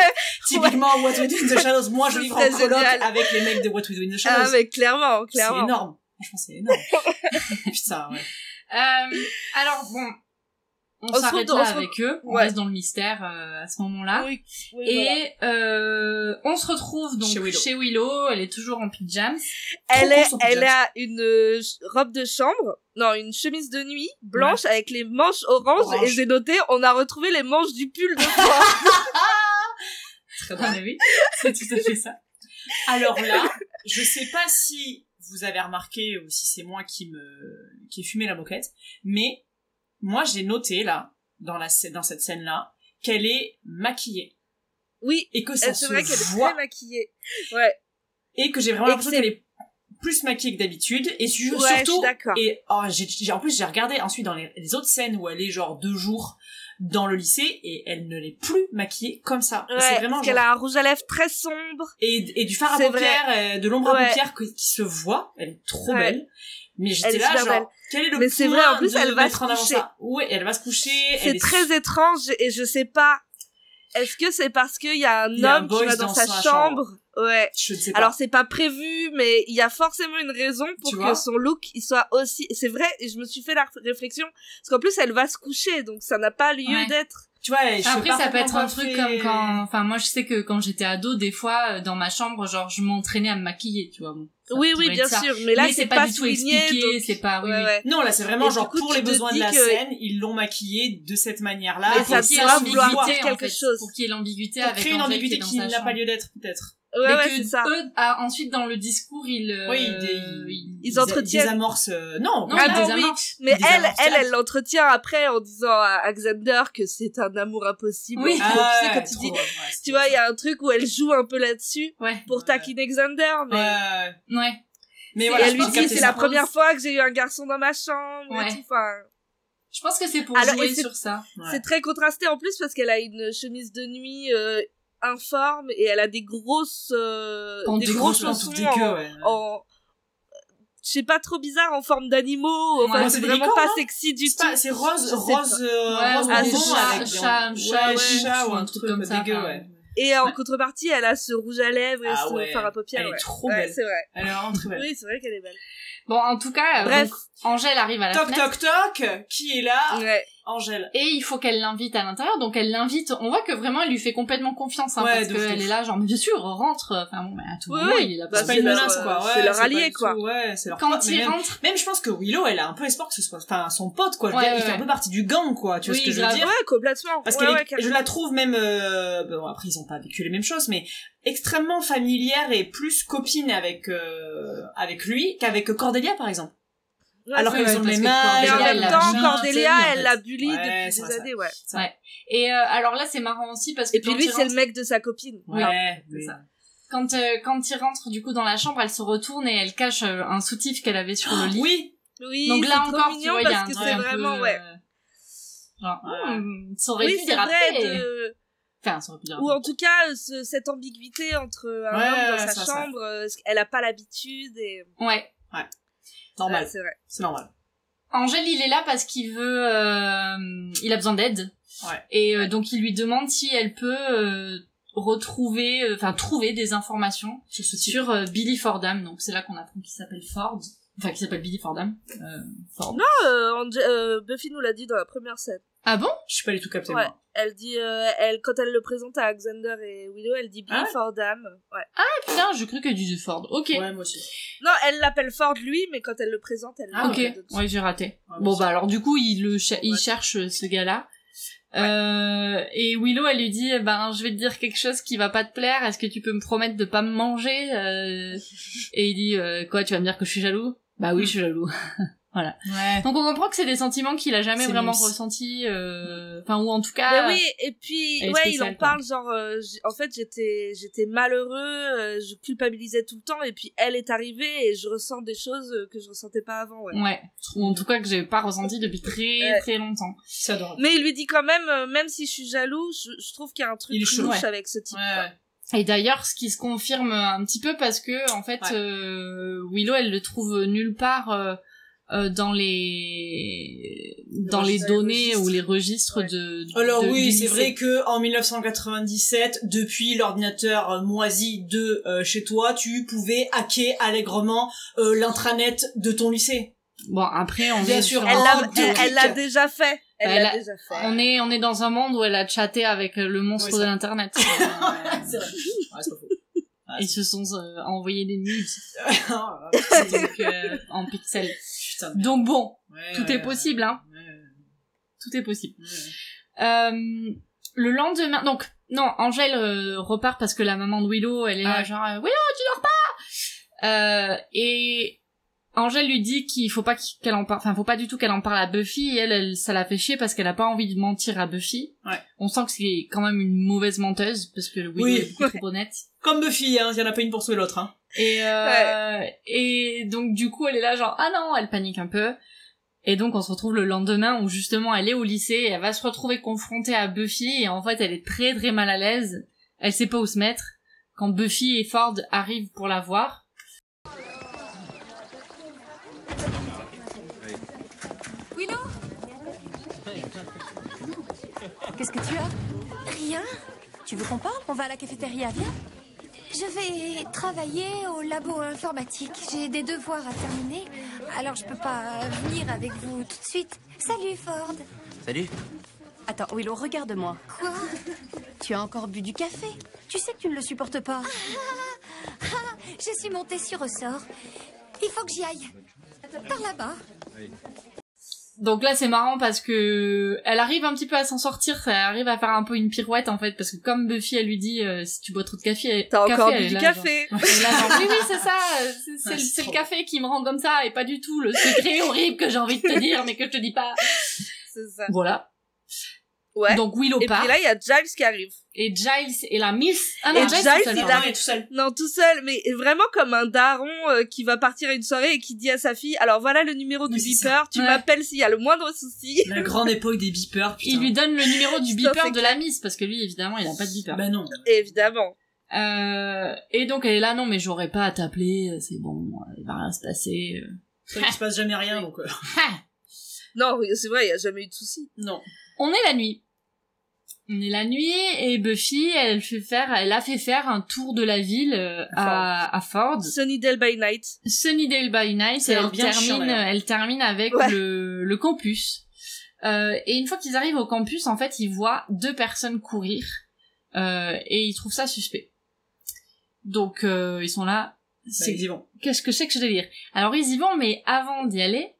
Speaker 4: typiquement What We Do in the Shadows. Moi, je
Speaker 2: Ce
Speaker 4: livre en
Speaker 2: serait
Speaker 4: colloque
Speaker 2: génial.
Speaker 4: avec les mecs de What We Do in the
Speaker 2: Ah,
Speaker 4: Shadows.
Speaker 2: mais clairement,
Speaker 4: c'est
Speaker 2: clairement.
Speaker 4: énorme. Franchement, c'est énorme. Putain, ouais.
Speaker 3: Euh, alors bon, on,
Speaker 2: On se
Speaker 3: s'arrête
Speaker 2: retrouve-
Speaker 3: là
Speaker 2: on se
Speaker 3: avec eux, on
Speaker 2: ouais.
Speaker 3: reste dans le mystère euh, à ce moment-là.
Speaker 2: Oui, oui,
Speaker 3: Et
Speaker 2: voilà.
Speaker 3: euh, on se retrouve donc
Speaker 4: Chez
Speaker 3: chez
Speaker 4: Willow.
Speaker 3: Willow. elle est toujours en pyjama.
Speaker 2: Elle
Speaker 4: Trop
Speaker 2: est,
Speaker 4: cool, son
Speaker 2: elle
Speaker 4: pyjama.
Speaker 2: a une euh, ch- robe de chambre, non, une chemise de nuit blanche avec les manches orange,
Speaker 4: Orange.
Speaker 2: et j'ai noté, on a retrouvé les manches du pull de Florence.
Speaker 4: Très
Speaker 3: Ah
Speaker 4: drôle.
Speaker 3: mais oui, c'est tout à fait ça.
Speaker 4: Alors là, je sais pas si vous avez remarqué ou si c'est moi qui me qui ai fumé la moquette, mais moi j'ai noté là dans la scè- dans cette scène là qu'elle est maquillée
Speaker 2: oui,
Speaker 4: et que ça
Speaker 2: c'est
Speaker 4: se
Speaker 2: vrai qu'elle est
Speaker 4: voit
Speaker 2: très maquillée. Ouais,
Speaker 4: et que j'ai vraiment
Speaker 2: Et
Speaker 4: l'impression
Speaker 2: que
Speaker 4: qu'elle est plus maquillée que d'habitude et su-
Speaker 2: Ouais, je suis
Speaker 4: surtout
Speaker 2: d'accord.
Speaker 4: et oh, j'ai- j'ai- en plus j'ai regardé ensuite dans les, les autres scènes où elle est genre deux jours dans le lycée et elle ne l'est plus maquillée comme ça Et c'est
Speaker 2: Ouais,
Speaker 4: vraiment
Speaker 2: parce qu'elle
Speaker 4: genre-
Speaker 2: a un rouge à lèvres très sombre.
Speaker 4: et, et du fard à
Speaker 2: C'est
Speaker 4: paupières euh, de l'ombre
Speaker 2: Ouais.
Speaker 4: à paupières qui, qui se voit elle est trop
Speaker 2: Ouais.
Speaker 4: belle mais
Speaker 2: Elle
Speaker 4: j'étais
Speaker 2: est
Speaker 4: là
Speaker 2: super
Speaker 4: genre
Speaker 2: belle.
Speaker 4: quel est le
Speaker 2: Mais c'est
Speaker 4: point
Speaker 2: vrai, en plus,
Speaker 4: de
Speaker 2: elle va
Speaker 4: mettre
Speaker 2: se
Speaker 4: en avant
Speaker 2: coucher.
Speaker 4: ça ouais elle va se coucher elle
Speaker 2: C'est
Speaker 4: est
Speaker 2: très étrange et je sais pas. Est-ce que c'est parce qu'il y a un
Speaker 4: Il y a un
Speaker 2: homme qui
Speaker 4: boys
Speaker 2: va dans,
Speaker 4: dans
Speaker 2: sa,
Speaker 4: sa
Speaker 2: chambre,
Speaker 4: chambre.
Speaker 2: Ouais.
Speaker 4: je ne sais pas
Speaker 2: Alors c'est pas prévu, mais il y a forcément une raison pour
Speaker 4: Tu
Speaker 2: que
Speaker 4: vois
Speaker 2: son look il soit aussi. C'est vrai, et je me suis fait la ref- réflexion parce qu'en plus elle va se coucher, donc ça n'a pas lieu
Speaker 3: Ouais.
Speaker 2: d'être.
Speaker 4: tu vois elle- je
Speaker 3: Après
Speaker 4: sais
Speaker 3: ça peut être
Speaker 4: parfaitement
Speaker 3: un truc
Speaker 4: coiffée.
Speaker 3: comme quand, enfin moi je sais que quand j'étais ado, des fois euh, dans ma chambre, genre je m'entraînais à me maquiller, tu vois. bon, ça
Speaker 2: oui,
Speaker 3: pourrait
Speaker 2: oui,
Speaker 3: être
Speaker 2: bien
Speaker 3: ça.
Speaker 2: sûr, mais là
Speaker 3: Mais
Speaker 2: c'est
Speaker 3: c'est pas, du tout
Speaker 2: souligné,
Speaker 3: expliqué,
Speaker 2: donc-
Speaker 3: c'est pas. Oui,
Speaker 2: Ouais,
Speaker 3: oui.
Speaker 2: ouais.
Speaker 4: non là c'est
Speaker 2: Et
Speaker 4: vraiment
Speaker 2: du
Speaker 4: genre
Speaker 2: coup,
Speaker 4: pour
Speaker 2: tu
Speaker 4: les
Speaker 2: te
Speaker 4: besoins
Speaker 2: dis
Speaker 4: de la
Speaker 2: que-
Speaker 4: scène ils l'ont maquillée de cette manière là
Speaker 2: Mais ça
Speaker 3: qu'il y
Speaker 2: doit
Speaker 3: ait
Speaker 2: doit vouloir
Speaker 3: l'ambiguïté,
Speaker 2: dire quelque
Speaker 3: en fait,
Speaker 2: chose.
Speaker 3: Pour qu'il y ait l'ambiguïté
Speaker 4: pour
Speaker 3: avec
Speaker 4: créer une
Speaker 3: Angèle
Speaker 4: ambiguïté
Speaker 3: est dans
Speaker 4: qui
Speaker 3: sa
Speaker 4: n'a pas
Speaker 3: chambre.
Speaker 4: lieu d'être peut-être
Speaker 2: Ouais,
Speaker 3: Mais
Speaker 2: ouais,
Speaker 3: que
Speaker 2: c'est ça.
Speaker 3: eux, ah, ensuite dans le discours, ils. euh,
Speaker 4: oui des-
Speaker 2: ils entretiennent.
Speaker 4: des amorces euh, non
Speaker 3: Non,
Speaker 2: Ah
Speaker 3: ils
Speaker 2: bon,
Speaker 3: les
Speaker 2: oui.
Speaker 3: amorcent.
Speaker 2: Mais
Speaker 4: des
Speaker 2: elle,
Speaker 4: amorces.
Speaker 2: elle, elle l'entretient après en disant à à Xander que c'est un amour impossible.
Speaker 3: Oui.
Speaker 2: Tu
Speaker 4: Ah,
Speaker 2: sais, quand tu
Speaker 4: trop
Speaker 2: dis,
Speaker 4: drôle, ouais,
Speaker 2: tu vois, il y a un truc où elle joue un peu là-dessus
Speaker 3: Ouais,
Speaker 2: pour
Speaker 4: Ouais.
Speaker 2: taquiner Xander, mais.
Speaker 4: Ouais.
Speaker 3: ouais.
Speaker 4: mais
Speaker 3: Et
Speaker 4: voilà
Speaker 2: et
Speaker 4: je
Speaker 2: elle
Speaker 4: pense
Speaker 2: lui
Speaker 4: qu'elle
Speaker 2: dit
Speaker 4: fait
Speaker 2: c'est
Speaker 4: ça.
Speaker 2: la première fois que j'ai eu un garçon dans ma chambre et
Speaker 3: Ouais.
Speaker 2: tout. Enfin,
Speaker 3: Je pense que c'est pour
Speaker 2: Alors, et
Speaker 3: jouer
Speaker 2: c'est-
Speaker 3: sur ça.
Speaker 4: Ouais.
Speaker 2: c'est très contrasté en plus parce qu'elle a une chemise de nuit euh, informe et elle a des grosses euh,
Speaker 3: Pantoufles,
Speaker 2: des
Speaker 4: des
Speaker 2: grosses
Speaker 4: grosses
Speaker 2: chaussons
Speaker 4: pantoufles
Speaker 2: en,
Speaker 4: dégueu ouais
Speaker 2: en- je sais pas trop bizarre en forme d'animaux. Enfin,
Speaker 3: Ouais,
Speaker 2: c'est
Speaker 4: c'est
Speaker 2: vraiment
Speaker 4: délicat,
Speaker 2: pas
Speaker 4: non
Speaker 2: sexy du
Speaker 4: C'est
Speaker 2: tout.
Speaker 4: pas- c'est rose,
Speaker 2: Je sais
Speaker 4: rose, euh,
Speaker 3: Ouais,
Speaker 4: rose
Speaker 3: ou
Speaker 2: des
Speaker 4: bonbon
Speaker 2: chats,
Speaker 4: avec
Speaker 3: chat-
Speaker 4: ouais,
Speaker 3: chat,
Speaker 4: chat ou un truc comme ça.
Speaker 3: enfin.
Speaker 4: ouais.
Speaker 2: Et en contrepartie, elle a ce rouge à lèvres et
Speaker 4: Ah
Speaker 2: ce
Speaker 4: ouais.
Speaker 2: fard à paupières.
Speaker 4: Elle
Speaker 2: ouais.
Speaker 4: est trop
Speaker 2: Ouais,
Speaker 4: belle.
Speaker 2: c'est vrai.
Speaker 4: Elle est vraiment très belle.
Speaker 2: Oui, c'est vrai qu'elle est belle.
Speaker 3: Bon, en tout
Speaker 4: Ah,
Speaker 3: cas, euh,
Speaker 2: Bref.
Speaker 3: donc, Angèle arrive à la
Speaker 4: Toc
Speaker 3: fenêtre
Speaker 4: toc toc, qui est là
Speaker 2: Ouais.
Speaker 4: Angèle.
Speaker 3: et il faut qu'elle l'invite à l'intérieur. Donc elle l'invite. On voit que vraiment, elle lui fait complètement confiance hein,
Speaker 4: Ouais,
Speaker 3: parce
Speaker 4: de ouf, de
Speaker 3: qu'elle
Speaker 4: ouf.
Speaker 3: est là, genre mais bien sûr, rentre. Enfin bon, mais à tout
Speaker 2: Oui,
Speaker 3: moment,
Speaker 2: oui.
Speaker 3: il est là.
Speaker 2: Bah,
Speaker 3: pour
Speaker 4: C'est pas
Speaker 2: c'est
Speaker 4: une
Speaker 2: leur,
Speaker 4: menace
Speaker 2: euh,
Speaker 4: quoi.
Speaker 2: c'est
Speaker 4: Ouais,
Speaker 2: leur
Speaker 4: pas
Speaker 2: allié,
Speaker 4: du tout-
Speaker 2: quoi.
Speaker 4: Ouais, c'est leur
Speaker 3: Quand
Speaker 4: pote, mais
Speaker 3: il
Speaker 4: même-
Speaker 3: rentre,
Speaker 4: Même je pense que Willow, elle a un peu espoir que ce soit, enfin, son pote quoi. Je veux
Speaker 3: Ouais,
Speaker 4: dire, Il
Speaker 3: ouais,
Speaker 4: fait un
Speaker 3: ouais.
Speaker 4: peu partie du gang quoi. Tu vois
Speaker 3: Oui,
Speaker 4: ce que je
Speaker 3: grave.
Speaker 4: veux dire
Speaker 2: Ouais, complètement.
Speaker 4: Parce
Speaker 2: ouais,
Speaker 4: que
Speaker 2: ouais,
Speaker 4: je
Speaker 2: carrément.
Speaker 4: la trouve même, euh, bon après ils ont pas vécu les mêmes choses, mais extrêmement familière et plus copine avec euh, avec lui qu'avec Cordelia par exemple.
Speaker 2: Ouais,
Speaker 4: Alors
Speaker 2: c'est
Speaker 3: que
Speaker 4: qu'ils
Speaker 2: vrai.
Speaker 3: ouais, parce
Speaker 4: ont les
Speaker 3: que
Speaker 4: mains,
Speaker 2: Mais en
Speaker 3: Cordelia,
Speaker 2: même
Speaker 3: elle l'a
Speaker 2: temps,
Speaker 3: bien
Speaker 2: Cordelia, elle
Speaker 4: l'a
Speaker 2: l'a bully
Speaker 4: Ouais,
Speaker 2: depuis
Speaker 4: c'est
Speaker 2: des
Speaker 4: vrai,
Speaker 2: années, ouais.
Speaker 3: et euh, alors là, c'est marrant aussi parce que
Speaker 2: Et puis
Speaker 3: quand
Speaker 2: lui,
Speaker 3: il
Speaker 2: c'est
Speaker 3: rentre-
Speaker 2: le mec de sa copine.
Speaker 4: Ouais,
Speaker 3: c'est
Speaker 4: mais-
Speaker 3: ça. Quand euh, quand il rentre du coup dans la chambre, elle se retourne et elle cache euh, un soutif qu'elle avait sur le lit.
Speaker 4: Oui,
Speaker 2: Oh, Oui,
Speaker 3: Donc
Speaker 2: c'est
Speaker 3: là
Speaker 2: trop
Speaker 3: encore, tu
Speaker 2: mignon
Speaker 3: vois, il y a
Speaker 2: parce
Speaker 3: un
Speaker 2: que
Speaker 3: truc
Speaker 2: c'est
Speaker 3: un peu,
Speaker 2: vraiment,
Speaker 3: euh,
Speaker 2: ouais.
Speaker 3: Genre,
Speaker 4: Ouais.
Speaker 3: hmm, ça aurait
Speaker 2: Oui,
Speaker 3: pu
Speaker 2: c'est
Speaker 3: déraper.
Speaker 2: vrai. de-
Speaker 3: Enfin, ça aurait pu déraper.
Speaker 2: Ou en tout cas, euh, ce- cette ambiguïté entre un
Speaker 4: Ouais,
Speaker 2: homme dans
Speaker 4: ouais,
Speaker 2: sa
Speaker 4: ça, ça.
Speaker 2: chambre, euh, elle a pas l'habitude et.
Speaker 3: Ouais.
Speaker 4: normal,
Speaker 2: Ouais, c'est vrai.
Speaker 4: c'est normal.
Speaker 3: Angèle, il est là parce qu'il veut, euh, il a besoin d'aide.
Speaker 4: Ouais.
Speaker 3: Et euh, donc il lui demande si elle peut euh, retrouver, euh, enfin trouver des informations
Speaker 4: Sur ce type.
Speaker 3: sur euh, Billy Fordham. Donc c'est là qu'on apprend qu'il s'appelle Ford, enfin qu'il s'appelle Billy Fordham. Euh, Ford.
Speaker 2: Non, euh, Ange- euh, Buffy nous l'a dit dans la première scène.
Speaker 3: Ah bon
Speaker 4: Je suis pas du tout capté.
Speaker 2: Ouais.
Speaker 4: moi.
Speaker 2: Elle dit, euh, elle, quand elle le présente à Alexander et Willow, elle dit Billy
Speaker 4: Ah ouais
Speaker 2: Fordham. Ouais.
Speaker 3: Ah putain, je crois que du Ford. Ok.
Speaker 4: Ouais, moi aussi.
Speaker 2: Non, elle l'appelle Ford lui, mais quand elle le présente, elle
Speaker 4: Ah,
Speaker 3: ok.
Speaker 2: l'appelle d'autres-
Speaker 3: Ouais, j'ai raté.
Speaker 4: Ah,
Speaker 3: bon
Speaker 4: bah,
Speaker 3: bah alors du coup il le cher- il
Speaker 4: Ouais.
Speaker 3: cherche euh, ce gars-là. Euh, et Willow elle lui dit eh ben je vais te dire quelque chose qui va pas te plaire est-ce que tu peux me promettre de pas me manger Euh, et il dit euh, quoi tu vas me dire que je suis jaloux Bah oui, je suis jaloux.
Speaker 4: Ouais.
Speaker 3: Donc on comprend que c'est des sentiments qu'il a jamais
Speaker 4: C'est
Speaker 3: vraiment
Speaker 4: nul.
Speaker 3: ressentis, euh, enfin ou en tout cas.
Speaker 2: Ben oui, et puis
Speaker 3: Elle est
Speaker 2: ouais, il
Speaker 3: spéciale,
Speaker 2: en
Speaker 3: quoi.
Speaker 2: parle genre euh, j- en fait, j'étais j'étais malheureux, euh, je culpabilisais tout le temps et puis elle est arrivée et je ressens des choses euh, que je ressentais pas avant, ouais.
Speaker 3: Ouais. Ou en tout cas que j'ai pas ressenti depuis très
Speaker 2: Ouais.
Speaker 3: très longtemps.
Speaker 4: C'est adorable.
Speaker 2: Mais il lui dit quand même euh, même si je suis jaloux, je, je trouve qu'il y a un truc
Speaker 4: Il est chaud,
Speaker 2: louche
Speaker 3: ouais.
Speaker 2: avec ce type.
Speaker 4: Ouais, ouais.
Speaker 3: Et d'ailleurs, ce qui se confirme un petit peu parce que en fait,
Speaker 4: Ouais.
Speaker 3: euh, Willow, elle le trouve nulle part euh, euh, dans les dans les
Speaker 2: registre-
Speaker 3: données
Speaker 2: les
Speaker 3: ou
Speaker 2: registres.
Speaker 3: les registres
Speaker 2: Ouais.
Speaker 3: de.
Speaker 4: Alors
Speaker 3: de- du
Speaker 4: oui, c'est
Speaker 3: lycée.
Speaker 4: vrai que en 1997, depuis l'ordinateur euh, moisi de euh, chez toi, tu pouvais hacker allègrement euh, l'intranet de ton lycée.
Speaker 3: Bon après, on
Speaker 4: Bien
Speaker 3: est
Speaker 4: sûr,
Speaker 3: sur
Speaker 2: Elle
Speaker 3: un-
Speaker 2: l'a
Speaker 4: Oh,
Speaker 2: elle-
Speaker 4: Derek.
Speaker 2: elle l'a déjà fait. Elle
Speaker 3: Bah, Elle
Speaker 2: l'a
Speaker 3: a-
Speaker 2: déjà fait.
Speaker 3: on est on est dans un monde où elle a chatté avec le monstre
Speaker 4: Oui, ça-
Speaker 3: de l'internet.
Speaker 4: C'est vrai. Ouais, c'est pas faux.
Speaker 3: Ils se sont euh, envoyés des nudes
Speaker 4: Ah,
Speaker 3: donc, euh, en pixels.
Speaker 4: putain, merde.
Speaker 3: Donc bon,
Speaker 4: Ouais,
Speaker 3: tout
Speaker 4: ouais,
Speaker 3: est
Speaker 4: ouais.
Speaker 3: possible, hein.
Speaker 4: Ouais, ouais,
Speaker 3: tout est possible.
Speaker 4: ouais.
Speaker 3: Euh, le lendemain, donc non, Angèle euh, repart parce que la maman de Willow, elle est là,
Speaker 4: Ah.
Speaker 3: genre euh, Willow, tu dors pas. Euh, et Angèle lui dit qu'il faut pas qu'il- qu'elle en parle, enfin faut pas du tout qu'elle en parle à Buffy. Et elle, elle, ça la fait chier parce qu'elle a pas envie de mentir à Buffy.
Speaker 4: Ouais.
Speaker 3: On sent que c'est quand même une mauvaise menteuse parce que Willow
Speaker 4: Oui.
Speaker 3: est beaucoup trop honnête.
Speaker 4: Comme Buffy, hein, il y en a pas une pour sauver l'autre. Hein.
Speaker 3: Et, euh, et donc du coup elle est là genre ah non elle panique un peu et donc on se retrouve le lendemain où justement elle est au lycée et elle va se retrouver confrontée à Buffy et en fait elle est très très mal à l'aise elle sait pas où se mettre quand Buffy et Ford arrivent pour la voir
Speaker 5: Willow
Speaker 9: Qu'est-ce que tu as
Speaker 5: Rien
Speaker 9: Tu veux qu'on parle On va à la cafétéria, viens.
Speaker 5: Je vais travailler au labo informatique. J'ai des devoirs à terminer, alors je peux pas venir avec vous tout de suite. Salut Ford.
Speaker 6: Salut
Speaker 9: Attends, Willow, regarde-moi.
Speaker 5: Quoi
Speaker 9: Tu as encore bu du café. Tu sais que tu ne le supportes pas.
Speaker 5: Ah, Je suis montée sur ressort. Il faut que j'y aille. Par là-bas.
Speaker 3: donc là c'est marrant parce que elle arrive un petit peu à s'en sortir elle arrive à faire un peu une pirouette en fait parce que comme Buffy elle lui dit euh, si tu bois trop de café
Speaker 2: T'as
Speaker 3: café,
Speaker 2: encore
Speaker 3: elle
Speaker 2: bu
Speaker 3: est
Speaker 2: du
Speaker 3: là, genre,
Speaker 2: café.
Speaker 3: Et là, genre, oui, oui, c'est ça. euh, c'est- C'est
Speaker 4: Ouais,
Speaker 3: le-
Speaker 4: c'est
Speaker 3: c'est le
Speaker 4: trop.
Speaker 3: café qui me rend comme ça et pas du tout le secret horrible que j'ai envie de te dire mais que je te dis pas.
Speaker 2: C'est ça.
Speaker 3: Voilà.
Speaker 2: Ouais.
Speaker 3: Donc Willow
Speaker 2: et
Speaker 3: part
Speaker 2: puis là, il y a Giles qui arrive.
Speaker 3: et Giles et la Miss. Ah non,
Speaker 2: Et
Speaker 3: Giles,
Speaker 2: Giles,
Speaker 3: tout seul,
Speaker 2: il
Speaker 3: pardon.
Speaker 4: Non,
Speaker 2: arrive.
Speaker 4: mais tout seul.
Speaker 2: Non, tout seul, mais vraiment comme un daron euh, qui va partir à une soirée et qui dit à sa fille Alors voilà le numéro du
Speaker 4: Oui, c'est
Speaker 2: beeper, tu
Speaker 3: Ouais.
Speaker 2: m'appelles s'il y a le moindre souci.
Speaker 4: La grande époque des beepers, putain.
Speaker 3: Il lui donne le numéro du
Speaker 2: Putain,
Speaker 3: beeper
Speaker 2: c'est
Speaker 3: de la Miss parce que lui évidemment il a pas de beeper.
Speaker 4: Bah non.
Speaker 2: Évidemment.
Speaker 3: Euh, et donc elle est là non mais j'aurais pas à t'appeler, euh, c'est bon, euh, il va rien se passer. euh.
Speaker 4: C'est vrai qu'il se passe jamais rien, donc... euh,
Speaker 3: Ha
Speaker 2: Non, oui, c'est vrai, il n'y a jamais eu de souci.
Speaker 4: Non.
Speaker 3: On est la nuit. On est la nuit et Buffy elle fait faire, elle a fait faire un tour de la ville euh, à, à Ford.
Speaker 2: Sunnydale by Night.
Speaker 3: Sunnydale by Night,
Speaker 4: Ça a l'air
Speaker 3: elle
Speaker 4: bien
Speaker 3: termine,
Speaker 4: chiant, d'ailleurs.
Speaker 3: elle termine avec
Speaker 2: Ouais.
Speaker 3: le, le campus. Euh, et une fois qu'ils arrivent au campus, en fait, ils voient deux personnes courir euh, et ils trouvent ça suspect. Donc euh, ils sont là.
Speaker 4: C'est
Speaker 3: C'est...
Speaker 4: bah, vivant.
Speaker 3: Qu'est-ce que c'est que ce délire Alors ils y vont, mais avant d'y aller,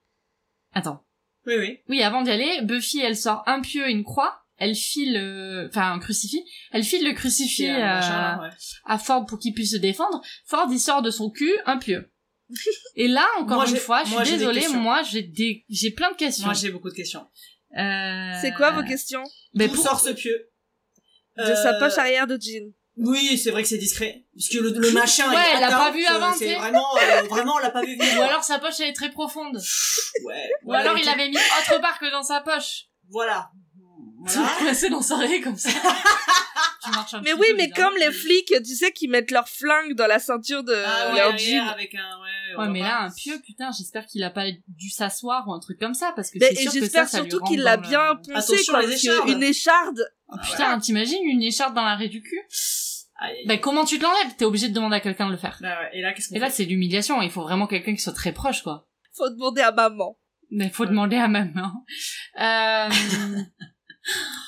Speaker 3: attends.
Speaker 4: Oui, oui.
Speaker 3: Oui, avant d'y aller, Buffy, elle sort un pieu et une croix. Elle file, euh, enfin un crucifix. Elle file le crucifix
Speaker 4: C'est un euh, machin,
Speaker 3: à-
Speaker 4: ouais.
Speaker 3: à Ford pour qu'il puisse se défendre. Ford, il sort de son cul un pieu. Et là, encore
Speaker 4: Moi,
Speaker 3: une
Speaker 4: j'ai-
Speaker 3: fois, je
Speaker 4: moi,
Speaker 3: suis
Speaker 4: j'ai des
Speaker 3: désolée,
Speaker 4: questions.
Speaker 3: moi, j'ai des... j'ai plein de questions.
Speaker 4: Moi, j'ai beaucoup de questions.
Speaker 3: Euh,
Speaker 2: C'est quoi vos questions
Speaker 3: mais
Speaker 4: D'où
Speaker 3: pour-
Speaker 4: sort ce pieu
Speaker 2: De
Speaker 4: Euh,
Speaker 2: sa poche arrière de jean.
Speaker 4: Oui, c'est vrai que c'est discret. Parce que le, le machin,
Speaker 3: Ouais,
Speaker 4: il
Speaker 3: elle l'a
Speaker 4: atteint,
Speaker 3: pas vu
Speaker 4: c'est-
Speaker 3: avant, tu
Speaker 4: C'est
Speaker 3: sais.
Speaker 4: vraiment, euh, vraiment, on l'a pas vu venir.
Speaker 3: Ou alors sa poche, elle est très profonde.
Speaker 4: Ouais.
Speaker 3: Ou alors il avait mis autre part que dans sa poche.
Speaker 4: Voilà.
Speaker 3: Tout
Speaker 4: Voilà.
Speaker 3: coincé dans sa raie comme ça. tu marches un
Speaker 2: Mais
Speaker 3: petit
Speaker 2: oui,
Speaker 3: peu
Speaker 2: mais
Speaker 3: bizarre.
Speaker 2: comme les flics, tu sais, qui mettent leur flingue dans la ceinture
Speaker 3: Euh,
Speaker 2: de
Speaker 4: Ah ouais,
Speaker 2: leur
Speaker 4: derrière,
Speaker 2: jean.
Speaker 4: avec un, ouais. on
Speaker 3: Ouais,
Speaker 4: voit
Speaker 3: mais
Speaker 4: pas.
Speaker 3: là, un pieu, putain, j'espère qu'il a pas dû s'asseoir ou un truc comme ça, parce que
Speaker 2: Mais-
Speaker 3: c'est
Speaker 2: et
Speaker 3: sûr que ça,
Speaker 2: j'espère
Speaker 3: ça lui
Speaker 2: surtout
Speaker 3: rentre
Speaker 2: qu'il l'a
Speaker 3: dans le-
Speaker 2: bien poncé,
Speaker 4: Attention,
Speaker 2: quoi,
Speaker 4: les
Speaker 2: parce
Speaker 4: échardes.
Speaker 2: qu'une écharde.
Speaker 3: Oh, putain, t'imagines une écharpe dans la raie du cul
Speaker 4: Aïe, aïe.
Speaker 3: Ben comment tu te l'enlèves T'es obligé de demander à quelqu'un de le faire.
Speaker 4: Là, ouais. Et là, qu'est-ce qu'on
Speaker 3: Et là, c'est l'humiliation. Il faut vraiment quelqu'un qui soit très proche, quoi.
Speaker 2: Faut demander à maman.
Speaker 3: Mais faut
Speaker 4: Ouais.
Speaker 3: demander à maman. Euh...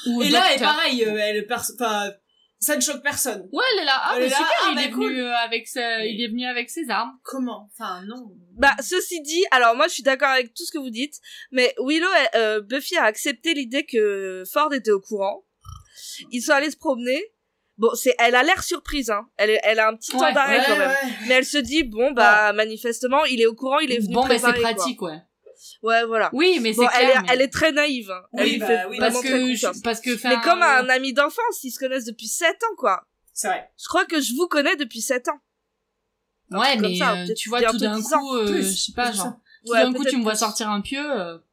Speaker 3: ou au
Speaker 4: Et là, et
Speaker 3: docteur.
Speaker 4: pareil, euh, elle, perso- enfin, ça ne choque personne.
Speaker 3: Ouais, elle est là. Ah,
Speaker 4: Elle
Speaker 3: mais
Speaker 4: est là,
Speaker 3: super,
Speaker 4: ah,
Speaker 3: il,
Speaker 4: bah,
Speaker 3: est
Speaker 4: cool.
Speaker 3: venu, euh, avec sa- il est venu avec ses armes.
Speaker 4: Comment Enfin, non.
Speaker 2: Bah, ceci dit, alors moi je suis d'accord avec tout ce que vous dites, mais Willow, euh, Buffy a accepté l'idée que Ford était au courant. Ils sont allés se promener. Bon, c'est, elle a l'air surprise, hein. Elle, est- elle a un petit temps
Speaker 3: Ouais, Ah.
Speaker 2: d'arrêt
Speaker 4: ouais,
Speaker 2: quand même.
Speaker 4: ouais.
Speaker 2: Mais elle se dit, bon, bah, manifestement, il est au courant, il est venu
Speaker 3: bon, bah, c'est
Speaker 2: préparer, quoi.
Speaker 3: pratique, ouais.
Speaker 2: Ouais, voilà.
Speaker 3: Oui, mais
Speaker 2: Bon,
Speaker 3: c'est
Speaker 2: elle,
Speaker 3: clair.
Speaker 2: est,
Speaker 3: mais-
Speaker 2: elle est très naïve. hein.
Speaker 4: Oui,
Speaker 2: elle lui
Speaker 4: bah
Speaker 2: fait
Speaker 4: oui,
Speaker 2: vraiment
Speaker 3: parce
Speaker 2: très
Speaker 3: que,
Speaker 2: confiance.
Speaker 3: je- parce que,
Speaker 2: Mais
Speaker 3: enfin,
Speaker 2: comme un ami d'enfance, ils se connaissent depuis 7 ans, quoi.
Speaker 4: C'est vrai.
Speaker 2: Je crois que je vous connais depuis 7 ans.
Speaker 3: Ouais,
Speaker 2: comme
Speaker 3: mais
Speaker 2: ça,
Speaker 3: euh,
Speaker 2: peut-être
Speaker 3: tu vois,
Speaker 2: bientôt
Speaker 3: tout d'un
Speaker 2: 10 ans,
Speaker 3: coup, euh,
Speaker 4: plus,
Speaker 3: je sais pas,
Speaker 4: plus
Speaker 3: genre,
Speaker 4: ça.
Speaker 3: tout
Speaker 2: Ouais,
Speaker 3: d'un coup,
Speaker 2: peut-être
Speaker 3: tu me vois
Speaker 2: plus.
Speaker 3: sortir un pieu. euh, oh,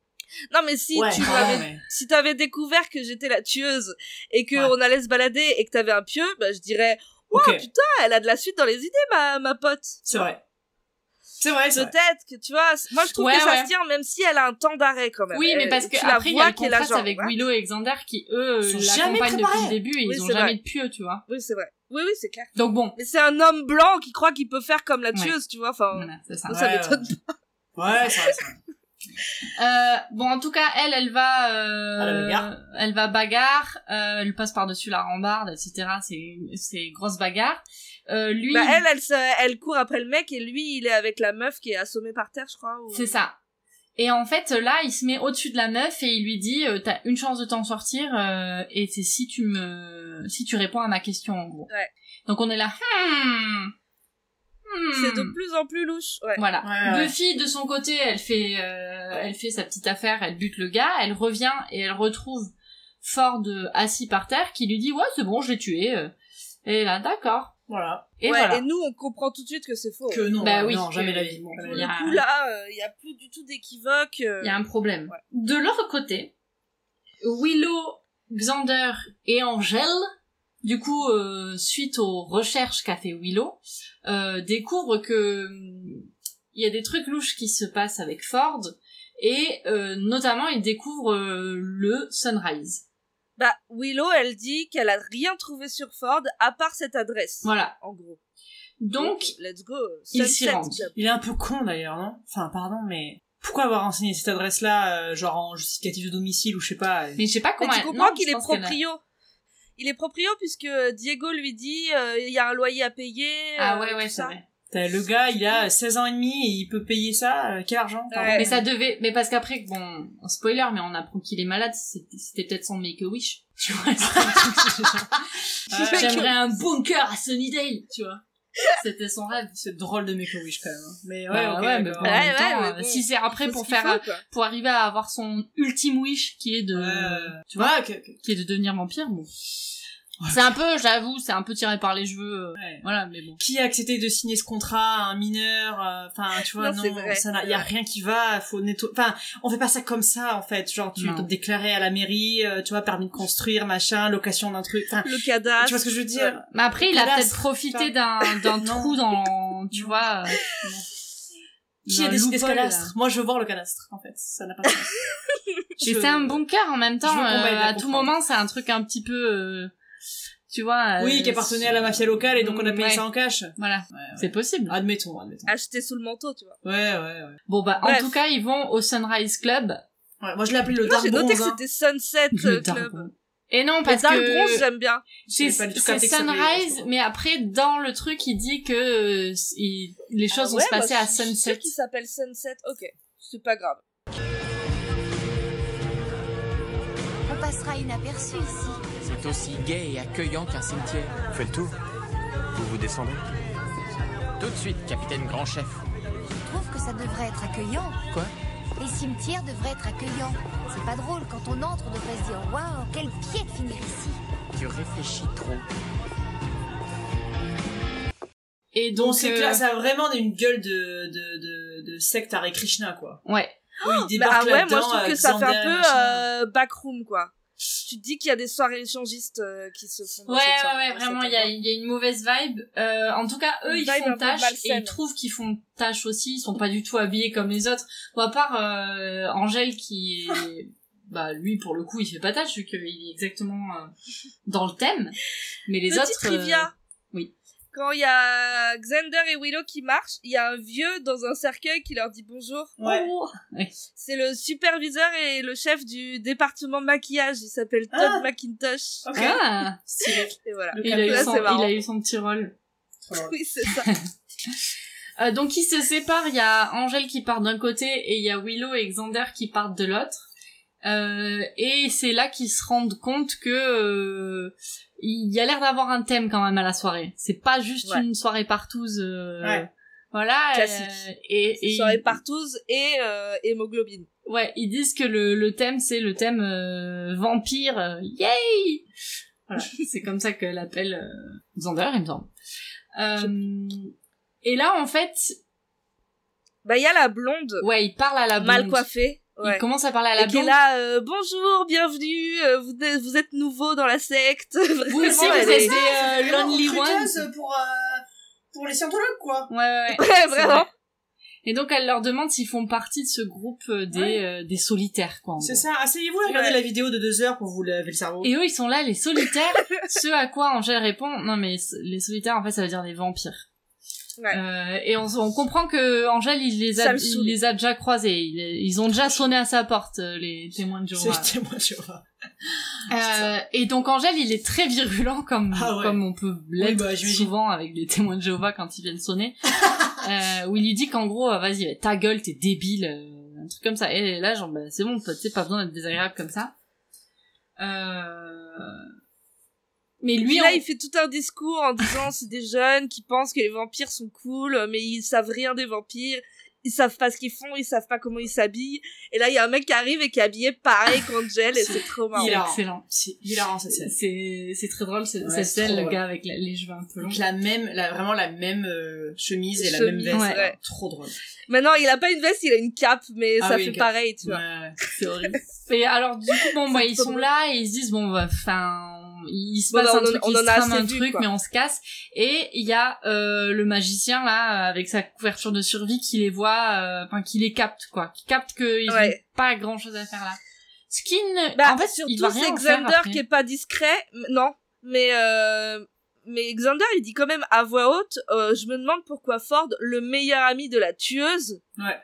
Speaker 2: Non, mais si
Speaker 4: Ouais,
Speaker 2: tu
Speaker 4: pardon,
Speaker 2: m'avais
Speaker 4: mais-
Speaker 2: si t'avais découvert que j'étais la tueuse et que
Speaker 3: Ouais.
Speaker 2: on allait se balader et que t'avais un pieu, bah, je dirais
Speaker 4: Ok,
Speaker 2: Oh, putain, elle a de la suite dans les idées, ma, ma pote.
Speaker 4: c'est vrai. C'est vrai, c'est vrai.
Speaker 2: Peut-être que tu vois. c- Moi, je trouve
Speaker 3: Ouais,
Speaker 2: que ça
Speaker 3: ouais.
Speaker 2: se tient, même si elle a un temps d'arrêt quand même.
Speaker 3: Oui, mais
Speaker 2: Elle-
Speaker 3: parce que
Speaker 2: bah, euh, tu la
Speaker 3: après, il y
Speaker 2: vois
Speaker 3: a le
Speaker 2: qu'elle a
Speaker 3: contraste
Speaker 2: genre,
Speaker 3: avec
Speaker 2: ouais.
Speaker 3: Willow et Xander qui, eux,
Speaker 4: Ils sont jamais
Speaker 3: l'accompagnent depuis
Speaker 4: préparés.
Speaker 3: le début et
Speaker 2: Oui,
Speaker 3: ils ont
Speaker 2: c'est
Speaker 3: jamais
Speaker 2: vrai.
Speaker 3: de pieux, tu vois.
Speaker 2: Oui, c'est vrai. Oui, oui, c'est clair.
Speaker 3: Donc bon,
Speaker 2: Mais c'est un homme blanc qui croit qu'il peut faire comme la
Speaker 3: Ouais.
Speaker 2: tueuse, tu vois. Enfin,
Speaker 3: voilà, c'est ça.
Speaker 2: moi, ça
Speaker 4: Ouais,
Speaker 2: m'étonne.
Speaker 4: Ouais, c'est vrai. c'est vrai.
Speaker 3: Euh, bon, en tout cas, elle, elle va, euh,
Speaker 4: À la bagarre.
Speaker 3: elle va bagarre. euh, elle passe par-dessus la rambarde, etc. C'est, c'est grosse bagarre. Euh, lui,
Speaker 2: Bah, elle, elle, se- elle court après le mec et lui, il est avec la meuf qui est assommée par terre, je crois. ou-
Speaker 3: c'est ça. Et en fait, là, il se met au-dessus de la meuf et il lui dit, euh, t'as une chance de t'en sortir euh, et c'est si tu me, si tu réponds à ma question, en gros.
Speaker 2: Ouais.
Speaker 3: Donc on est là. Hmm. Hmm.
Speaker 2: C'est de plus en plus louche. Ouais.
Speaker 3: Voilà.
Speaker 4: Ouais, ouais.
Speaker 3: Buffy, de son côté, elle fait, euh, elle fait sa petite affaire, elle bute le gars, elle revient et elle retrouve Ford euh, assis par terre qui lui dit ouais c'est bon je l'ai tué euh. et là d'accord
Speaker 4: Voilà.
Speaker 3: et
Speaker 2: Ouais,
Speaker 3: voilà
Speaker 2: et nous, on comprend tout de suite que c'est faux.
Speaker 4: Que non,
Speaker 3: Bah
Speaker 4: euh,
Speaker 3: oui,
Speaker 4: non, jamais
Speaker 3: que-
Speaker 4: la vie.
Speaker 3: bon,
Speaker 4: Jamais
Speaker 3: il
Speaker 4: la
Speaker 3: y
Speaker 4: vie.
Speaker 3: a-
Speaker 2: Du coup, là, il n'y a plus du tout d'équivoque. euh,
Speaker 3: il y a un problème
Speaker 2: Ouais.
Speaker 3: de l'autre côté Willow Xander et Angel du coup euh, suite aux recherches qu'a fait Willow euh, découvrent que hum, il y a des trucs louches qui se passent avec Ford et euh, notamment ils découvrent euh, le sunrise
Speaker 2: Bah, Willow, elle dit qu'elle a rien trouvé sur Ford à part cette adresse.
Speaker 3: Voilà.
Speaker 2: En gros.
Speaker 3: Donc,
Speaker 2: let's go.
Speaker 3: ils s'y
Speaker 2: Sunset
Speaker 3: rendent.
Speaker 2: Club.
Speaker 4: Il est un peu con d'ailleurs, non Enfin, pardon, mais pourquoi avoir renseigné cette adresse-là, euh, genre en justificatif de domicile ou je sais pas euh,
Speaker 3: mais je sais pas
Speaker 2: Mais
Speaker 3: comment.
Speaker 2: tu
Speaker 3: elle-
Speaker 2: comprends
Speaker 3: non,
Speaker 2: qu'il
Speaker 3: je
Speaker 2: est
Speaker 3: pense qu'elle a-
Speaker 2: proprio. Il est proprio puisque Diego lui dit euh, il y a un loyer à payer.
Speaker 3: Ah
Speaker 2: euh,
Speaker 3: ouais,
Speaker 2: tout
Speaker 3: ouais, c'est
Speaker 2: ça.
Speaker 3: vrai.
Speaker 4: T'as le gars, il a 16 ans et demi et il peut payer ça euh, Quel argent pardon.
Speaker 2: Ouais.
Speaker 3: Mais ça devait. Mais parce qu'après, bon, spoiler, mais on apprend qu'il est malade. C'était c'était peut-être son make-a-wish. Tu vois. c'était un truc que
Speaker 4: Ah,
Speaker 3: j'ai- J'aimerais un bunker à Sunnydale, tu vois. C'était son rêve.
Speaker 4: C'est drôle de make a wish quand même. hein. Mais ouais,
Speaker 3: Bah
Speaker 4: ok,
Speaker 3: ouais, mais
Speaker 4: d'accord.
Speaker 3: bon, en
Speaker 2: Ouais,
Speaker 3: même
Speaker 2: ouais,
Speaker 3: temps,
Speaker 2: mais
Speaker 3: euh,
Speaker 2: bon,
Speaker 3: si c'est
Speaker 2: Faut
Speaker 3: après
Speaker 2: ce
Speaker 3: pour
Speaker 2: qu'il
Speaker 3: faire,
Speaker 2: faut, quoi.
Speaker 3: pour arriver à avoir son ultime wish qui est de,
Speaker 4: Ouais.
Speaker 3: tu vois,
Speaker 4: Ouais, ok, ok.
Speaker 3: qui est de devenir vampire, bon. C'est un peu, j'avoue, c'est un peu tiré par les cheveux. euh,
Speaker 4: Ouais.
Speaker 3: Voilà, mais bon.
Speaker 4: Qui a accepté de signer ce contrat à un mineur euh, Enfin, tu vois,
Speaker 2: Non,
Speaker 4: non,
Speaker 2: c'est vrai,
Speaker 4: ça n'a-
Speaker 2: c'est
Speaker 4: y a
Speaker 2: vrai.
Speaker 4: rien qui va. Faut netto... Enfin, on fait pas ça comme ça en fait. Genre, tu
Speaker 3: Non.
Speaker 4: dois te déclarer à la mairie, euh, tu vois, permis de construire, machin, location d'un truc. Enfin,
Speaker 2: Le
Speaker 4: tu
Speaker 2: cadastre. euh,
Speaker 4: vois ce que je veux dire
Speaker 3: Mais après, il a
Speaker 4: Cadastre,
Speaker 3: peut-être profité
Speaker 4: tu
Speaker 3: d'un d'un
Speaker 4: Non.
Speaker 3: trou dans, tu
Speaker 4: Non.
Speaker 3: vois. euh,
Speaker 4: Qui a
Speaker 3: Dans
Speaker 4: décidé ce
Speaker 3: loophole,
Speaker 4: cadastre Moi, je veux voir le cadastre. En fait, ça n'a pas de sens.
Speaker 3: Mais
Speaker 4: Je-
Speaker 3: c'est un bunker en même temps.
Speaker 4: je veux qu'on
Speaker 3: euh,
Speaker 4: m'aide à
Speaker 3: à tout
Speaker 4: comprendre.
Speaker 3: moment, c'est un truc un petit peu, euh, tu vois. euh,
Speaker 4: Oui, qui appartenait à la mafia locale et donc on a payé
Speaker 3: Ouais.
Speaker 4: ça en cash.
Speaker 3: Voilà, c'est possible.
Speaker 4: Admettons, admettons.
Speaker 2: Acheté sous le manteau, tu vois.
Speaker 4: Ouais, ouais, ouais.
Speaker 3: Bon bah,
Speaker 2: Bref.
Speaker 3: en tout cas, ils vont au Sunrise Club.
Speaker 4: Ouais, moi, je l'appelais le
Speaker 2: Moi,
Speaker 4: Dark
Speaker 2: j'ai noté
Speaker 4: Bronze,
Speaker 2: que
Speaker 4: hein.
Speaker 2: c'était Sunset
Speaker 3: Le
Speaker 2: euh, Club.
Speaker 3: Darbon. Et non,
Speaker 2: Mais
Speaker 3: parce
Speaker 2: Dark
Speaker 3: que
Speaker 2: Bronze, j'aime bien.
Speaker 3: c'est
Speaker 4: J'avais pas du tout
Speaker 3: c'est
Speaker 4: capté que ça s'appelait-
Speaker 3: Sunrise, mais après dans le truc, il dit que euh, il- les
Speaker 4: Ah
Speaker 3: choses vont
Speaker 2: Ah Ouais,
Speaker 4: bah,
Speaker 3: se passer
Speaker 2: moi,
Speaker 3: à
Speaker 2: je suis sûre
Speaker 3: Sunset.
Speaker 2: qu'il s'appelle Sunset. Ok, c'est pas grave.
Speaker 5: On passera inaperçu ici.
Speaker 7: C'est aussi gai et accueillant qu'un cimetière.
Speaker 6: Fais le tour. Vous vous descendez
Speaker 7: Tout de suite, capitaine grand chef.
Speaker 5: Je trouve que ça devrait être accueillant.
Speaker 7: Quoi
Speaker 5: Les cimetières devraient être accueillants. C'est pas drôle, quand on entre, on devrait se dire Waouh, quel pied de finir ici.
Speaker 7: Tu réfléchis trop.
Speaker 3: Et
Speaker 4: Donc
Speaker 3: donc,
Speaker 4: c'est
Speaker 3: euh,
Speaker 4: clair, ça a vraiment une gueule de, de, de, de secte Hare Krishna quoi.
Speaker 3: ouais.
Speaker 4: Où il
Speaker 2: Bah, ah
Speaker 4: débarque
Speaker 2: ouais, moi
Speaker 4: là-dedans, euh,
Speaker 2: je trouve que
Speaker 4: avec
Speaker 2: ça fait un
Speaker 4: Xander et
Speaker 2: peu
Speaker 4: machin.
Speaker 2: euh, backroom quoi. Tu te dis qu'il y a des soirées échangistes euh, qui se font. dans
Speaker 3: Ouais, ouais,
Speaker 2: cette soirée-
Speaker 3: ouais,
Speaker 2: dans
Speaker 3: vraiment,
Speaker 2: cette
Speaker 3: il y a,
Speaker 2: ambiance.
Speaker 3: il y a une mauvaise vibe. Euh, en tout cas, eux,
Speaker 2: Une
Speaker 3: ils
Speaker 2: vibe un
Speaker 3: font
Speaker 2: peu
Speaker 3: tâche et
Speaker 2: malsaine.
Speaker 3: ils trouvent qu'ils font tâche aussi. Ils sont pas du tout habillés comme les autres. Bon, à part euh, Angèle qui est... bah, lui, pour le coup, il fait pas tâche vu qu'il est exactement euh, dans le thème. Mais les
Speaker 2: Petite
Speaker 3: autres... euh,
Speaker 2: trivia.
Speaker 3: oui.
Speaker 2: Quand il y a Xander et Willow qui marchent, il y a un vieux dans un cercueil qui leur dit bonjour.
Speaker 4: Ouais.
Speaker 3: Oh. Ouais.
Speaker 2: C'est le superviseur et le chef du département maquillage. Il s'appelle Todd
Speaker 4: Ah.
Speaker 2: McIntosh.
Speaker 4: Ok.
Speaker 3: Ah.
Speaker 2: Et voilà.
Speaker 4: Le
Speaker 3: il, a eu
Speaker 2: Là,
Speaker 3: son,
Speaker 2: c'est marrant.
Speaker 3: il a eu son petit rôle.
Speaker 2: Oui, c'est ça.
Speaker 3: Euh, donc ils se séparent, il y a Angèle qui part d'un côté et il y a Willow et Xander qui partent de l'autre. Euh, et c'est là qu'ils se rendent compte que euh, il y a l'air d'avoir un thème quand même à la soirée. C'est pas juste
Speaker 2: Ouais.
Speaker 3: une soirée partouze. euh,
Speaker 4: Ouais.
Speaker 3: Voilà.
Speaker 2: Classique.
Speaker 3: euh, et, et
Speaker 2: Soirée partouze et euh, hémoglobine.
Speaker 3: ouais, ils disent que le, le thème c'est le thème euh, vampire. euh, Yay Voilà, c'est comme ça que l'appelle euh, Xander, il me semble. Euh, et là, en fait,
Speaker 2: Bah, il y a la blonde,
Speaker 3: ouais, il parle à la
Speaker 2: mal
Speaker 3: blonde.
Speaker 2: coiffée. Ouais.
Speaker 3: Il commence à parler à la
Speaker 2: et qui est
Speaker 3: blonde.
Speaker 2: là, euh, bonjour, bienvenue, euh, vous, êtes- vous êtes nouveau dans la secte.
Speaker 3: Vous aussi,
Speaker 2: Vraiment, elle
Speaker 3: vous
Speaker 2: est-
Speaker 3: êtes des euh,
Speaker 4: Vraiment
Speaker 3: lonely
Speaker 4: recruteuse
Speaker 3: ones.
Speaker 4: pour, euh, pour les scientologues, quoi.
Speaker 3: Ouais, ouais, ouais.
Speaker 2: Ouais,
Speaker 3: C'est
Speaker 2: vraiment.
Speaker 3: vrai. Et donc elle leur demande s'ils font partie de ce groupe euh, des,
Speaker 4: Ouais.
Speaker 3: euh, des solitaires, quoi. en
Speaker 4: C'est
Speaker 3: gros.
Speaker 4: ça, asseyez-vous et regardez
Speaker 2: Ouais.
Speaker 4: la vidéo de deux heures pour vous laver le cerveau.
Speaker 3: Et eux, ils sont là, les solitaires. ce à quoi Angèle répond, non mais c- les solitaires, en fait, ça veut dire les vampires.
Speaker 2: Ouais.
Speaker 3: Euh, et on, s- on comprend que Angèle, il les
Speaker 2: Ça
Speaker 3: a,
Speaker 2: le
Speaker 3: il
Speaker 2: saoule.
Speaker 3: les a déjà croisés. Il- ils ont déjà sonné à sa porte, euh, les témoins de
Speaker 4: C'est
Speaker 3: Jéhovah.
Speaker 4: le témoin de Jéhovah.
Speaker 3: Euh, et donc Angèle, il est très virulent comme
Speaker 4: Ah ouais.
Speaker 3: comme on peut l'être
Speaker 4: Oui, bah, j'imagine.
Speaker 3: souvent avec des témoins de Jéhovah quand ils viennent sonner, euh, où il lui dit qu'en gros, euh, vas-y, ta gueule, t'es débile, euh, un truc comme ça. Et là, genre, bah, c'est bon, pote, t'sais, pas besoin d'être désagréable comme ça. Euh... Mais
Speaker 2: Lui,
Speaker 3: lui,
Speaker 2: là,
Speaker 3: en-
Speaker 2: il fait tout un discours en disant c'est des jeunes qui pensent que les vampires sont cool, mais ils savent rien des vampires. Ils savent pas ce qu'ils font, ils savent pas comment ils s'habillent. Et là, il y a un mec qui arrive et qui est habillé pareil qu'Angel et c'est trop marrant.
Speaker 3: il est
Speaker 4: hilarant.
Speaker 3: excellent.
Speaker 4: C'est hilarant cette scène.
Speaker 3: C'est c'est très drôle c'est-
Speaker 4: Ouais,
Speaker 3: cette scène,
Speaker 4: c'est trop
Speaker 3: le
Speaker 4: drôle.
Speaker 3: gars avec la- les cheveux un peu longs.
Speaker 4: Donc la même, la, vraiment la même euh, chemise et la
Speaker 2: Chemise,
Speaker 4: même veste.
Speaker 2: ouais.
Speaker 4: Trop drôle.
Speaker 2: Maintenant, il a pas une veste, il a une cape, mais
Speaker 4: Ah
Speaker 2: ça
Speaker 4: oui,
Speaker 2: fait
Speaker 4: une cape.
Speaker 2: pareil, tu vois.
Speaker 4: Ouais.
Speaker 3: C'est horrible. Et alors, du coup, bon, bah, ils
Speaker 2: trop
Speaker 3: sont
Speaker 2: drôle.
Speaker 3: là et ils se disent, bon, bah, enfin, il se
Speaker 2: Bon,
Speaker 3: passe
Speaker 2: bah,
Speaker 3: un
Speaker 2: on en-
Speaker 3: truc,
Speaker 2: on
Speaker 3: il
Speaker 2: en
Speaker 3: se
Speaker 2: a
Speaker 3: trame
Speaker 2: assez
Speaker 3: un
Speaker 2: vu,
Speaker 3: truc,
Speaker 2: quoi.
Speaker 3: mais on se casse. Et il y a euh, le magicien, là, avec sa couverture de survie, qui les voit, euh, enfin, qui les capte, quoi. Qui capte qu'ils
Speaker 2: Ouais.
Speaker 3: ont pas grand-chose à faire là. Skin,
Speaker 2: Bah,
Speaker 3: en fait,
Speaker 2: surtout,
Speaker 3: il va rien
Speaker 2: c'est
Speaker 3: en faire
Speaker 2: Xander
Speaker 3: après.
Speaker 2: qui est pas discret. M- Non, mais euh, mais Xander, il dit quand même à voix haute. euh, je me demande pourquoi Ford, le meilleur ami de la tueuse,
Speaker 4: Ouais.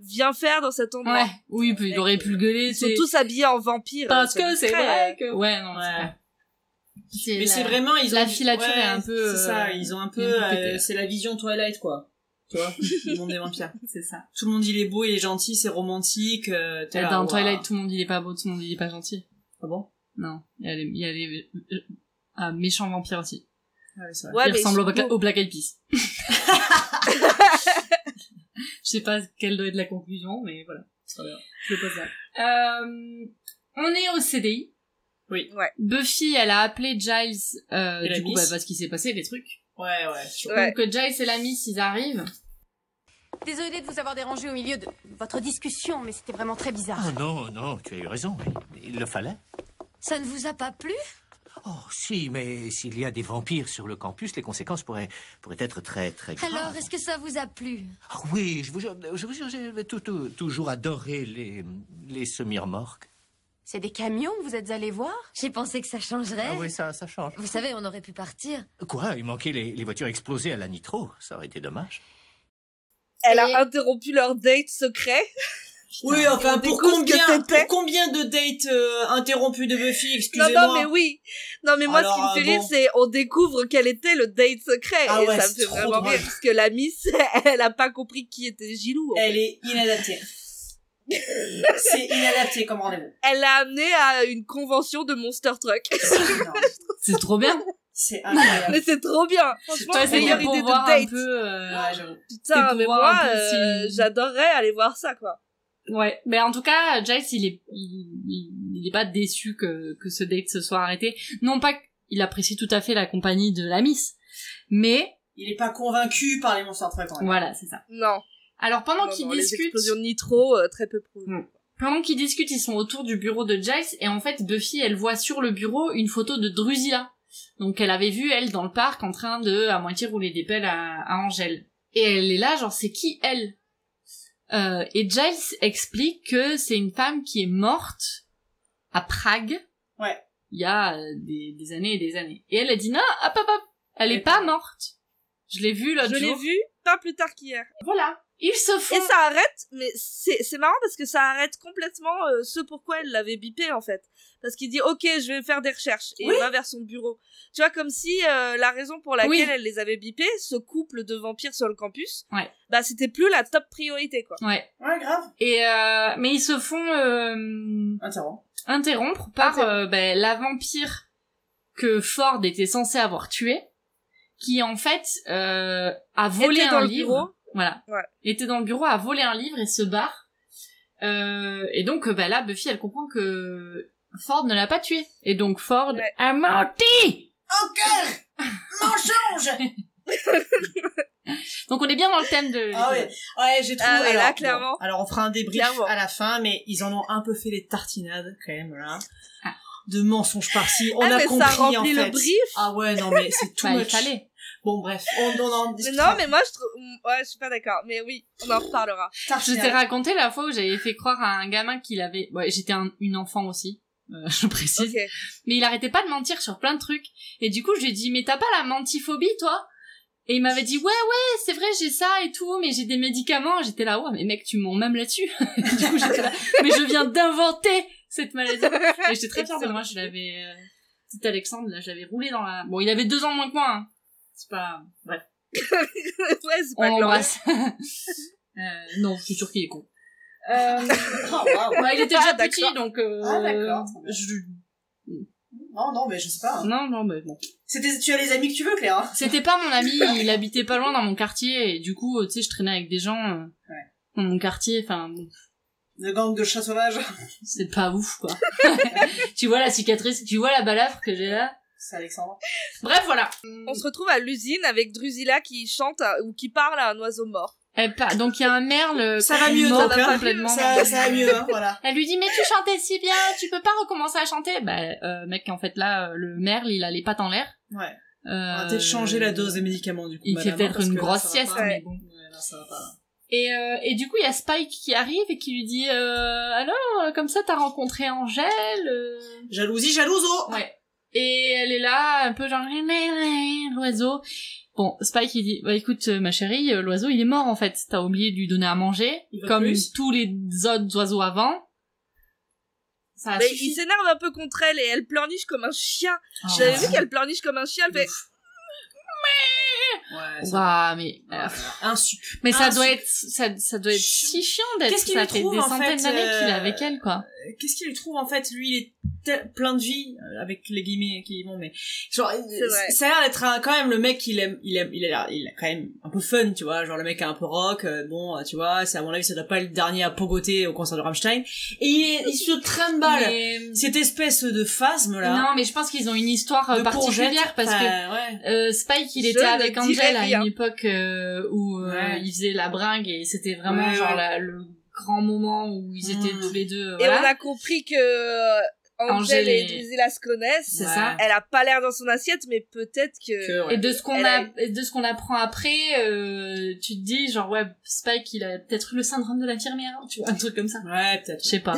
Speaker 2: vient faire dans cet endroit.
Speaker 3: Ouais, oui, puis il aurait pu le gueuler,
Speaker 2: Ils sont
Speaker 3: c'est...
Speaker 2: tous habillés en vampires.
Speaker 3: Parce
Speaker 2: hein,
Speaker 3: que c'est
Speaker 2: discret.
Speaker 3: vrai que... Ouais, non,
Speaker 4: Ouais.
Speaker 3: c'est vrai.
Speaker 4: Mais
Speaker 3: la-
Speaker 4: c'est vraiment ils ont
Speaker 3: la filature est un peu,
Speaker 4: C'est ça,
Speaker 3: euh,
Speaker 4: ils ont un
Speaker 3: un
Speaker 4: peu.
Speaker 3: peu pété.
Speaker 4: euh, c'est la vision Twilight quoi. Tu vois, le monde des vampires. C'est ça. Tout le monde il est beau, il est gentil, c'est romantique. Euh, t'es là,
Speaker 3: Dans
Speaker 4: ouah.
Speaker 3: Twilight, tout le monde, il est pas beau, tout le monde, il est pas gentil.
Speaker 4: Ah bon
Speaker 3: Non, il y a les, il y a les euh, ah, méchants vampires aussi.
Speaker 4: Ah oui, c'est vrai.
Speaker 2: Ouais,
Speaker 3: ils
Speaker 2: mais
Speaker 3: ressemblent au,
Speaker 2: ils sont
Speaker 3: Black-
Speaker 2: beaux.
Speaker 3: au Black Eyed Peas. Je sais pas quelle doit être la conclusion, mais voilà.
Speaker 4: Très bien.
Speaker 3: Je pose là. Euh, on est au CDI.
Speaker 4: Oui.
Speaker 2: Ouais.
Speaker 3: Buffy, elle a appelé Giles, euh,
Speaker 4: Et la
Speaker 3: du coup,
Speaker 4: Miss.
Speaker 3: bah, parce qu'il s'est passé des trucs.
Speaker 4: Ouais, ouais. c'est chaud.
Speaker 2: Ouais.
Speaker 3: Donc, euh, Giles et la Miss, ils arrivent.
Speaker 9: Désolée de vous avoir dérangé au milieu de votre discussion, mais c'était vraiment très bizarre.
Speaker 10: Ah non, non, tu as eu raison. Il le fallait.
Speaker 5: Ça ne vous a pas plu
Speaker 10: Oh, si, mais s'il y a des vampires sur le campus, les conséquences pourraient, pourraient être très, très graves.
Speaker 5: Alors, est-ce que ça vous a plu
Speaker 10: Ah oui, je vous jure, je vous jure, j'ai tout- tout- toujours adoré les, les semi-remorques.
Speaker 9: C'est des camions que vous êtes allés voir
Speaker 5: J'ai pensé que ça changerait.
Speaker 10: Ah oui, ça, ça change.
Speaker 5: Vous savez, on aurait pu partir.
Speaker 10: Quoi Il manquait les, les voitures explosées à la nitro. Ça aurait été dommage.
Speaker 2: Elle
Speaker 8: Et-
Speaker 2: a interrompu leur date secret.
Speaker 4: Oui, enfin, pour
Speaker 2: découvre que
Speaker 4: combien,
Speaker 2: c'était-
Speaker 4: pour combien de dates euh, interrompues de Buffy,
Speaker 2: Non,
Speaker 4: excusez-moi.
Speaker 2: non, mais oui. Non, mais moi,
Speaker 4: Alors,
Speaker 2: ce
Speaker 3: ah
Speaker 2: qui me fait
Speaker 4: euh,
Speaker 2: rire,
Speaker 4: bon.
Speaker 2: c'est on découvre quel était le date secret.
Speaker 4: Ah
Speaker 2: et
Speaker 4: ouais,
Speaker 2: ça me
Speaker 4: c'est
Speaker 2: fait
Speaker 4: trop
Speaker 2: vraiment
Speaker 4: drôle.
Speaker 2: rire, parce que la Miss, elle a pas compris qui était Gilou. hein. en fait.
Speaker 4: Elle est inadaptée. c'est inadapté comme rendez-vous.
Speaker 2: Elle l'a amené à une convention de Monster Truck.
Speaker 4: C'est énorme.
Speaker 3: C'est trop bien.
Speaker 4: C'est
Speaker 2: mais
Speaker 4: incroyable.
Speaker 2: c'est trop bien. Franchement,
Speaker 3: Ouais, c'est
Speaker 2: meilleure
Speaker 3: pour
Speaker 2: idée
Speaker 3: voir
Speaker 2: de
Speaker 3: un
Speaker 2: date.
Speaker 3: peu, euh,
Speaker 4: Ouais, j'avoue.
Speaker 3: c'est
Speaker 2: Putain,
Speaker 3: pour
Speaker 2: mais
Speaker 3: voir
Speaker 2: moi,
Speaker 3: un peu
Speaker 2: euh,
Speaker 3: si-
Speaker 2: j'adorerais aller voir ça, quoi.
Speaker 3: Ouais, mais en tout cas, Giles, il est, il, il- il est pas déçu que, que ce date se soit arrêté. Non pas qu'il apprécie tout à fait la compagnie de la Miss, mais
Speaker 4: Il est pas convaincu par les monstres Truck, quand même.
Speaker 3: voilà, c'est ça.
Speaker 2: Non.
Speaker 3: Alors pendant
Speaker 2: non,
Speaker 3: qu'ils
Speaker 2: non, les
Speaker 3: discutent,
Speaker 2: explosions de nitro, euh, très peu prouvées.
Speaker 3: pendant qu'ils discutent, ils sont autour du bureau de Giles et en fait, Buffy, elle voit sur le bureau une photo de Drusilla. Donc elle avait vu elle dans le parc en train de à moitié rouler des pelles à, à Angèle. Et elle est là, genre c'est qui elle Euh, Et Giles explique que c'est une femme qui est morte à Prague.
Speaker 4: Ouais.
Speaker 3: il y a euh, des, des années et des années. Et elle a dit non, hop hop hop, elle est pas morte. Je l'ai vue l'autre
Speaker 2: Je l'ai
Speaker 3: jour.
Speaker 2: vu pas plus tard qu'hier.
Speaker 3: Voilà. Ils se font.
Speaker 2: Et ça arrête, mais c'est c'est marrant parce que ça arrête complètement euh, ce pourquoi elle l'avait bipé en fait. Parce qu'il dit ok je vais faire des recherches et
Speaker 4: Oui.
Speaker 2: il va vers son bureau. Tu vois comme si euh, la raison pour laquelle
Speaker 3: Oui.
Speaker 2: elle les avait bipés, ce couple de vampires sur le campus,
Speaker 3: Ouais.
Speaker 2: bah c'était plus la top priorité quoi.
Speaker 3: Ouais.
Speaker 4: Ouais, grave.
Speaker 3: Et euh, mais ils se font euh,
Speaker 4: Interrompt.
Speaker 3: interrompre par
Speaker 2: Interrompre.
Speaker 3: euh, ben, la vampire que Ford était censé avoir tuée, qui en fait euh, a volé
Speaker 2: Était dans
Speaker 3: un
Speaker 2: le
Speaker 3: livre.
Speaker 2: bureau.
Speaker 3: Voilà.
Speaker 2: Ouais.
Speaker 3: Était dans le bureau, a volé un livre et se barre. Euh, et donc euh, ben là, Buffy, elle comprend que Ford ne l'a pas tué. Et donc Ford
Speaker 2: Ouais.
Speaker 3: a menti.
Speaker 4: Encore Mensonge
Speaker 3: Donc on est bien dans le thème de.
Speaker 4: Ah ouais, ouais j'ai trouvé.
Speaker 2: Ah ouais, là,
Speaker 4: alors,
Speaker 2: clairement.
Speaker 4: bon, alors on fera un débrief
Speaker 2: Clairement.
Speaker 4: à la fin, mais ils en ont un peu fait les tartinades quand même là.
Speaker 3: Ah.
Speaker 4: De mensonges par-ci, on
Speaker 2: ah
Speaker 4: a
Speaker 2: mais
Speaker 4: compris
Speaker 2: ça remplit
Speaker 4: en fait.
Speaker 2: le brief.
Speaker 4: Ah ouais, non mais c'est tout
Speaker 3: Bah, il
Speaker 4: much.
Speaker 3: fallait.
Speaker 4: Bon bref, on, on en
Speaker 2: Mais
Speaker 4: discutera.
Speaker 2: non mais moi je trouve ouais je suis pas d'accord. Mais oui on en reparlera.
Speaker 3: Je t'ai raconté la fois où j'avais fait croire à un gamin qu'il avait. Ouais, j'étais un- une enfant aussi. euh, je précise.
Speaker 2: Ok.
Speaker 3: Mais il arrêtait pas de mentir sur plein de trucs. Et du coup, je lui ai dit, mais t'as pas la mentiphobie, toi Et il m'avait dit, ouais, ouais, c'est vrai, j'ai ça et tout, mais j'ai des médicaments. J'étais là, ouais, mais mec, tu mens même là-dessus. du coup, j'étais là, mais je viens d'inventer cette maladie. Et j'étais très fière de moi, je l'avais... euh, Petit Alexandre, là, je l'avais roulé dans la... Bon, il avait deux ans moins que moi, hein. C'est pas... Bref,
Speaker 2: ouais c'est
Speaker 3: on
Speaker 2: pas glorieux.
Speaker 3: l'embrasse. Euh, non, je suis sûre qu'il est con.
Speaker 4: Oh, waouh.
Speaker 3: Ouais, il était
Speaker 2: Ah,
Speaker 3: déjà
Speaker 2: d'accord.
Speaker 3: petit, donc... euh,
Speaker 4: Ah, d'accord, très bien.
Speaker 3: je-
Speaker 4: Non, non, mais je sais pas. hein.
Speaker 3: Non, non, mais bon.
Speaker 4: C'était, tu as les amis que tu veux, Claire. hein.
Speaker 3: C'était pas mon ami, il habitait pas loin dans mon quartier, et du coup, euh, tu sais, je traînais avec des gens euh, dans mon quartier, enfin, bon,
Speaker 4: Le gang de chats sauvages.
Speaker 3: c'est pas ouf, quoi. tu vois la cicatrice, tu vois la balafre que j'ai là.
Speaker 4: C'est Alexandre.
Speaker 3: Bref, voilà.
Speaker 2: On se retrouve à l'usine avec Drusilla qui chante à- ou qui parle à un oiseau mort.
Speaker 3: Elle part- Eh, donc il y a un merle
Speaker 4: Ça va mieux,
Speaker 3: mort
Speaker 4: donc, hein.
Speaker 3: Euh, complètement.
Speaker 4: Ça, ça va mieux, hein, voilà.
Speaker 3: Elle lui dit, mais tu chantais si bien, tu peux pas recommencer à chanter. Bah, euh, mec, en fait, là, euh, le merle, il a les pattes en l'air.
Speaker 4: Ouais.
Speaker 3: Euh,
Speaker 4: On va peut-être changer la dose des médicaments, du coup.
Speaker 3: il fait
Speaker 4: madame, hein,
Speaker 3: peut-être
Speaker 4: parce
Speaker 3: une
Speaker 4: que
Speaker 3: grosse
Speaker 4: ça va
Speaker 3: sieste,
Speaker 4: pas.
Speaker 3: mais bon.
Speaker 4: Ouais, là, ça va pas.
Speaker 3: Et, euh, et du coup, il y a Spike qui arrive et qui lui dit euh, Alors, euh, comme ça, t'as rencontré Angèle euh...
Speaker 4: Jalousie, jalouso
Speaker 3: Ouais. Et elle est là, un peu genre Mais, mais, l'oiseau. Bon, Spike, il dit Bah écoute, euh, ma chérie, euh, l'oiseau, il est mort en fait. T'as oublié de lui donner à manger,
Speaker 4: Il veut
Speaker 3: comme
Speaker 4: plus.
Speaker 3: tous les autres oiseaux avant. Ça a
Speaker 2: Mais
Speaker 3: suffi.
Speaker 2: il s'énerve un peu contre elle et elle pleurniche comme un chien.
Speaker 3: Ah,
Speaker 2: J'avais vu qu'elle pleurniche comme un chien. Elle fait
Speaker 4: Ouais, ça-
Speaker 3: Ouah, mais euh,
Speaker 4: un sup.
Speaker 3: mais ça
Speaker 4: Ah,
Speaker 3: doit
Speaker 4: c'est-
Speaker 3: être ça, ça doit être
Speaker 4: Chiant.
Speaker 3: si chiant d'être
Speaker 4: Qu'est-ce qu'il
Speaker 3: ça
Speaker 4: lui
Speaker 3: fait
Speaker 4: trouve,
Speaker 3: des
Speaker 4: en
Speaker 3: centaines
Speaker 4: fait,
Speaker 3: d'années qu'il est
Speaker 4: euh,
Speaker 3: avec elle quoi.
Speaker 4: Qu'est-ce qu'il lui trouve, en fait Lui, il est tel- plein de vie, euh, avec les guillemets qui vont, mais... Genre, euh,
Speaker 2: vrai.
Speaker 4: ça a l'air d'être un- quand même le mec, il aime, il aime, il a l'air- il est quand même un peu fun, tu vois. Genre, le mec est un peu rock, euh, bon, euh, tu vois, c'est à mon avis, ça doit pas être le dernier à pogoter au concert de Rammstein. Et il, est- il se trimballe
Speaker 3: Mais-
Speaker 4: cette espèce de phasme, là.
Speaker 3: Non, mais je pense qu'ils ont une histoire euh,
Speaker 4: de
Speaker 3: particulière
Speaker 4: courgette,
Speaker 3: parce que
Speaker 4: enfin, ouais.
Speaker 3: euh, Spike, il
Speaker 2: Je
Speaker 3: était
Speaker 2: ne
Speaker 3: avec
Speaker 2: dirai
Speaker 3: Angel à
Speaker 2: rien.
Speaker 3: une époque euh, où euh,
Speaker 4: Ouais.
Speaker 3: il faisait la bringue et c'était vraiment
Speaker 4: Ouais,
Speaker 3: genre
Speaker 4: ouais.
Speaker 3: la- le grand moment où ils étaient
Speaker 4: Mm.
Speaker 3: tous les deux. euh,
Speaker 2: et
Speaker 3: voilà.
Speaker 2: on a compris que euh, Angel
Speaker 3: Angèle
Speaker 2: et
Speaker 3: et-
Speaker 2: Drusilla se connaissent.
Speaker 3: C'est ça.
Speaker 2: Elle a pas l'air dans son assiette, mais peut-être que.
Speaker 4: Que, ouais.
Speaker 3: Et de ce qu'on
Speaker 2: Elle
Speaker 3: a, et de ce qu'on apprend après, euh, tu te dis genre ouais, Spike, il a peut-être eu le syndrome de l'infirmière, tu vois, un truc comme ça.
Speaker 4: Ouais, peut-être.
Speaker 3: Je sais pas.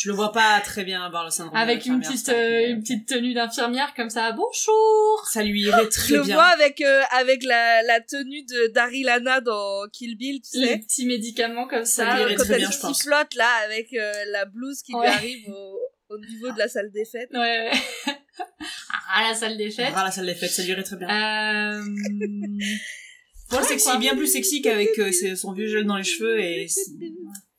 Speaker 4: Je le vois pas très bien avoir le syndrome.
Speaker 3: Avec
Speaker 4: de
Speaker 3: une
Speaker 4: l'infirmière,
Speaker 3: petite,
Speaker 4: ça,
Speaker 3: euh,
Speaker 4: mais-
Speaker 3: une petite tenue d'infirmière comme ça. Bonjour.
Speaker 4: Ça lui irait
Speaker 2: Je
Speaker 4: très
Speaker 2: le
Speaker 4: bien.
Speaker 2: vois avec euh, avec la, la tenue de Daryl Hannah dans Kill Bill, tu
Speaker 3: Les
Speaker 2: sais.
Speaker 3: petits médicaments comme
Speaker 4: Ça
Speaker 3: ça.
Speaker 4: lui
Speaker 3: euh,
Speaker 4: irait très
Speaker 2: Ah, Quand elle
Speaker 4: bien, je pense.
Speaker 2: flotte là avec euh, la blouse qui
Speaker 3: Ouais.
Speaker 2: lui arrive au, au niveau de la salle des fêtes.
Speaker 3: Ouais. ouais. à la salle des fêtes.
Speaker 4: Ah, la salle des fêtes, ça lui irait très bien.
Speaker 3: Euh...
Speaker 4: Paul
Speaker 3: ouais,
Speaker 4: sexy,
Speaker 3: quoi.
Speaker 4: bien plus sexy qu'avec euh, ses- son vieux gel dans les cheveux et c'est-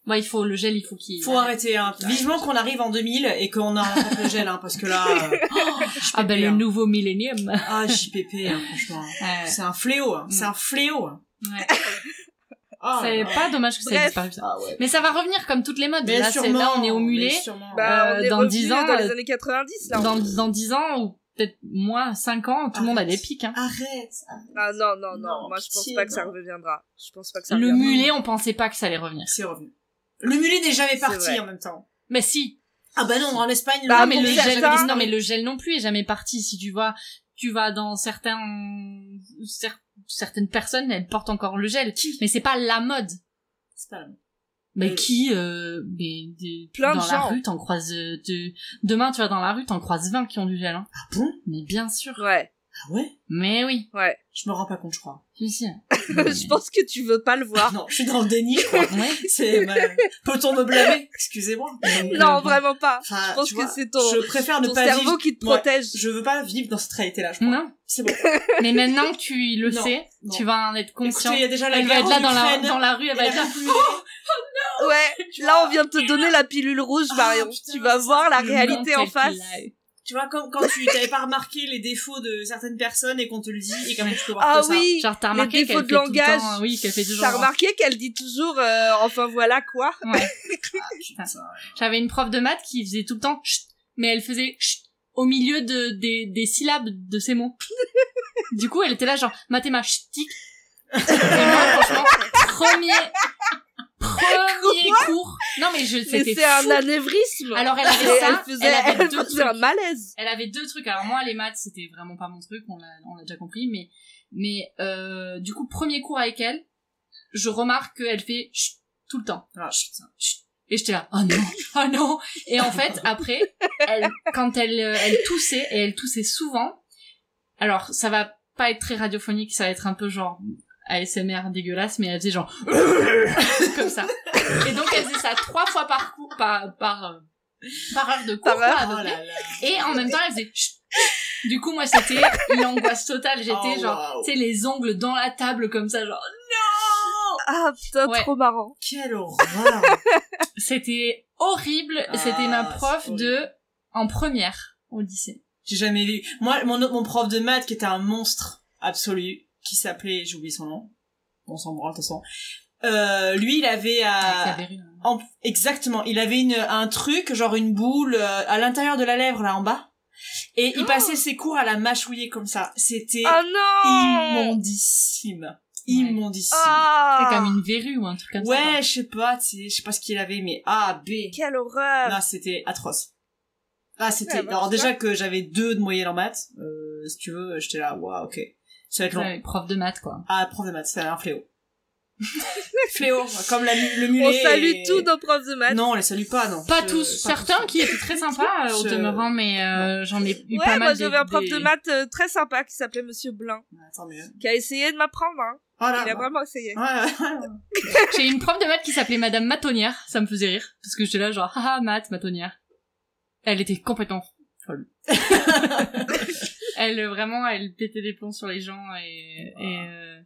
Speaker 3: Bon, il faut le gel, il faut qu'il.
Speaker 4: faut arrêter. Hein. Vivement qu'on arrive en 2000 et qu'on a rattrape le gel, hein, parce que là, euh, oh, JPP,
Speaker 3: Ah ben le
Speaker 4: hein.
Speaker 3: nouveau millénium.
Speaker 4: ah JPP, hein, franchement, c'est un fléau, hein. c'est un fléau. hein.
Speaker 3: Ouais.
Speaker 4: Ah,
Speaker 3: c'est
Speaker 4: ah,
Speaker 3: pas dommage que Mm. ça ait
Speaker 2: Oh, Bref.
Speaker 3: disparu. ça.
Speaker 4: ah ouais.
Speaker 3: Mais ça va revenir comme toutes les modes.
Speaker 4: Mais
Speaker 3: là, c'est-
Speaker 4: sûrement,
Speaker 3: là, on est au
Speaker 4: mais
Speaker 3: mulet.
Speaker 4: sûrement.
Speaker 2: Bah,
Speaker 3: Euh,
Speaker 2: on est
Speaker 3: dans
Speaker 2: revenu
Speaker 3: 10 ans,
Speaker 2: dans
Speaker 3: euh,
Speaker 2: les années 90 là.
Speaker 3: Dans, dans 10 ans, ou peut-être moins, 5 ans, tout le monde a des
Speaker 4: Arrête.
Speaker 3: pics. Hein.
Speaker 4: Arrête.
Speaker 2: Ah non, non, non,
Speaker 4: Non,
Speaker 2: moi je pense
Speaker 4: pitié,
Speaker 2: pas que ça
Speaker 4: non.
Speaker 2: reviendra. Je pense pas que ça
Speaker 3: Le
Speaker 2: reviendra.
Speaker 3: mulet, on pensait pas que ça allait revenir.
Speaker 4: C'est revenu. Le mulet n'est jamais
Speaker 2: C'est
Speaker 4: parti
Speaker 2: vrai.
Speaker 4: en même temps.
Speaker 3: Mais si.
Speaker 4: Ah bah non, en Espagne.
Speaker 2: Bah,
Speaker 3: non,
Speaker 2: Ah,
Speaker 3: mais
Speaker 2: pour
Speaker 3: le gel,
Speaker 2: certains-
Speaker 3: non, mais le gel non plus est jamais parti. Si tu vois, tu vas dans certains, cer- certaines personnes, elles portent encore le gel. Mais c'est pas la mode.
Speaker 4: C'est pas la même.
Speaker 3: Mais
Speaker 4: Euh,
Speaker 3: qui, euh, mais des-
Speaker 2: Plein de
Speaker 3: dans la
Speaker 2: gens.
Speaker 3: rue, t'en
Speaker 2: Ah
Speaker 3: croises, euh, de- demain, tu vas dans la rue, t'en croises 20 qui ont du gel, hein.
Speaker 4: bon
Speaker 3: Mais bien sûr.
Speaker 2: Ouais.
Speaker 4: Ah ouais
Speaker 3: Mais oui.
Speaker 2: Ouais.
Speaker 4: Je me rends pas compte, je crois.
Speaker 3: Si, si.
Speaker 2: je pense que tu veux pas le voir.
Speaker 4: Non, je suis dans le déni, je crois.
Speaker 3: Ouais.
Speaker 4: C'est ma... Peut-on me blâmer Excusez-moi. Mais, euh,
Speaker 2: non, vraiment pas.
Speaker 4: enfin,
Speaker 3: Ah,
Speaker 2: je pense
Speaker 4: tu
Speaker 2: que
Speaker 4: vois,
Speaker 2: c'est ton,
Speaker 4: Je préfère ne
Speaker 2: ton
Speaker 4: pas
Speaker 2: cerveau
Speaker 4: vivre...
Speaker 2: qui te
Speaker 4: Ouais.
Speaker 2: protège.
Speaker 4: Je veux pas vivre dans cette réalité-là, je crois.
Speaker 3: Non.
Speaker 4: C'est bon.
Speaker 3: Mais maintenant que tu le
Speaker 4: Non,
Speaker 3: sais,
Speaker 4: non.
Speaker 3: tu vas en être conscient.
Speaker 4: Écoutez, il y a déjà la
Speaker 3: elle va
Speaker 4: guerre
Speaker 3: être là
Speaker 4: en
Speaker 3: dans la,
Speaker 4: Ukraine.
Speaker 3: dans la rue, elle va
Speaker 4: Et
Speaker 3: être
Speaker 4: la-
Speaker 3: là.
Speaker 2: Ouais, là on vient de te donner la pilule rouge,
Speaker 4: Ah,
Speaker 2: Marion.
Speaker 4: putain,
Speaker 2: tu vas voir la
Speaker 3: Le
Speaker 2: réalité
Speaker 3: mental
Speaker 2: en face.
Speaker 3: qui
Speaker 4: Tu vois, comme quand tu t'avais pas remarqué les défauts de certaines personnes et qu'on te le dit et qu'après tu peux voir
Speaker 2: Ah
Speaker 4: que ça.
Speaker 2: oui,
Speaker 3: l'a. Genre, t'as
Speaker 2: Les
Speaker 3: remarqué
Speaker 2: défauts
Speaker 3: qu'elle fait
Speaker 2: de
Speaker 3: tout le
Speaker 2: langage.
Speaker 3: temps, oui, qu'elle fait toujours. hein.
Speaker 2: t'as remarqué qu'elle dit toujours, euh, enfin voilà quoi.
Speaker 4: Ah,
Speaker 3: Ah, J'avais une prof de maths qui faisait tout le temps chut, mais elle faisait chut au milieu de, des, des syllabes de ses mots. du coup, elle était là genre mathématique. Et moi, franchement, premier, premier cours. Non, mais je,
Speaker 2: Mais
Speaker 3: c'était
Speaker 2: c'est un
Speaker 3: fou.
Speaker 2: anévrisme.
Speaker 3: Alors, elle
Speaker 2: Et
Speaker 3: avait ça,
Speaker 2: elle faisait,
Speaker 3: elle avait
Speaker 2: elle
Speaker 3: deux
Speaker 2: faisait un
Speaker 3: trucs.
Speaker 2: malaise.
Speaker 3: Elle avait deux trucs. Alors moi, les maths, c'était vraiment pas mon truc, on l'a, on l'a déjà compris, mais, mais euh, du coup, premier cours avec elle, je remarque qu'elle fait chut tout le temps.
Speaker 4: Ah,
Speaker 3: Chut, chut. Et j'étais là, oh non, oh non. Et en fait, après, elle, quand elle, euh, elle toussait, et elle toussait souvent, alors ça va pas être très radiophonique, ça va être un peu genre ASMR dégueulasse, mais elle faisait genre comme ça. Et donc elle faisait ça trois fois par cours, par, par, euh, par heure de cours,
Speaker 2: Par heure.
Speaker 3: quoi, à peu
Speaker 4: Oh
Speaker 3: près.
Speaker 4: là là.
Speaker 3: Et en même temps, elle faisait chut. Du coup, moi, c'était l'angoisse totale. J'étais
Speaker 4: Oh,
Speaker 3: genre,
Speaker 4: wow.
Speaker 3: tu sais, les ongles dans la table comme ça, genre.
Speaker 2: Ah putain,
Speaker 3: Ouais.
Speaker 2: trop marrant.
Speaker 4: Quelle horreur
Speaker 3: C'était horrible.
Speaker 4: Ah,
Speaker 3: c'était ma prof
Speaker 4: c'est horrible.
Speaker 3: de en première au lycée.
Speaker 4: J'ai jamais vu. Moi, mon, autre- mon prof de maths, qui était un monstre absolu, qui s'appelait, j'ai oublié son nom, on s'en branle de toute façon, euh, lui, il avait
Speaker 3: Avec la
Speaker 4: à...
Speaker 3: verrue. hein.
Speaker 4: en- Exactement, il avait une, un truc, genre une boule euh, à l'intérieur de la lèvre, là, en bas. Et il passait ses cours à la mâchouiller comme ça. C'était
Speaker 2: Oh non
Speaker 4: immondissime. Immondissime.
Speaker 2: Ah
Speaker 3: C'était comme une verrue ou un truc comme ça.
Speaker 4: ouais, je sais pas, tu sais, je sais pas ce qu'il avait, mais A, B.
Speaker 2: Quelle horreur
Speaker 4: Là, c'était atroce. Là, c'était.
Speaker 2: Ouais, bah,
Speaker 4: Alors
Speaker 2: tu
Speaker 4: déjà que j'avais deux de moyenne en maths, euh, si tu veux, j'étais là, waouh, ok. Ça va être
Speaker 3: quoi.
Speaker 4: long.
Speaker 3: Ouais, prof de maths, quoi.
Speaker 4: Ah, prof de maths, c'est un fléau. fléau, comme la, mu- le mulet.
Speaker 2: On salue
Speaker 4: et-
Speaker 2: tous nos profs de maths.
Speaker 4: Non, on les salue pas, non.
Speaker 3: Pas
Speaker 4: Je-
Speaker 3: tous, certains qui étaient très sympas euh, au
Speaker 4: Je-
Speaker 3: demeurant, mais euh, j'en ai eu pas
Speaker 2: ouais,
Speaker 3: mal.
Speaker 2: moi
Speaker 3: des-
Speaker 2: j'avais un prof
Speaker 3: des-
Speaker 2: de maths euh, très sympa qui s'appelait Monsieur Blin,
Speaker 4: Ouais, Tant mieux.
Speaker 2: qui a essayé de m'apprendre. Hein.
Speaker 4: Voilà.
Speaker 2: Il a vraiment essayé.
Speaker 4: Ah. Ouais, ouais.
Speaker 3: J'ai une prof de maths qui s'appelait Madame Matonnière, ça me faisait rire, parce que j'étais là genre, haha, maths, matonnière. Elle était complètement folle. elle, euh, vraiment, elle pétait des plombs sur les gens, et, et, euh,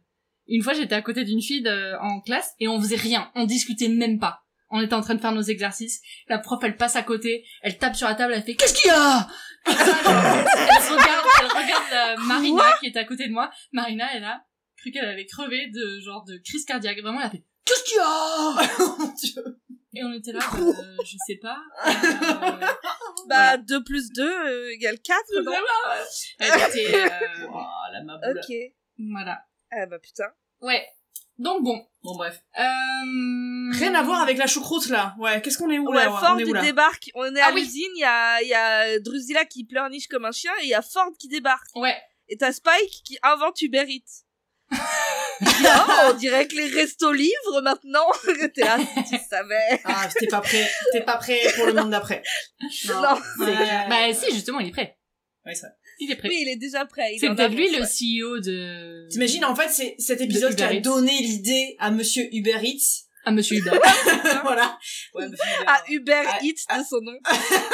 Speaker 3: une fois j'étais à côté d'une fille de- en classe, et on faisait rien, on discutait même pas. On était en train de faire nos exercices, la prof elle passe à côté, elle tape sur la table, elle fait « Qu'est-ce qu'il y a ?» Comme ça, genre, Elle se regarde, elle regarde euh, Marina qui est à côté de moi, Marina elle a cru qu'elle allait crever de genre de crise cardiaque, vraiment elle a fait
Speaker 4: Qu'est-ce qu'il y a Oh mon dieu.
Speaker 3: et on était là, euh, je sais pas. euh,
Speaker 2: Bah, 2 plus 2 euh, égale 4. non
Speaker 3: elle était, euh,
Speaker 4: Waouh, Ah, la maboule.
Speaker 2: Ok.
Speaker 3: voilà.
Speaker 2: Ah bah putain.
Speaker 3: Ouais. Donc bon.
Speaker 4: Bon, bref.
Speaker 3: Euh...
Speaker 4: Rien à voir avec la choucroute, là. Ouais, qu'est-ce qu'on est où,
Speaker 2: Ouais,
Speaker 4: là ouais,
Speaker 2: Ford
Speaker 4: On est où, là
Speaker 2: débarque. On est à
Speaker 3: Ah oui.
Speaker 2: l'usine, il y a, il y a Drusilla qui pleurniche comme un chien et il y a Ford qui débarque.
Speaker 3: Ouais.
Speaker 2: Et t'as Spike qui invente Uber Eats. non, on dirait que les restos livres maintenant. T'es là, tu savais.
Speaker 4: Ah, t'es pas prêt. T'es pas prêt pour le monde d'après.
Speaker 2: Non.
Speaker 4: Ouais.
Speaker 3: Bah si, justement, il est prêt.
Speaker 4: Ouais, ça.
Speaker 3: Il est prêt.
Speaker 2: Oui, il est déjà prêt. il
Speaker 3: C'est
Speaker 2: en
Speaker 3: peut-être
Speaker 2: avance,
Speaker 3: lui le
Speaker 2: ouais.
Speaker 3: CEO de.
Speaker 4: T'imagines, en fait, c'est cet épisode
Speaker 3: De
Speaker 4: qui a
Speaker 3: Uber Eats.
Speaker 4: donné l'idée à Monsieur Uber Eats.
Speaker 3: Ah Monsieur Hubert. Hein
Speaker 4: voilà. Ouais, Monsieur Uber.
Speaker 2: Ah, Uber
Speaker 4: Ah,
Speaker 2: Eats
Speaker 4: ah.
Speaker 2: de son nom.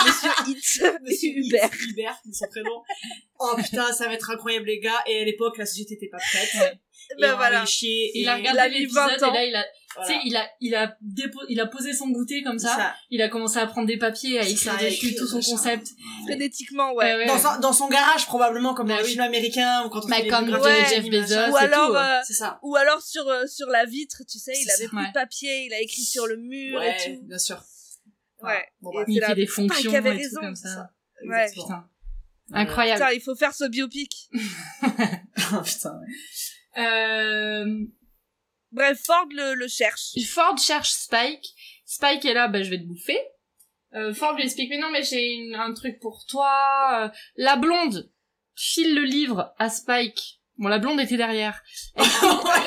Speaker 2: Monsieur Eats.
Speaker 4: Monsieur
Speaker 2: Uber.
Speaker 4: Eats, Uber, c'est son prénom. Oh putain, ça va être incroyable, les gars. Et à l'époque, la société était pas prête. Et
Speaker 2: Ben
Speaker 4: on
Speaker 2: voilà.
Speaker 4: allait chier.
Speaker 3: Il
Speaker 4: et
Speaker 3: a
Speaker 2: il a
Speaker 3: regardé
Speaker 2: mis
Speaker 3: l'épisode
Speaker 2: 20 ans.
Speaker 3: et là il a,
Speaker 4: voilà.
Speaker 3: tu sais, il a, il a dépo- il a posé son goûter comme ça.
Speaker 4: Ça.
Speaker 3: Il a commencé à prendre des papiers, à
Speaker 4: C'est
Speaker 3: écrire
Speaker 4: ça, à
Speaker 3: dessus
Speaker 4: écrire,
Speaker 3: tout son
Speaker 4: machin.
Speaker 3: concept.
Speaker 2: Frénétiquement, ouais.
Speaker 3: Euh, Ouais, ouais,
Speaker 4: Dans,
Speaker 3: ouais.
Speaker 4: son, dans son garage, probablement, comme
Speaker 3: Bah
Speaker 4: dans les
Speaker 3: oui.
Speaker 4: films américains, ou quand on
Speaker 3: Bah,
Speaker 4: fait les
Speaker 3: comme
Speaker 4: biographies
Speaker 2: ouais,
Speaker 4: de Jeff
Speaker 3: Jeff Bezos.
Speaker 4: Bezos.
Speaker 2: Ou
Speaker 3: c'est
Speaker 2: alors,
Speaker 3: tout, hein.
Speaker 2: euh,
Speaker 4: C'est ça.
Speaker 2: ou alors sur, euh, sur la vitre, tu sais, il
Speaker 4: C'est
Speaker 2: avait
Speaker 4: ça,
Speaker 2: plus
Speaker 3: ouais.
Speaker 2: de papier, il a écrit sur le mur
Speaker 4: Ouais,
Speaker 2: et tout.
Speaker 4: bien sûr.
Speaker 2: Ouais.
Speaker 4: Bon,
Speaker 2: Et
Speaker 4: bref.
Speaker 2: c'est
Speaker 3: Il
Speaker 2: la-
Speaker 3: fait des
Speaker 2: Spike
Speaker 3: fonctions
Speaker 2: avait
Speaker 3: et tout
Speaker 2: raison,
Speaker 3: comme
Speaker 2: c'est
Speaker 3: ça.
Speaker 2: Ouais.
Speaker 4: Exactement.
Speaker 3: Putain. Incroyable.
Speaker 2: Putain, il faut faire ce biopic.
Speaker 4: Ah, putain, ouais.
Speaker 3: Euh...
Speaker 2: Bref, Ford le, le cherche.
Speaker 3: Ford cherche Spike. Spike est là, bah je vais te bouffer. Euh, Ford lui explique, mais non, mais j'ai une- un truc pour toi. Euh, la blonde file le livre à Spike. Bon, la blonde était derrière. Elle,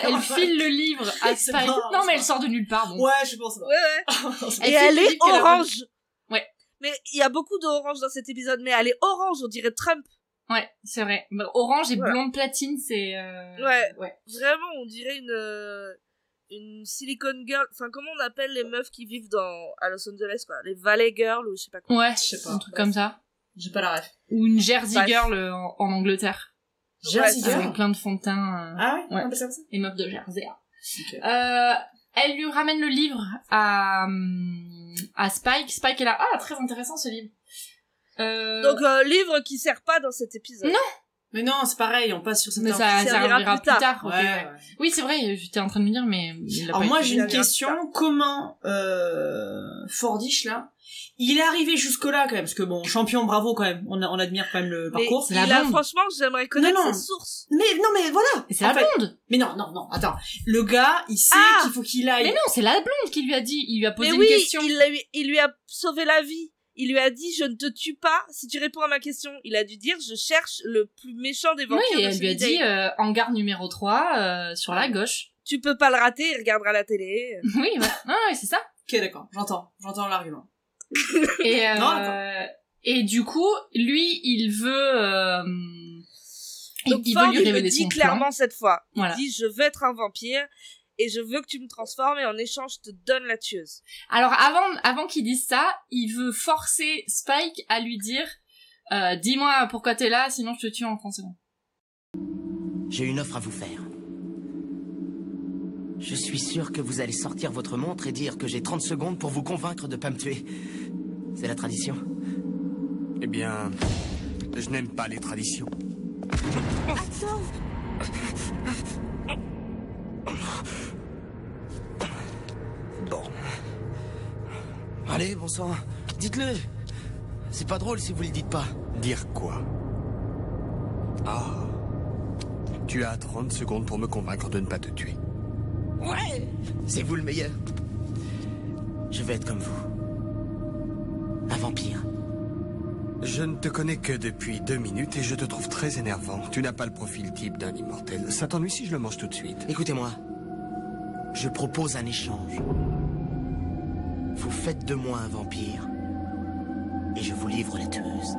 Speaker 3: elle file le livre à
Speaker 4: C'est
Speaker 3: Spike.
Speaker 4: marrant,
Speaker 3: non, mais
Speaker 4: ça.
Speaker 3: elle sort de nulle part. Bon.
Speaker 4: Ouais, je pense.
Speaker 2: Ouais, ouais.
Speaker 3: Elle
Speaker 2: Et
Speaker 3: file
Speaker 2: elle
Speaker 3: le
Speaker 2: est
Speaker 3: livre qu'elle a
Speaker 2: orange.
Speaker 3: Ouais.
Speaker 2: Mais il y a beaucoup d'orange dans cet épisode, mais elle est orange, on dirait Trump.
Speaker 3: Ouais, c'est vrai. Bah, Orange et blonde platine, c'est... euh,
Speaker 2: Ouais.
Speaker 3: ouais.
Speaker 2: Vraiment, on dirait une euh, une silicone girl. Enfin, comment on appelle les meufs qui vivent dans à Los Angeles quoi Les valley girls ou je sais pas quoi.
Speaker 3: Ouais,
Speaker 4: Je sais pas.
Speaker 3: un truc comme ça.
Speaker 4: J'ai pas la ref.
Speaker 3: Ou une Jersey
Speaker 2: Bref.
Speaker 3: Girl euh, en, en Angleterre.
Speaker 4: Jersey
Speaker 2: Ouais,
Speaker 4: Girl
Speaker 3: Avec plein de fond de teint. euh,
Speaker 4: Ah ouais,
Speaker 3: Ouais.
Speaker 4: On appelle ça comme ça
Speaker 3: les meufs de Jersey.
Speaker 4: Ok.
Speaker 3: Euh, elle lui ramène le livre à, hum, à Spike. Spike est là. Ah, très intéressant ce livre. Euh,
Speaker 2: Donc euh, livre qui sert pas dans cet épisode.
Speaker 3: Non.
Speaker 4: Mais non, c'est pareil, on passe sur cette
Speaker 3: mais ça
Speaker 2: ça
Speaker 3: servira
Speaker 2: servira
Speaker 3: plus
Speaker 2: plus
Speaker 3: tard.
Speaker 4: Ouais,
Speaker 3: ok, ouais.
Speaker 4: ouais.
Speaker 3: Oui, c'est vrai, j'étais en train de me dire, mais. il l'a
Speaker 4: Alors
Speaker 3: pas
Speaker 4: moi
Speaker 3: été.
Speaker 4: j'ai
Speaker 2: il a
Speaker 4: une
Speaker 2: bien
Speaker 4: question, comment euh, Fordish là, il est arrivé jusque là quand même, parce que bon champion bravo quand même, on, a- on admire quand même
Speaker 2: Mais
Speaker 4: le parcours.
Speaker 3: c'est la
Speaker 2: il a-
Speaker 3: bombe.
Speaker 2: franchement, j'aimerais connaître
Speaker 4: Non, non.
Speaker 2: ses sources.
Speaker 4: Mais non mais voilà,
Speaker 3: Mais C'est
Speaker 4: En
Speaker 3: la
Speaker 4: fait-
Speaker 3: blonde
Speaker 4: mais non non non, attends, le gars il sait
Speaker 2: Ah
Speaker 4: qu'il faut qu'il
Speaker 3: Mais
Speaker 4: aille.
Speaker 3: non, c'est la blonde qui lui a dit. Il lui a posé
Speaker 2: Mais
Speaker 3: une
Speaker 2: oui,
Speaker 3: question.
Speaker 2: il, l'a eu- il lui a sauvé la vie. Il lui a dit je ne te tue pas si tu réponds à ma question. Il a dû dire je cherche le plus méchant des
Speaker 3: Oui,
Speaker 2: vampires.
Speaker 3: et
Speaker 2: de
Speaker 3: elle lui a
Speaker 2: Sunnydale.
Speaker 3: dit euh, hangar numéro 3 euh, sur la gauche.
Speaker 2: tu peux pas le rater, il regardera la télé.
Speaker 3: Oui, ouais. Ah, ouais, c'est ça.
Speaker 4: Ok d'accord, j'entends, j'entends l'argument.
Speaker 3: Et, euh,
Speaker 4: Non, attends.
Speaker 3: et du coup, lui, il veut. euh, il-
Speaker 2: Donc
Speaker 3: il,
Speaker 2: Ford,
Speaker 3: veut lui
Speaker 2: il le
Speaker 3: révéler
Speaker 2: dit
Speaker 3: son
Speaker 2: clairement
Speaker 3: plan.
Speaker 2: cette fois. Il
Speaker 3: Voilà.
Speaker 2: dit je veux être un vampire et je veux que tu me transformes et en échange je te donne la tueuse.
Speaker 3: Alors avant, avant qu'il dise ça, il veut forcer Spike à lui dire euh, Dis-moi pourquoi t'es là, sinon je te tue en 30 secondes.
Speaker 7: J'ai une offre à vous faire. Je suis sûr que vous allez sortir votre montre et dire que j'ai 30 secondes pour vous convaincre de pas me tuer. C'est la tradition.
Speaker 6: Eh bien, je n'aime pas les traditions. Bon.
Speaker 7: Allez, bon sang, dites-le. C'est pas drôle si vous le dites pas.
Speaker 6: Dire quoi Ah. Tu as 30 secondes pour me convaincre de ne pas te tuer.
Speaker 7: Ouais C'est vous le meilleur. Je vais être comme vous. Un vampire.
Speaker 6: Je ne te connais que depuis deux minutes et je te trouve très énervant. Tu n'as pas le profil type d'un immortel. Ça t'ennuie si je le mange tout de suite
Speaker 7: Écoutez-moi. Je propose un échange. Vous faites de moi un vampire. Et je vous livre la tueuse.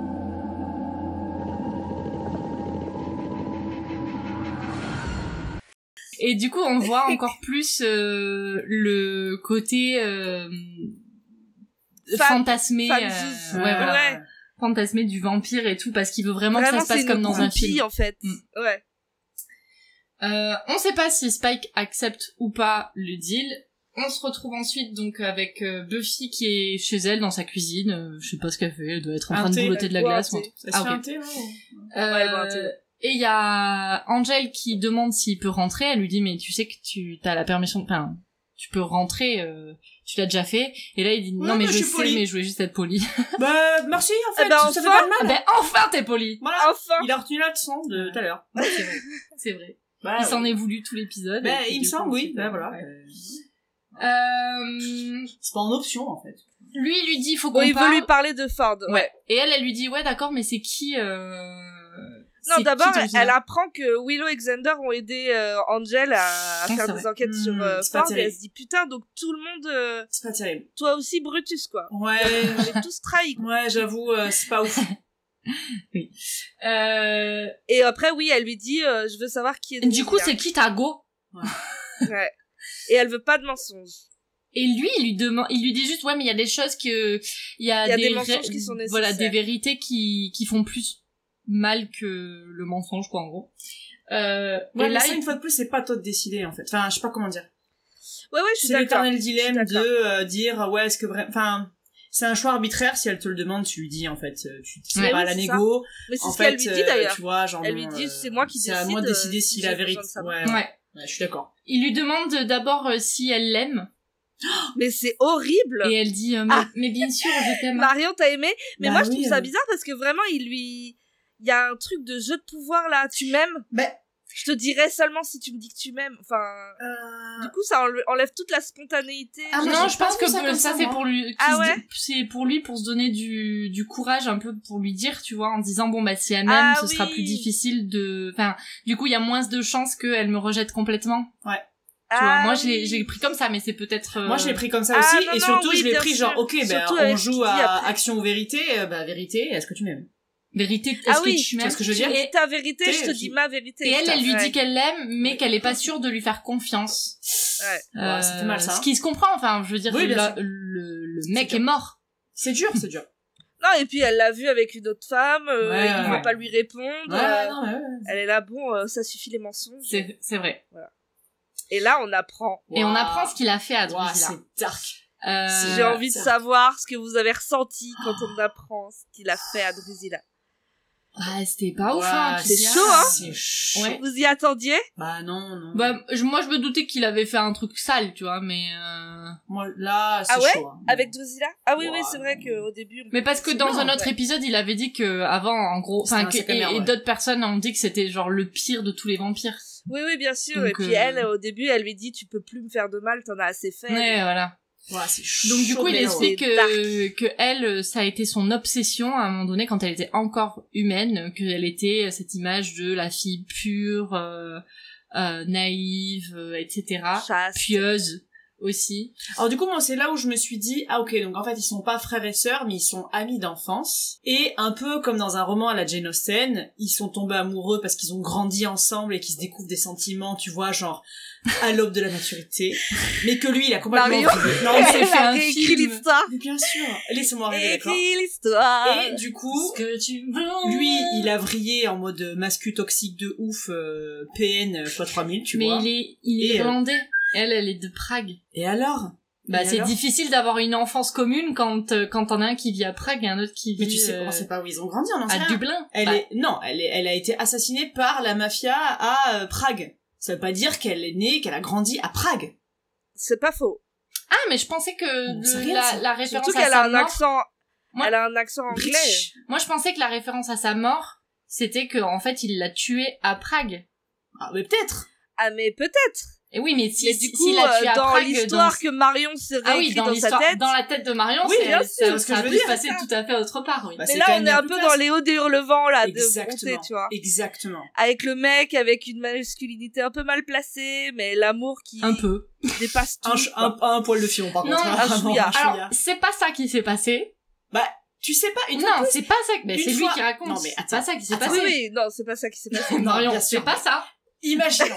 Speaker 3: Et du coup, on voit encore plus euh, le côté euh,
Speaker 2: Fan-
Speaker 3: fantasmé,
Speaker 2: fan
Speaker 3: euh,
Speaker 2: zouze.
Speaker 3: ouais,
Speaker 2: Ouais.
Speaker 3: voilà, fantasmé du vampire et tout, parce qu'il veut vraiment,
Speaker 2: Vraiment,
Speaker 3: que ça se
Speaker 2: c'est
Speaker 3: passe
Speaker 2: une
Speaker 3: comme dans un
Speaker 2: groupie,
Speaker 3: film.
Speaker 2: en fait.
Speaker 3: Mm.
Speaker 2: Ouais.
Speaker 3: Euh, on sait pas si Spike accepte ou pas le deal. On se retrouve ensuite donc avec euh, Buffy qui est chez elle dans sa cuisine. Euh, je sais pas ce qu'elle fait. Elle doit être en
Speaker 4: Un
Speaker 3: train de
Speaker 4: thé,
Speaker 3: boulotter de la
Speaker 2: boit un
Speaker 3: glace. ou un
Speaker 2: thé.
Speaker 3: truc.
Speaker 4: Ça se
Speaker 3: Ah,
Speaker 4: fait
Speaker 3: ok.
Speaker 4: un thé, non
Speaker 3: Euh,
Speaker 2: Ouais, boit un thé, ouais.
Speaker 3: et il y a Angel qui demande s'il peut rentrer. Elle lui dit mais tu sais que tu as la permission. Enfin, tu peux rentrer. euh, tu l'as déjà fait. Et là il dit non,
Speaker 4: Non,
Speaker 3: mais
Speaker 4: mais
Speaker 3: je
Speaker 4: je suis
Speaker 3: sais
Speaker 4: poli.
Speaker 3: mais je voulais juste être poli.
Speaker 4: Bah merci en fait,
Speaker 2: Eh ben,
Speaker 4: ça fait
Speaker 2: enfin.
Speaker 4: pas de mal.
Speaker 3: Ah ben enfin t'es poli.
Speaker 4: Voilà,
Speaker 2: Enfin
Speaker 4: il a retenu la leçon de tout à l'heure.
Speaker 3: C'est vrai. C'est vrai.
Speaker 4: Bah,
Speaker 3: Il s'en est voulu tout l'épisode.
Speaker 4: Bah,
Speaker 3: Et puis,
Speaker 4: il me
Speaker 3: du coup,
Speaker 4: semble
Speaker 3: on
Speaker 4: oui,
Speaker 3: sait
Speaker 4: bah
Speaker 3: pas.
Speaker 4: voilà.
Speaker 3: Ouais.
Speaker 4: euh,
Speaker 3: Euh,
Speaker 4: C'est pas en option en fait.
Speaker 3: lui il lui dit faut qu'on
Speaker 2: Bon, Oh, il
Speaker 3: parle.
Speaker 2: veut lui parler de Ford.
Speaker 3: Ouais. Et elle, elle lui dit ouais d'accord, mais c'est qui euh... c'est
Speaker 2: Non,
Speaker 3: qui
Speaker 2: d'abord,
Speaker 3: ton
Speaker 2: elle,
Speaker 3: général
Speaker 2: apprend que Willow et Xander ont aidé euh, Angel à, à
Speaker 3: Ouais, c'est
Speaker 2: faire des
Speaker 3: vrai.
Speaker 2: enquêtes
Speaker 4: Hmm,
Speaker 2: sur euh,
Speaker 4: c'est pas
Speaker 2: Ford et elle
Speaker 4: terrible.
Speaker 2: se dit putain, donc tout le monde, euh,
Speaker 4: C'est pas terrible.
Speaker 2: toi aussi Brutus quoi.
Speaker 4: Ouais,
Speaker 2: On est tous trahis. quoi.
Speaker 4: ouais, j'avoue, euh, c'est pas ouf.
Speaker 3: Euh,
Speaker 2: Et après, oui, elle lui dit euh, je veux savoir qui est.
Speaker 3: Du coup,
Speaker 2: Xander.
Speaker 3: c'est qui ta go
Speaker 2: Ouais. Et elle veut pas de mensonges.
Speaker 3: Et lui, il lui demande, il lui dit juste ouais, mais il y a des choses que il y a,
Speaker 2: Il y a des
Speaker 3: ré-
Speaker 2: mensonges qui sont
Speaker 3: Voilà, des
Speaker 2: nécessaires.
Speaker 3: vérités qui qui font plus mal que le mensonge quoi en gros. Euh,
Speaker 4: Ouais,
Speaker 3: et
Speaker 4: mais
Speaker 3: là,
Speaker 4: ça,
Speaker 3: il-
Speaker 4: une fois de plus, c'est pas toi de décider en fait. Enfin, je sais pas comment dire.
Speaker 2: Ouais, ouais, je suis
Speaker 4: C'est
Speaker 2: d'accord.
Speaker 4: l'éternel dilemme
Speaker 2: Je suis
Speaker 4: de euh, dire ouais est-ce que vraiment enfin c'est un choix arbitraire si elle te le demande tu lui dis en fait euh, tu tu
Speaker 3: Ouais,
Speaker 4: vas à
Speaker 2: oui,
Speaker 4: la
Speaker 2: c'est ça.
Speaker 4: négo
Speaker 2: Mais c'est
Speaker 4: en
Speaker 2: ce
Speaker 4: fait
Speaker 2: qu'elle lui
Speaker 4: euh,
Speaker 2: dit d'ailleurs.
Speaker 4: tu vois genre
Speaker 2: Elle lui
Speaker 4: bon,
Speaker 2: dit,
Speaker 4: euh,
Speaker 2: c'est moi qui
Speaker 4: c'est à moi de
Speaker 2: décide,
Speaker 4: décider
Speaker 2: euh,
Speaker 4: si
Speaker 2: si
Speaker 4: la
Speaker 2: j'ai
Speaker 4: vérité
Speaker 2: besoin de savoir.
Speaker 4: ouais, ouais.
Speaker 3: ouais.
Speaker 4: Ouais, je suis d'accord
Speaker 3: Il lui demande d'abord euh, si elle l'aime
Speaker 2: Mais c'est horrible.
Speaker 3: et elle dit euh, mais,
Speaker 2: Ah.
Speaker 3: mais bien sûr je t'aime.
Speaker 2: Marion, t'as aimé Mais
Speaker 4: Bah
Speaker 2: moi, je
Speaker 4: oui,
Speaker 2: trouve ça
Speaker 4: euh.
Speaker 2: bizarre parce que vraiment, il lui. Il y a un truc de jeu de pouvoir là. Tu m'aimes
Speaker 4: ben
Speaker 2: Je te dirai seulement si tu me dis que tu m'aimes. Enfin. Du coup, ça enle- enlève toute la spontanéité.
Speaker 4: Euh, Ah,
Speaker 2: Je-
Speaker 4: moi,
Speaker 3: non,
Speaker 4: j'ai
Speaker 3: je
Speaker 4: pas
Speaker 3: pense
Speaker 4: vu
Speaker 3: que
Speaker 4: ça
Speaker 3: ça,
Speaker 4: comme ça,
Speaker 3: c'est
Speaker 4: moi.
Speaker 3: pour lui, qu'il
Speaker 2: Ah
Speaker 3: se
Speaker 2: ouais
Speaker 3: dé- c'est pour lui pour se donner du, du courage un peu pour lui dire, tu vois, en disant bon bah si elle m'aime,
Speaker 2: Ah
Speaker 3: ce sera
Speaker 2: oui.
Speaker 3: plus difficile de, enfin, du coup il y a moins de chances qu'elle me rejette complètement. Tu vois,
Speaker 2: Ah,
Speaker 3: moi je l'ai
Speaker 2: oui.
Speaker 3: j'ai pris comme ça, mais c'est peut-être. euh,
Speaker 4: moi je l'ai pris comme ça
Speaker 2: Ah,
Speaker 4: aussi
Speaker 2: non,
Speaker 4: et
Speaker 2: non,
Speaker 4: surtout
Speaker 2: oui,
Speaker 4: je l'ai
Speaker 2: bien
Speaker 4: pris
Speaker 2: sûr.
Speaker 4: genre ok ben
Speaker 2: Surtout
Speaker 4: on
Speaker 2: avec ce
Speaker 4: joue
Speaker 2: qu'il dit
Speaker 4: à
Speaker 2: après.
Speaker 4: action ou vérité euh, bah vérité est-ce que tu m'aimes
Speaker 3: Vérité, est-ce
Speaker 2: Ah
Speaker 3: que
Speaker 2: oui,
Speaker 3: tu m'aimes
Speaker 2: tu
Speaker 4: ce que je veux dire
Speaker 2: me dis ta vérité,
Speaker 4: T'es-
Speaker 2: je te dis ma vérité.
Speaker 3: Et elle, elle lui
Speaker 2: Ouais.
Speaker 3: dit qu'elle l'aime, mais qu'elle est pas sûre de lui faire confiance. Euh,
Speaker 2: Ouais.
Speaker 4: Ouais, ça fait mal, ça, hein.
Speaker 3: Ce qui se comprend, enfin, je veux dire,
Speaker 4: Oui, bien
Speaker 3: la-
Speaker 4: sûr.
Speaker 3: le, le mec
Speaker 4: C'est
Speaker 3: est mort.
Speaker 4: C'est dur, c'est dur.
Speaker 2: Non, et puis elle l'a vu avec une autre femme, euh,
Speaker 4: Ouais,
Speaker 2: il veut
Speaker 4: ouais.
Speaker 2: pas lui répondre.
Speaker 4: Ouais,
Speaker 2: euh,
Speaker 4: ouais, non, mais ouais.
Speaker 2: Elle est là, bon, euh, ça suffit les mensonges.
Speaker 3: C'est c'est vrai.
Speaker 2: Et là, on apprend.
Speaker 3: Et on
Speaker 4: Waouh.
Speaker 3: apprend ce qu'il a fait à
Speaker 4: Waouh,
Speaker 3: Drusilla.
Speaker 4: c'est dark.
Speaker 3: Euh,
Speaker 2: J'ai envie de
Speaker 4: ça-
Speaker 2: savoir ce que vous avez ressenti quand on apprend ce qu'il a fait à Drusilla.
Speaker 3: ouais, c'était pas ouf,
Speaker 4: Waouh,
Speaker 3: hein,
Speaker 2: c'est
Speaker 3: Drusilla.
Speaker 2: chaud, hein.
Speaker 4: C'est chaud.
Speaker 3: Ouais.
Speaker 2: Vous y attendiez
Speaker 4: Bah non, non.
Speaker 3: Bah, je- moi, je me doutais qu'il avait fait un truc sale, tu vois, mais... euh,
Speaker 4: Moi, là, c'est
Speaker 2: Ah ouais
Speaker 4: chaud. hein.
Speaker 2: Avec Drusilla Ah oui, oui,
Speaker 4: Wow.
Speaker 2: c'est vrai qu'au début... on-
Speaker 3: Mais parce que
Speaker 4: C'est
Speaker 3: dans
Speaker 4: marrant,
Speaker 3: un autre
Speaker 4: ouais.
Speaker 3: épisode, il avait dit que avant, en gros,
Speaker 4: C'était
Speaker 3: enfin,
Speaker 4: un
Speaker 3: que-
Speaker 4: sac à
Speaker 3: et,
Speaker 4: merde,
Speaker 3: et
Speaker 4: ouais.
Speaker 3: d'autres personnes ont dit que c'était genre le pire de tous les vampires.
Speaker 2: Oui, oui, bien sûr.
Speaker 3: Donc,
Speaker 2: et puis
Speaker 3: euh,
Speaker 2: elle, au début, elle lui dit, tu peux plus me faire de mal, t'en as assez fait.
Speaker 3: Ouais, euh, voilà.
Speaker 4: Ouah, c'est chaud.
Speaker 3: Donc du coup, il
Speaker 4: mais non.
Speaker 3: explique
Speaker 2: C'est dark.
Speaker 3: que, que elle, euh, ça a été son obsession à un moment donné quand elle était encore humaine, qu'elle était euh, cette image de la fille pure, euh, euh, naïve, euh, etc.
Speaker 2: Chasse.
Speaker 3: Pieuse aussi.
Speaker 4: Alors du coup, moi, c'est là où je me suis dit, ah ok, donc en fait, ils sont pas frères et sœurs, mais ils sont amis d'enfance. Et un peu comme dans un roman à la Jane Austen, ils sont tombés amoureux parce qu'ils ont grandi ensemble et qu'ils se découvrent des sentiments, tu vois, genre à l'aube de la maturité. Mais que lui, il a complètement...
Speaker 2: Mario
Speaker 4: oublié. Non,
Speaker 2: Elle
Speaker 4: mais
Speaker 3: s'est
Speaker 4: c'est-
Speaker 3: fait
Speaker 2: a
Speaker 3: un
Speaker 2: réécrit
Speaker 3: film.
Speaker 2: l'histoire.
Speaker 4: mais bien sûr. Laissez-moi arriver, d'accord
Speaker 2: Écrit l'histoire.
Speaker 4: Et du coup,
Speaker 3: que tu veux.
Speaker 4: lui, il a vrillé en mode mascu toxique de ouf, euh, PN euh, fois 3000, tu
Speaker 3: Mais
Speaker 4: vois.
Speaker 3: il est, il est
Speaker 4: Et, euh,
Speaker 3: irlandais. Elle, elle est de Prague.
Speaker 4: Et alors
Speaker 3: Bah,
Speaker 4: Et
Speaker 3: c'est
Speaker 4: alors
Speaker 3: difficile d'avoir une enfance commune quand euh, quand t'en as un qui vit à Prague et un autre qui vit
Speaker 4: Mais tu sais,
Speaker 3: euh,
Speaker 4: on sait pas où ils ont grandi, on en sait
Speaker 3: à
Speaker 4: rien.
Speaker 3: Dublin.
Speaker 4: Elle
Speaker 3: Bah,
Speaker 4: est non, elle est, elle a été assassinée par la mafia à euh, Prague. Ça veut pas dire qu'elle est née, qu'elle a grandi à Prague.
Speaker 2: C'est pas faux.
Speaker 3: Ah, mais je pensais que
Speaker 4: On sait
Speaker 3: le-
Speaker 4: rien,
Speaker 3: la,
Speaker 4: ça.
Speaker 3: la référence
Speaker 2: Surtout
Speaker 3: à
Speaker 2: qu'elle
Speaker 3: sa
Speaker 2: a un
Speaker 3: mort.
Speaker 2: accent...
Speaker 3: Moi-
Speaker 2: Elle a un accent anglais.
Speaker 4: British.
Speaker 3: Moi, je pensais que la référence à sa mort, c'était que en fait, il l'a tuée à Prague.
Speaker 4: Ah mais peut-être.
Speaker 2: Ah mais peut-être.
Speaker 3: Et oui, mais si
Speaker 2: mais
Speaker 3: si-
Speaker 2: du coup,
Speaker 3: s'il l'a
Speaker 2: euh,
Speaker 3: tuée à
Speaker 2: dans
Speaker 3: Prague,
Speaker 2: l'histoire
Speaker 3: dans-
Speaker 2: que Marion s'est
Speaker 3: ah oui,
Speaker 2: réécrite
Speaker 3: dans
Speaker 2: dans, sa
Speaker 3: l'histoire,
Speaker 2: tête.
Speaker 3: dans la tête de Marion,
Speaker 4: Oui,
Speaker 3: c'est-
Speaker 4: bien
Speaker 3: ça,
Speaker 4: sûr,
Speaker 3: ça
Speaker 4: ce que
Speaker 3: a
Speaker 4: je veux
Speaker 3: pu se
Speaker 4: dire.
Speaker 3: passer tout à fait autre part, oui.
Speaker 4: Bah,
Speaker 2: Mais
Speaker 4: c'est
Speaker 2: là,
Speaker 4: quand
Speaker 2: on
Speaker 4: même
Speaker 2: est un
Speaker 4: une
Speaker 2: peu
Speaker 4: place.
Speaker 2: dans les hauts des hurlevents, là, de
Speaker 4: Exactement.
Speaker 2: Brontë, tu vois.
Speaker 4: Exactement.
Speaker 2: Avec le mec, avec une masculinité un peu mal placée, mais l'amour qui
Speaker 3: Un peu.
Speaker 2: dépasse tout.
Speaker 4: Un, ch-
Speaker 2: quoi.
Speaker 4: un, un poil de fion par
Speaker 3: Non,
Speaker 4: contre. hein,
Speaker 2: un
Speaker 4: vraiment,
Speaker 2: chouïa.
Speaker 3: Alors, c'est pas ça qui s'est passé.
Speaker 4: Bah tu sais pas une
Speaker 3: non, c'est pas ça. que- Mais
Speaker 4: Une
Speaker 3: c'est lui
Speaker 4: fois-
Speaker 3: qui raconte.
Speaker 4: Non, mais
Speaker 3: c'est
Speaker 4: attends.
Speaker 3: pas ça qui s'est
Speaker 4: Attends,
Speaker 3: passé.
Speaker 2: Ah, Oui, oui, non, c'est pas ça qui s'est passé.
Speaker 4: Non,
Speaker 3: Marion,
Speaker 4: bien
Speaker 3: c'est
Speaker 4: sûr.
Speaker 3: pas ça.
Speaker 4: Imaginons.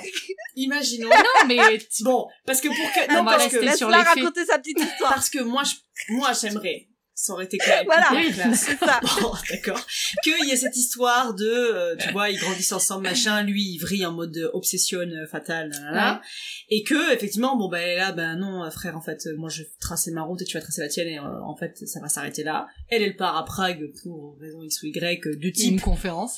Speaker 4: Imaginons.
Speaker 3: Non, mais tu-
Speaker 4: Bon, parce que pour que
Speaker 3: On
Speaker 4: non
Speaker 3: va
Speaker 4: parce
Speaker 3: rester
Speaker 4: que
Speaker 3: sur
Speaker 2: Laisse-la
Speaker 3: les faits.
Speaker 2: raconter sa petite histoire.
Speaker 4: parce que moi je moi j'aimerais ça aurait été clair.
Speaker 2: Voilà.
Speaker 4: Hyper classe.
Speaker 2: c'est ça.
Speaker 4: Bon, d'accord. Qu'il y ait cette histoire de, euh, tu vois, ils grandissent ensemble, machin, lui, il vrille en mode euh, obsession euh, fatale, nanana.
Speaker 3: Ouais.
Speaker 4: Et que, effectivement, bon, ben là, ben non, euh, frère, en fait, euh, moi, je vais tracer ma route et tu vas tracer la tienne, et euh, en fait, ça va s'arrêter là. Elle, elle part à Prague pour raison X ou Y euh, de type.
Speaker 3: une conférence.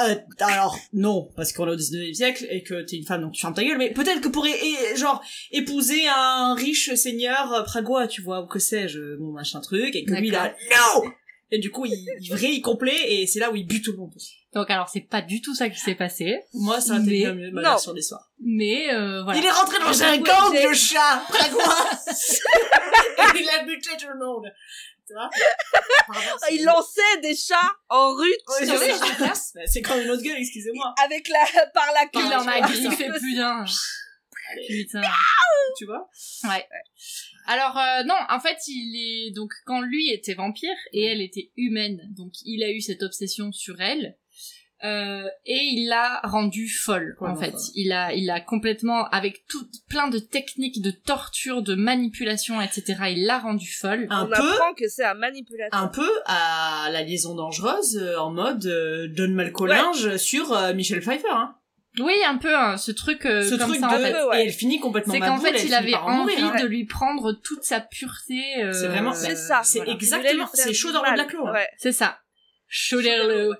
Speaker 4: Euh, alors, non, parce qu'on est au 19 e siècle et que t'es une femme, donc tu fermes ta gueule, mais peut-être que pour, é- é- genre, épouser un riche seigneur euh, pragois, tu vois, ou que sais-je, euh, bon, machin truc, et que lui, là,
Speaker 3: D'accord.
Speaker 4: NO! Et du coup, il, il vrille, il complet, et c'est là où il bute tout le monde.
Speaker 3: Donc alors c'est pas du tout ça qui s'est passé,
Speaker 4: Moi, ça a été
Speaker 3: Mais-
Speaker 4: bien mieux, ma
Speaker 2: Non.
Speaker 4: version d'histoire.
Speaker 3: mais euh, voilà.
Speaker 4: Il est rentré dans un
Speaker 2: Ouais,
Speaker 4: gang
Speaker 2: j'ai-
Speaker 4: de chats pragois! et il a buté tout le monde. Tu vois? Pardon, c'est-
Speaker 2: Il lançait des chats en rue
Speaker 4: Ouais,
Speaker 2: sur
Speaker 4: je-
Speaker 2: les-
Speaker 4: Bah, C'est quand même une autre gueule, excusez-moi.
Speaker 2: avec la par la queue.
Speaker 3: Il en a
Speaker 2: tu vois.
Speaker 3: griffé plus d'un. Putain.
Speaker 4: Tu vois?
Speaker 3: Alors euh, non, en fait il est donc quand lui était vampire et elle était humaine, donc il a eu cette obsession sur elle euh, et il l'a rendue folle en
Speaker 4: Complètement
Speaker 3: fait.
Speaker 4: folle.
Speaker 3: Il a il a complètement avec tout plein de techniques de torture, de manipulation, etc. Il l'a rendue folle.
Speaker 4: Un
Speaker 2: On
Speaker 4: peu.
Speaker 2: apprend que c'est un manipulateur.
Speaker 4: un peu à la liaison dangereuse euh, en mode euh, John Malcolinge sur euh, Michel Pfeiffer. Hein.
Speaker 3: Oui, un peu hein, ce truc euh,
Speaker 4: Ce
Speaker 3: comme
Speaker 4: truc
Speaker 3: ça
Speaker 4: de
Speaker 3: en fait.
Speaker 2: peu, ouais.
Speaker 4: et elle finit complètement
Speaker 3: C'est qu'en
Speaker 4: maboule,
Speaker 3: fait,
Speaker 4: elle
Speaker 3: il
Speaker 4: finit
Speaker 3: avait
Speaker 4: par en
Speaker 3: envie
Speaker 4: mourir, hein.
Speaker 3: de lui prendre toute sa pureté. euh,
Speaker 4: C'est vraiment-
Speaker 2: C'est ça.
Speaker 4: c'est
Speaker 2: voilà.
Speaker 4: exactement-
Speaker 2: Il voulait lui faire
Speaker 4: c'est chaud
Speaker 2: du
Speaker 4: dans le
Speaker 2: mal.
Speaker 4: Black Law, hein.
Speaker 2: Ouais.
Speaker 3: C'est ça. Choderlo.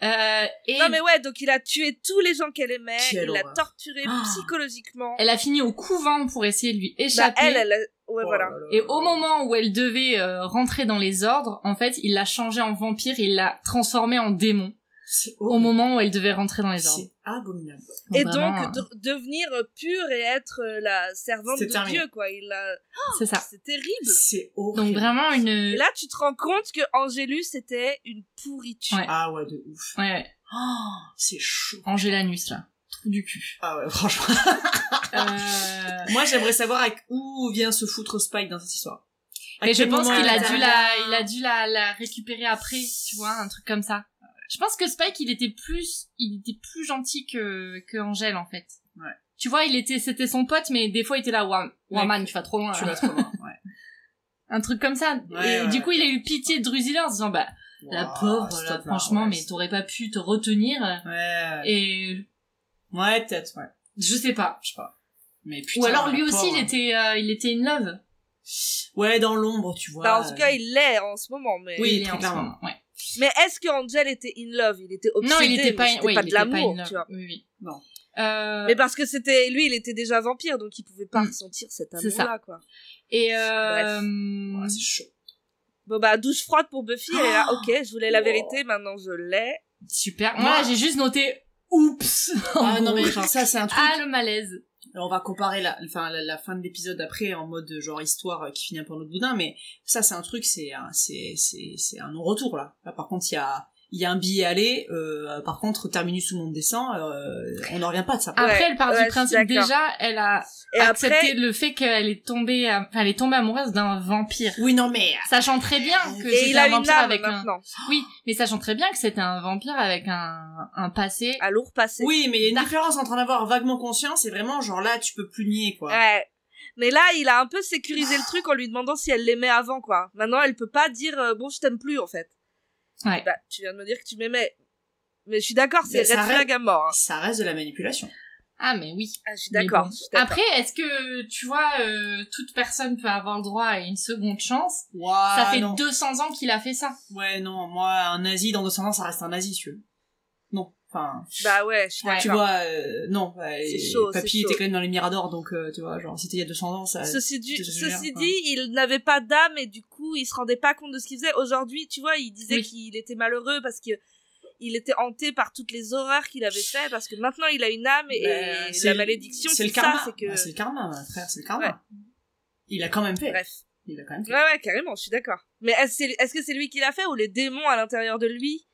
Speaker 3: Euh, et
Speaker 2: Non mais ouais, donc il a tué tous les gens qu'elle aimait,
Speaker 4: Quelle
Speaker 2: il l'a
Speaker 4: horreur.
Speaker 2: torturé
Speaker 4: Ah.
Speaker 2: psychologiquement.
Speaker 3: elle a fini au couvent pour essayer de lui
Speaker 2: Bah,
Speaker 3: échapper.
Speaker 2: elle, elle, a- ouais
Speaker 4: Oh
Speaker 2: voilà.
Speaker 4: là là.
Speaker 3: Et au moment où elle devait euh, rentrer dans les ordres, en fait, il l'a changée en vampire, il l'a transformée en démon
Speaker 4: C'est
Speaker 3: au
Speaker 4: horrible.
Speaker 3: moment où elle devait rentrer dans les ordres.
Speaker 4: C'est abominable.
Speaker 2: Et
Speaker 3: Vraiment,
Speaker 2: donc de- devenir euh, pure et être euh, la servante
Speaker 4: C'est
Speaker 2: de
Speaker 4: terminé.
Speaker 2: Dieu quoi. Il a...
Speaker 3: euh, c'est ça.
Speaker 2: c'est terrible.
Speaker 4: C'est horrible.
Speaker 3: Donc vraiment une.
Speaker 2: Et là tu te rends compte que Angélus c'était une pourriture.
Speaker 3: Ouais.
Speaker 4: Ah ouais, de ouf.
Speaker 3: Ouais, ouais.
Speaker 4: Oh, c'est chaud.
Speaker 3: Angelanus là, trou du cul.
Speaker 4: Ah ouais, franchement.
Speaker 2: Ah.
Speaker 3: Euh...
Speaker 4: Moi, j'aimerais savoir avec où vient se foutre Spike dans cette histoire. À
Speaker 3: Mais je
Speaker 4: quel
Speaker 3: pense
Speaker 4: moment
Speaker 3: qu'il a
Speaker 4: elle
Speaker 3: dû la, il a dû la, la récupérer après, tu vois, un truc comme ça. Je pense que Spike, il était plus, il était plus gentil que, que Angèle, en fait. Tu vois, il était, c'était son pote, mais des fois, il était là, Wa- Waman, tu vas trop loin.
Speaker 4: Tu
Speaker 3: là.
Speaker 4: vas trop loin, ouais.
Speaker 3: Un truc comme ça.
Speaker 4: Ouais,
Speaker 3: et
Speaker 4: ouais,
Speaker 3: du
Speaker 4: ouais.
Speaker 3: coup, il a eu pitié de Drusilla en se disant, bah, la
Speaker 4: Wow,
Speaker 3: pauvre,
Speaker 4: stop
Speaker 3: là,
Speaker 4: là,
Speaker 3: franchement,
Speaker 4: ouais,
Speaker 3: mais t'aurais pas pu te retenir.
Speaker 4: Ouais.
Speaker 3: Et
Speaker 4: Ouais, peut-être, ouais.
Speaker 3: je sais pas.
Speaker 4: Je sais pas. Mais
Speaker 3: Ou
Speaker 4: putain,
Speaker 3: alors,
Speaker 4: la
Speaker 3: lui aussi,
Speaker 4: pauvre.
Speaker 3: il était, euh, il était in love.
Speaker 4: Ouais, dans l'ombre, tu vois.
Speaker 2: Bah, en tout cas, il l'est en ce moment, mais.
Speaker 4: Oui,
Speaker 3: il est
Speaker 4: très
Speaker 3: en ce
Speaker 4: clairement.
Speaker 3: moment, ouais.
Speaker 2: Mais est-ce que Angel était in love Il était obsédé,
Speaker 3: Non, il était
Speaker 2: mais
Speaker 3: pas,
Speaker 2: c'était
Speaker 3: ouais,
Speaker 2: pas
Speaker 3: il
Speaker 2: de
Speaker 3: était pas
Speaker 2: l'amour,
Speaker 3: in love.
Speaker 2: tu vois.
Speaker 3: Oui, oui.
Speaker 4: Non.
Speaker 3: Euh,
Speaker 2: Mais parce que c'était lui, il était déjà vampire, donc il pouvait pas ressentir cet
Speaker 3: Mm. C'est ça.
Speaker 2: amour-là, quoi.
Speaker 3: Et euh,
Speaker 2: Bref.
Speaker 4: Ouais, Ah, c'est chaud.
Speaker 2: Bon bah douche froide pour Buffy. et là,
Speaker 3: Oh
Speaker 2: ok, je voulais la
Speaker 4: Wow.
Speaker 2: vérité, maintenant je l'ai.
Speaker 3: super. Moi, j'ai juste noté oups.
Speaker 4: Ah non, mais genre, ça, c'est un truc.
Speaker 3: Ah, le malaise.
Speaker 4: Alors, on va comparer la, enfin, la, la fin de l'épisode après en mode euh, genre histoire euh, qui finit un peu en autre boudin, mais ça, c'est un truc, c'est un, c'est, c'est, c'est un non-retour, là. Là, par contre, il y a, il y a un billet aller, euh, par contre, terminus tout le monde descend, euh, on n'en revient pas de ça.
Speaker 3: Après, elle part
Speaker 2: ouais, je
Speaker 3: du
Speaker 2: suis
Speaker 3: principe
Speaker 2: d'accord.
Speaker 3: déjà, elle a
Speaker 2: Et
Speaker 3: accepté
Speaker 2: après,
Speaker 3: le fait qu'elle est tombée, euh, enfin, elle est tombée amoureuse d'un vampire.
Speaker 4: Oui, non, mais.
Speaker 2: euh,
Speaker 3: Sachant très bien que
Speaker 2: et
Speaker 3: c'était
Speaker 2: il
Speaker 3: un
Speaker 2: a une
Speaker 3: vampire
Speaker 2: âme
Speaker 3: avec un.
Speaker 2: maintenant.
Speaker 3: Oui, mais sachant très bien que c'était un vampire avec un, un passé.
Speaker 2: À lourd passé.
Speaker 4: Oui, mais il y a une différence entre en avoir vaguement conscience et vraiment, genre là, tu peux plus nier, quoi.
Speaker 2: Ouais. Mais là, il a un peu sécurisé le truc en lui demandant si elle l'aimait avant, quoi. Maintenant, elle peut pas dire euh, bon, je t'aime plus, en fait.
Speaker 3: Ouais.
Speaker 2: Bah, tu viens de me dire que tu m'aimais. Mais je suis d'accord, c'est
Speaker 4: Mais ça
Speaker 2: red
Speaker 4: reste-
Speaker 2: flag à mort. hein.
Speaker 4: Ça reste de la manipulation.
Speaker 3: Ah, mais oui.
Speaker 2: Ah, je suis
Speaker 3: Mais
Speaker 2: d'accord.
Speaker 3: bon.
Speaker 2: je suis d'accord.
Speaker 3: Après, est-ce que, tu vois, euh, toute personne peut avoir le droit à une seconde chance?
Speaker 4: Ouah,
Speaker 3: ça fait
Speaker 4: Ah, non.
Speaker 3: 200 ans qu'il a fait ça.
Speaker 4: Ouais, non, moi, un nazi, dans 200 ans, ça reste un nazi, tu veux. Non, enfin...
Speaker 2: Bah ouais, je suis
Speaker 3: Ouais.
Speaker 2: d'accord.
Speaker 4: Tu vois, euh, non, ouais,
Speaker 2: C'est
Speaker 4: et
Speaker 2: chaud, c'est
Speaker 4: Papy
Speaker 2: chaud.
Speaker 4: était quand même dans les Miradors, donc euh, tu vois, genre, c'était il y a 200 ans, ça.
Speaker 2: Ceci, du-
Speaker 4: je te jure,
Speaker 2: ceci
Speaker 4: quoi.
Speaker 2: dit, il n'avait pas d'âme et du coup, il se rendait pas compte de ce qu'il faisait. Aujourd'hui, tu vois, il disait
Speaker 3: Oui.
Speaker 2: qu'il était malheureux parce que il était hanté par toutes les horreurs qu'il avait fait parce que maintenant il a une âme et,
Speaker 4: Ben,
Speaker 2: et
Speaker 4: c'est-
Speaker 2: la malédiction,
Speaker 4: c'est le
Speaker 2: ça,
Speaker 4: karma.
Speaker 2: c'est que
Speaker 4: Ah, c'est le karma, frère, c'est le karma.
Speaker 2: Ouais.
Speaker 4: Il a quand même fait.
Speaker 2: bref.
Speaker 4: Il a quand même fait.
Speaker 2: Ouais ouais, carrément, je suis d'accord. Mais est-ce c'est- est-ce que c'est lui qui l'a fait ou les démons à l'intérieur de lui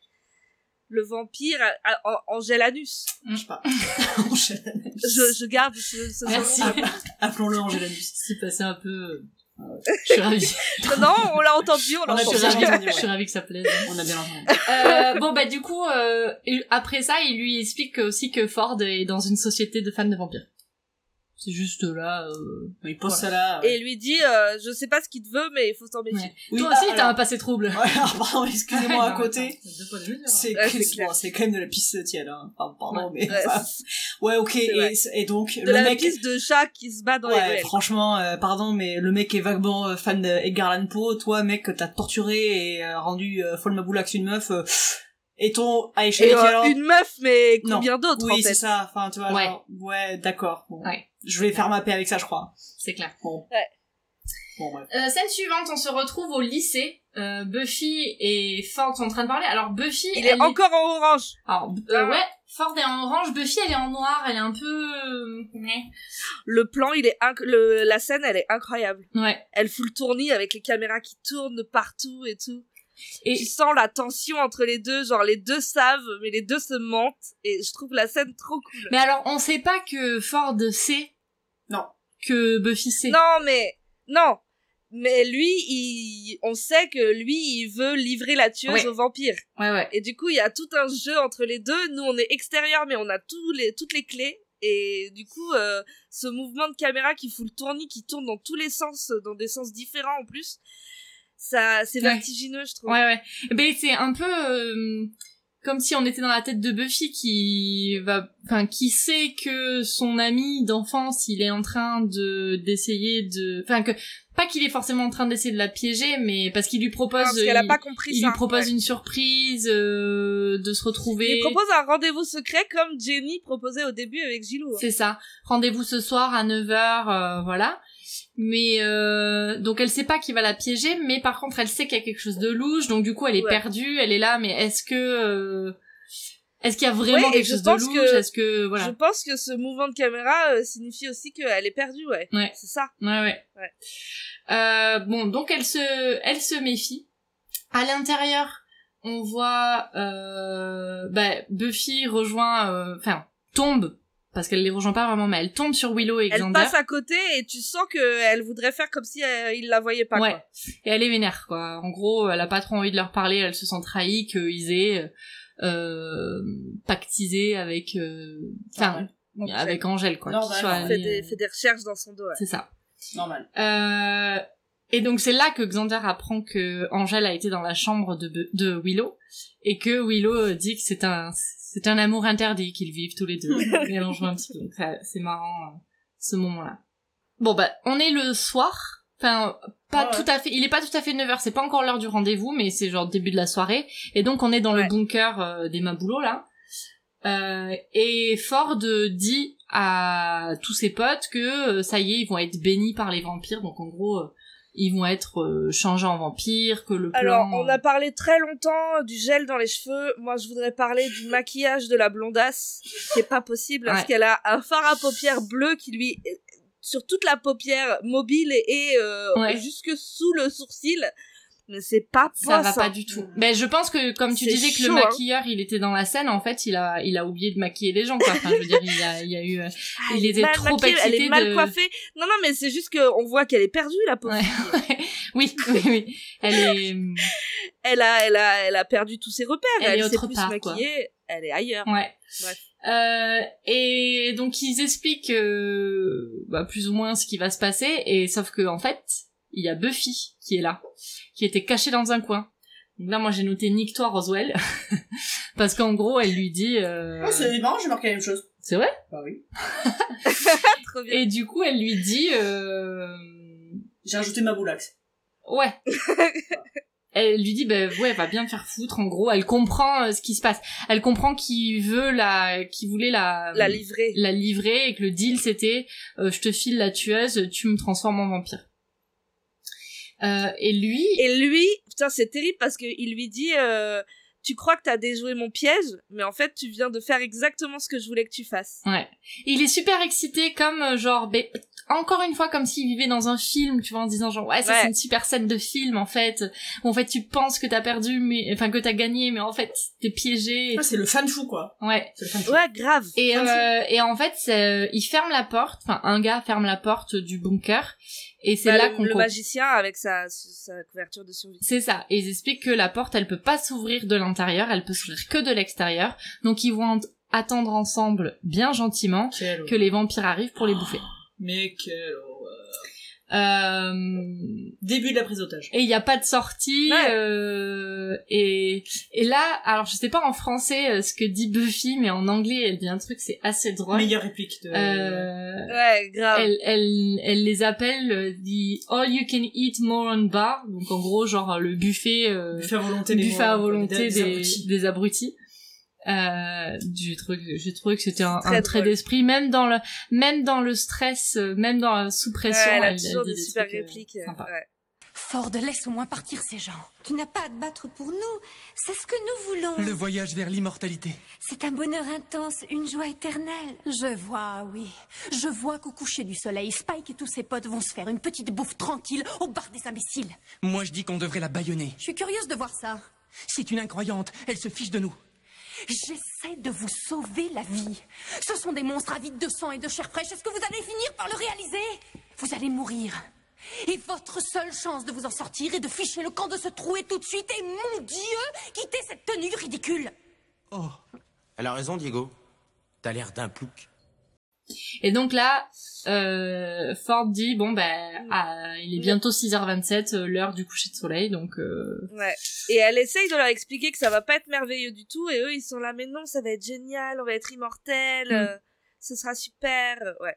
Speaker 2: Le vampire à- à- en- Angèle Anus.
Speaker 4: Je sais pas. Enchaîne.
Speaker 2: Je, je garde ce, ce
Speaker 3: Merci.
Speaker 2: nom.
Speaker 4: Appelons-le Angélanus.
Speaker 3: C'est passé un peu. Je suis ravie.
Speaker 2: Non, on l'a entendu, on l'a
Speaker 4: On a
Speaker 3: Je
Speaker 2: entendu.
Speaker 3: suis ravie,
Speaker 4: bien entendu, ouais.
Speaker 3: je suis ravie que ça plaise.
Speaker 4: On a bien entendu.
Speaker 3: Euh, bon bah du coup, euh, et- après ça, il lui explique que- aussi que Ford est dans une société de fans de vampires. C'est juste là. euh,
Speaker 4: Bon, Il pose ça là.
Speaker 2: Et lui dit, euh, je sais pas ce qu'il te veut, mais il faut s'en méfier.
Speaker 3: ouais.
Speaker 4: Oui,
Speaker 3: Toi aussi,
Speaker 4: ah,
Speaker 3: t'as un
Speaker 4: alors-
Speaker 3: passé trouble.
Speaker 4: Ouais, alors, pardon, excusez-moi, à
Speaker 3: Non,
Speaker 4: côté.
Speaker 3: attends, deux points de hein. vue, là.
Speaker 4: C'est
Speaker 2: Ouais, c'est
Speaker 4: bon, c'est quand même de la pisse tiède, hein. Enfin, pardon, mais.
Speaker 2: Ouais,
Speaker 4: enfin, Ouais, ok,
Speaker 2: c'est vrai.
Speaker 4: et, et donc,
Speaker 2: de
Speaker 4: le
Speaker 2: la
Speaker 4: mec.
Speaker 2: piste de chat qui se bat dans les
Speaker 4: Ouais,
Speaker 2: ruelles.
Speaker 4: franchement, euh, pardon, mais le mec est vaguement euh, fan d'Edgar Allan Poe. Toi, mec, que t'as torturé et euh, rendu euh, folle ma boulax une meuf. euh, et ton à échelle
Speaker 2: Et euh,
Speaker 4: équivalente-
Speaker 2: une meuf, mais
Speaker 4: Non.
Speaker 2: combien d'autres en
Speaker 4: Oui, c'est
Speaker 2: fait
Speaker 4: ça. Enfin, tu vois,
Speaker 3: Ouais.
Speaker 4: genre, ouais, d'accord. Bon.
Speaker 3: Ouais.
Speaker 4: Je vais faire ma paix avec ça, je crois.
Speaker 3: C'est clair.
Speaker 4: Bon.
Speaker 2: Ouais.
Speaker 4: Bon, bref.
Speaker 3: Euh, scène suivante, on se retrouve au lycée. Euh, Buffy et Ford sont en train de parler. Alors Buffy,
Speaker 2: Il
Speaker 3: elle
Speaker 2: est encore en orange.
Speaker 3: Alors
Speaker 4: Ah.
Speaker 3: euh, ouais, Ford est en orange, Buffy elle est en noir, elle est un peu. euh, Ouais.
Speaker 2: Le plan, il est inc- le- la scène, elle est incroyable.
Speaker 3: Ouais.
Speaker 2: Elle fout le tournis avec les caméras qui tournent de partout et tout.
Speaker 3: Et
Speaker 2: Tu sens la tension entre les deux, genre les deux savent, mais les deux se mentent. Et je trouve la scène trop cool.
Speaker 3: Mais alors, on sait pas que Ford sait
Speaker 4: Non.
Speaker 3: que Buffy sait.
Speaker 2: Non, mais non. Mais lui, il... on sait que lui, il veut livrer la tueuse
Speaker 3: Ouais.
Speaker 2: au vampire.
Speaker 3: Ouais, ouais.
Speaker 2: Et du coup, il y a tout un jeu entre les deux. Nous, on est extérieur, mais on a tous les, toutes les clés. Et du coup, euh, ce mouvement de caméra qui fout le tournis, qui tourne dans tous les sens, euh, dans des sens différents en plus, ça, c'est
Speaker 3: Ouais.
Speaker 2: vertigineux, je trouve.
Speaker 3: Ouais, ouais. Ben, c'est un peu euh, comme si on était dans la tête de Buffy qui va, enfin, qui sait que son ami d'enfance, il est en train de, d'essayer de, enfin, que, pas qu'il est forcément en train d'essayer de la piéger, mais parce qu'il lui propose,
Speaker 2: Parce qu'elle a
Speaker 3: il,
Speaker 2: pas compris
Speaker 3: il
Speaker 2: ça.
Speaker 3: lui propose
Speaker 2: Ouais.
Speaker 3: une surprise, euh, de se retrouver.
Speaker 2: Il propose un rendez-vous secret comme Jenny proposait au début avec Gilou. hein.
Speaker 3: C'est ça. Rendez-vous ce soir à 9h, euh, voilà. Mais euh, donc elle sait pas qu'il va la piéger, mais par contre elle sait qu'il y a quelque chose de louche, donc du coup elle est
Speaker 2: Ouais.
Speaker 3: perdue, elle est là, mais est-ce que euh, est-ce qu'il y a
Speaker 2: Ouais,
Speaker 3: vraiment
Speaker 2: et
Speaker 3: quelque
Speaker 2: je
Speaker 3: chose de
Speaker 2: pense
Speaker 3: louche
Speaker 2: que-
Speaker 3: Est-ce que voilà,
Speaker 2: Je pense que ce mouvement de caméra euh, signifie aussi qu'elle est perdue, ouais.
Speaker 3: Ouais.
Speaker 2: C'est ça.
Speaker 3: ouais ouais.
Speaker 2: Ouais.
Speaker 3: Euh, bon donc elle se elle se méfie. À l'intérieur, on voit euh, bah, Buffy rejoint, euh, enfin tombe parce qu'elle les rejoint pas vraiment, mais elle tombe sur Willow et
Speaker 2: Elle
Speaker 3: Xander.
Speaker 2: passe à côté et tu sens qu'elle voudrait faire comme si euh, il la voyait pas.
Speaker 3: ouais.
Speaker 2: quoi.
Speaker 3: Et elle est vénère, quoi. En gros, elle a pas trop envie de leur parler, elle se sent trahie, qu'ils aient euh, euh, pactisé avec, euh, enfin,
Speaker 2: Normal.
Speaker 3: avec Angèle, quoi.
Speaker 4: Normal.
Speaker 3: qui soit
Speaker 2: bah, fait,
Speaker 3: allée,
Speaker 2: des,
Speaker 3: euh,
Speaker 2: fait des recherches dans son dos. ouais.
Speaker 3: C'est ça.
Speaker 4: Normal.
Speaker 3: Euh, et donc c'est là que Xander apprend que Angèle a été dans la chambre de, Be- de Willow et que Willow euh, dit que c'est un c'est un amour interdit qu'ils vivent tous les deux. Mélange un petit peu. Donc ça, c'est marrant euh, ce moment-là. Bon bah on est le soir. Enfin pas
Speaker 4: Ah ouais.
Speaker 3: tout à fait. Il est pas tout à fait 9h. C'est pas encore l'heure du rendez-vous mais c'est genre début de la soirée. Et donc on est dans
Speaker 2: Ouais.
Speaker 3: le bunker euh, des Maboulots là. Euh, et Ford euh, dit à tous ses potes que euh, ça y est, ils vont être bénis par les vampires, donc en gros, euh, ils vont être euh, changés en vampires, que le plan...
Speaker 2: Alors, on a parlé très longtemps du gel dans les cheveux. Moi, je voudrais parler du maquillage de la blondasse, qui est pas possible parce
Speaker 3: Ouais.
Speaker 2: qu'elle a un fard à paupières bleu qui lui sur toute la paupière mobile et, et, euh,
Speaker 3: Ouais.
Speaker 2: jusque sous le sourcil. Mais c'est pas
Speaker 3: ça va
Speaker 2: possible.
Speaker 3: pas du tout. Mais je pense que comme tu
Speaker 2: C'est
Speaker 3: disais que
Speaker 2: chaud,
Speaker 3: le
Speaker 2: hein.
Speaker 3: maquilleur il était dans la scène, en fait il a il a oublié de maquiller les gens quoi. Enfin je veux dire il y a, il y a eu euh,
Speaker 2: Ah,
Speaker 3: il
Speaker 2: elle est
Speaker 3: était
Speaker 2: mal
Speaker 3: trop
Speaker 2: maquillée, Elle
Speaker 3: excité
Speaker 2: est mal
Speaker 3: de-
Speaker 2: coiffée. Non, non, mais c'est juste qu'on voit qu'elle est perdue, la pauvre.
Speaker 3: Ouais.
Speaker 2: fille.
Speaker 3: oui oui oui elle est euh,
Speaker 2: Elle a, elle a, elle a perdu tous ses repères.
Speaker 3: Elle
Speaker 2: Elle,
Speaker 3: est
Speaker 2: s'est
Speaker 3: autre
Speaker 2: plus
Speaker 3: part, quoi.
Speaker 2: maquillée. Elle est ailleurs.
Speaker 3: Ouais.
Speaker 2: Bref.
Speaker 3: Euh, et donc ils expliquent euh, bah, plus ou moins ce qui va se passer, et sauf que en fait, il y a Buffy qui est là, qui était cachée dans un coin. Donc là, moi j'ai noté nique toi Roswell, parce qu'en gros elle lui dit. euh,
Speaker 2: Ah,
Speaker 4: Ouais, Ah, c'est marrant, j'ai marqué la même chose.
Speaker 3: c'est vrai.
Speaker 4: Bah oui.
Speaker 2: Trop bien.
Speaker 3: Et du coup elle lui dit. euh,
Speaker 4: J'ai ajouté ma boulax.
Speaker 3: Ouais. elle lui dit, ben ouais, va bien te faire foutre. En gros, elle comprend euh, ce qui se passe. Elle comprend qu'il veut la, qu'il voulait la,
Speaker 2: La livrée.
Speaker 3: la livrer et que le deal c'était, euh, je te file la tueuse, tu me transformes en vampire. Euh, et lui,
Speaker 2: Et lui, putain, c'est terrible parce qu'il lui dit euh, Tu crois que t'as déjoué mon piège, mais en fait, tu viens de faire exactement ce que je voulais que tu fasses.
Speaker 3: ouais, il est super excité comme euh, genre, ben, encore une fois comme s'il vivait dans un film, tu vois, en disant genre ouais, ça
Speaker 2: Ouais.
Speaker 3: c'est une super scène de film en fait. Où, en fait, tu penses que t'as perdu, mais enfin que t'as gagné, mais en fait t'es piégé.
Speaker 4: Ah, c'est le fan fou, quoi.
Speaker 3: Ouais.
Speaker 4: C'est le fan fou.
Speaker 2: Ouais, grave.
Speaker 3: Et,
Speaker 4: Comme
Speaker 3: euh, et en fait, c'est- euh, il ferme la porte, enfin un gars ferme la porte du bunker, et c'est
Speaker 2: Bah,
Speaker 3: là
Speaker 2: le-
Speaker 3: qu'on
Speaker 2: le,
Speaker 3: comprend-
Speaker 2: magicien avec sa, sa couverture de survie.
Speaker 3: C'est ça. Et ils expliquent que la porte, elle peut pas s'ouvrir de l'intérieur, elle peut s'ouvrir que de l'extérieur. Donc ils vont en- attendre ensemble, bien gentiment,
Speaker 4: Quelle
Speaker 3: que les vampires arrivent pour les bouffer.
Speaker 4: Mais quelle horreur.
Speaker 3: Euh,
Speaker 4: Début de la prise d'otage.
Speaker 3: et il n'y a pas de sortie.
Speaker 2: Ouais.
Speaker 3: euh, et, et là, alors je sais pas en français euh, ce que dit Buffy, mais en anglais, elle dit un truc, c'est assez drôle.
Speaker 4: Meilleure réplique de...
Speaker 3: Euh,
Speaker 2: Ouais, grave.
Speaker 3: elle, elle, elle les appelle euh, the all you can eat more on bar, donc en gros genre euh, le buffet, euh,
Speaker 4: Buffet à volonté des
Speaker 3: buffet
Speaker 4: morts,
Speaker 3: à
Speaker 4: quoi,
Speaker 3: volonté
Speaker 4: des
Speaker 3: des,
Speaker 4: abrutis.
Speaker 3: des abrutis. Euh, du truc, j'ai trouvé que c'était un,
Speaker 2: Très
Speaker 3: un trait
Speaker 2: drôle.
Speaker 3: d'esprit, même dans le, même dans le stress, euh, même dans la sous
Speaker 2: Ouais,
Speaker 3: pression.
Speaker 2: elle a
Speaker 3: elle-
Speaker 2: toujours
Speaker 3: elle
Speaker 2: des
Speaker 3: dit
Speaker 2: super
Speaker 3: trucs, euh,
Speaker 2: répliques. euh,
Speaker 3: sympas.
Speaker 2: ouais.
Speaker 9: Ford, laisse au moins partir ces gens.
Speaker 5: Tu n'as pas à te battre pour nous. C'est ce que nous voulons.
Speaker 6: Le voyage vers l'immortalité.
Speaker 5: C'est un bonheur intense, une joie éternelle.
Speaker 9: Je vois, oui. Je vois qu'au coucher du soleil, Spike et tous ses potes vont se faire une petite bouffe tranquille au bar des imbéciles.
Speaker 6: Moi, je dis qu'on devrait la bâillonner.
Speaker 9: Je suis curieuse de voir ça.
Speaker 6: C'est une incroyante. Elle se fiche de nous.
Speaker 9: J'essaie de vous sauver la vie. Ce sont des monstres avides de sang et de chair fraîche. Est-ce que vous allez finir par le réaliser Vous allez mourir. Et votre seule chance de vous en sortir est de ficher le camp de ce trou et tout de suite. Et mon Dieu, quittez cette tenue ridicule.
Speaker 7: Elle a raison, Diego. T'as l'air d'un plouc.
Speaker 3: Et donc là, euh, Ford dit, bon ben,
Speaker 2: Mm.
Speaker 3: ah, il est bientôt 6h27, euh, l'heure du coucher de soleil, donc euh,
Speaker 2: Ouais. Et elle essaye de leur expliquer que ça va pas être merveilleux du tout, et eux ils sont là, mais non, ça va être génial, on va être immortel, euh,
Speaker 3: Mm.
Speaker 2: ce sera super. euh, Ouais.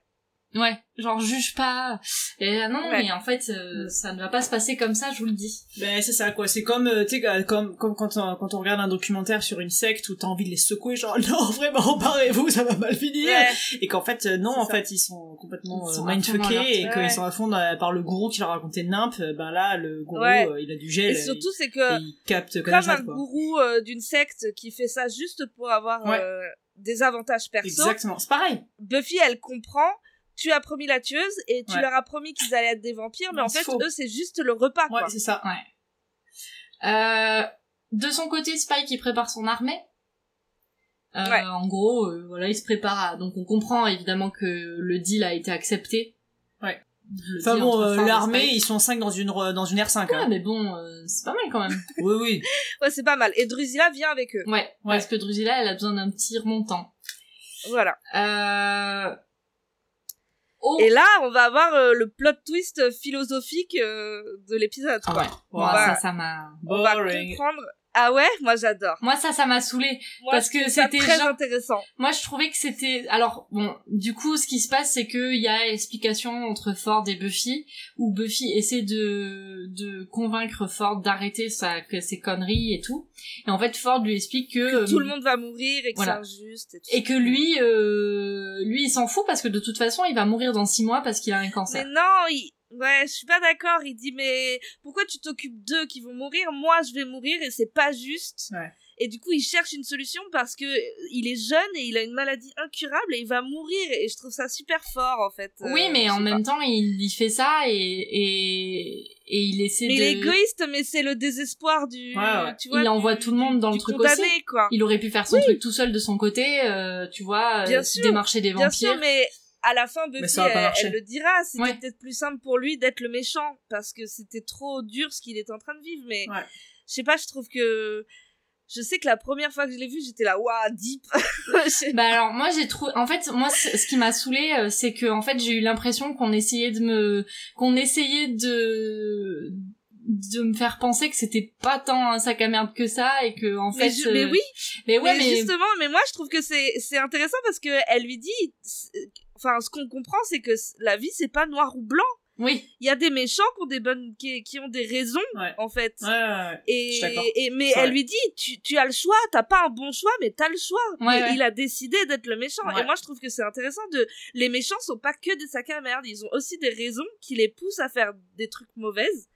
Speaker 3: Ouais, genre juge pas. Et là, non,
Speaker 2: Ouais.
Speaker 3: mais en fait, euh, ça ne va pas se passer comme ça, je vous le dis.
Speaker 4: Ben c'est ça quoi, c'est comme euh, tu sais quand- comme comme quand on, quand on regarde un documentaire sur une secte où t'as envie de les secouer genre non vraiment barrez-vous ça va mal finir
Speaker 2: Ouais.
Speaker 4: et qu'en fait euh, non
Speaker 2: C'est
Speaker 4: en
Speaker 2: ça.
Speaker 4: fait ils sont complètement
Speaker 3: Ils
Speaker 4: euh,
Speaker 3: sont à fond dans leur
Speaker 4: mindfuckés et
Speaker 3: truc.
Speaker 4: qu'ils
Speaker 2: Ouais.
Speaker 4: sont à fond dans la- par le gourou qui leur a raconté Nymphe, euh, ben là le gourou
Speaker 2: Ouais.
Speaker 4: euh, il a du gel
Speaker 2: Et
Speaker 4: euh,
Speaker 2: surtout, c'est
Speaker 4: il,
Speaker 2: que
Speaker 4: et il capte comme
Speaker 2: comme
Speaker 4: ça
Speaker 2: un
Speaker 4: quoi.
Speaker 2: gourou euh, d'une secte qui fait ça juste pour avoir
Speaker 4: Ouais.
Speaker 2: euh, des avantages perso.
Speaker 4: Exactement, c'est pareil.
Speaker 2: Buffy, elle comprend. Tu as promis la tueuse et tu
Speaker 4: Ouais.
Speaker 2: leur as promis qu'ils allaient être des vampires, mais en
Speaker 4: C'est
Speaker 2: fait,
Speaker 4: faux.
Speaker 2: eux, c'est juste le repas.
Speaker 4: Ouais,
Speaker 2: quoi.
Speaker 4: c'est ça.
Speaker 3: Euh, de son côté, Spike, il prépare son armée. Euh,
Speaker 2: Ouais.
Speaker 3: En gros, euh, voilà, il se prépare à... Donc on comprend évidemment que le deal a été accepté.
Speaker 4: Ouais.
Speaker 3: le
Speaker 4: Enfin
Speaker 3: dit
Speaker 4: bon,
Speaker 3: entre
Speaker 4: euh,
Speaker 3: fin et
Speaker 4: l'armée,
Speaker 3: spike.
Speaker 4: ils sont 5 dans une, re- dans une R5.
Speaker 3: Ouais, mais bon, euh, c'est pas mal quand même.
Speaker 4: Oui, oui.
Speaker 2: Ouais, c'est pas mal. Et Drusilla vient avec eux.
Speaker 3: Ouais, parce que Drusilla, elle a besoin d'un petit remontant.
Speaker 2: Voilà.
Speaker 3: Euh... Oh.
Speaker 2: Et là, on va avoir euh, le plot twist philosophique euh, de l'épisode.
Speaker 3: Ah
Speaker 2: quoi.
Speaker 3: ouais.
Speaker 2: On
Speaker 3: Moi,
Speaker 2: va-
Speaker 3: ça, ça m'a...
Speaker 2: on va comprendre. Ah ouais, moi j'adore.
Speaker 3: Moi, ça, ça m'a saoulé.
Speaker 2: Moi,
Speaker 3: parce
Speaker 2: je
Speaker 3: que
Speaker 2: trouve ça
Speaker 3: c'était
Speaker 2: très
Speaker 3: genre-
Speaker 2: intéressant.
Speaker 3: Moi, je trouvais que c'était. Alors, bon, du coup, ce qui se passe, c'est qu'il y a explication entre Ford et Buffy, où Buffy essaie de, de convaincre Ford d'arrêter sa... que ses conneries et tout. Et en fait, Ford lui explique que.
Speaker 2: Tout le monde va mourir et que
Speaker 3: voilà.
Speaker 2: c'est injuste. Et, tout.
Speaker 3: Et que lui, euh, lui, il s'en fout parce que de toute façon, il va mourir dans six mois parce qu'il a un
Speaker 2: Mais
Speaker 3: cancer.
Speaker 2: non, il... ouais, je suis pas d'accord. Il dit mais pourquoi tu t'occupes d'eux qui vont mourir Moi, je vais mourir et c'est pas juste.
Speaker 4: Ouais.
Speaker 2: Et du coup, il cherche une solution parce que euh, il est jeune et il a une maladie incurable et il va mourir. Et je trouve ça super fort en fait. Euh,
Speaker 3: oui, mais
Speaker 2: je
Speaker 3: en
Speaker 2: sais
Speaker 3: même
Speaker 2: pas.
Speaker 3: temps, il, il fait ça et, et, et il essaie
Speaker 2: Mais il
Speaker 3: de.
Speaker 2: est égoïste, mais c'est le désespoir du.
Speaker 4: Ouais, ouais.
Speaker 2: Tu vois,
Speaker 3: il
Speaker 2: du-
Speaker 3: envoie tout le monde dans le
Speaker 2: du
Speaker 3: truc aussi.
Speaker 2: condamné, quoi.
Speaker 3: Il aurait pu faire son truc tout seul de son côté, euh, tu vois, euh,
Speaker 2: Bien sûr,
Speaker 3: démarcher des
Speaker 2: Bien
Speaker 3: vampires.
Speaker 2: sûr, mais à la fin, Buffy,
Speaker 4: ça va pas
Speaker 2: elle,
Speaker 4: marcher.
Speaker 2: elle le dira. C'était
Speaker 3: Ouais.
Speaker 2: peut-être plus simple pour lui d'être le méchant parce que c'était trop dur ce qu'il est en train de vivre. Mais
Speaker 4: Ouais.
Speaker 2: je sais pas, je trouve que. Je sais que la première fois que je l'ai vu, j'étais là, waouh, deep. Je-
Speaker 3: Bah alors moi j'ai trouvé en fait moi c- ce qui m'a saoulé c'est que en fait j'ai eu l'impression qu'on essayait de me qu'on essayait de de me faire penser que c'était pas tant un sac à merde que ça et que en
Speaker 2: mais,
Speaker 3: fait
Speaker 2: je- mais
Speaker 3: euh,
Speaker 2: oui,
Speaker 3: mais ouais
Speaker 2: mais
Speaker 3: mais,
Speaker 2: justement, mais moi je trouve que c'est c'est intéressant parce que elle lui dit, c'est- enfin ce qu'on comprend c'est que c- la vie c'est pas noir ou blanc.
Speaker 3: oui
Speaker 2: Il y a des méchants qui ont des bonnes, qui, qui ont des raisons
Speaker 4: Ouais.
Speaker 2: en fait.
Speaker 4: Ouais, ouais, ouais. Je suis d'accord.
Speaker 2: Et, et- mais
Speaker 4: C'est
Speaker 2: elle
Speaker 4: vrai.
Speaker 2: lui dit tu, tu as le choix, t'as pas un bon choix, mais t'as le choix.
Speaker 3: Ouais,
Speaker 2: Et
Speaker 3: ouais.
Speaker 2: Il a décidé d'être le méchant.
Speaker 4: Ouais.
Speaker 2: Et moi, je trouve que c'est intéressant de. Les méchants sont pas que des sacs à merde, ils ont aussi des raisons qui les poussent à faire des trucs mauvaises.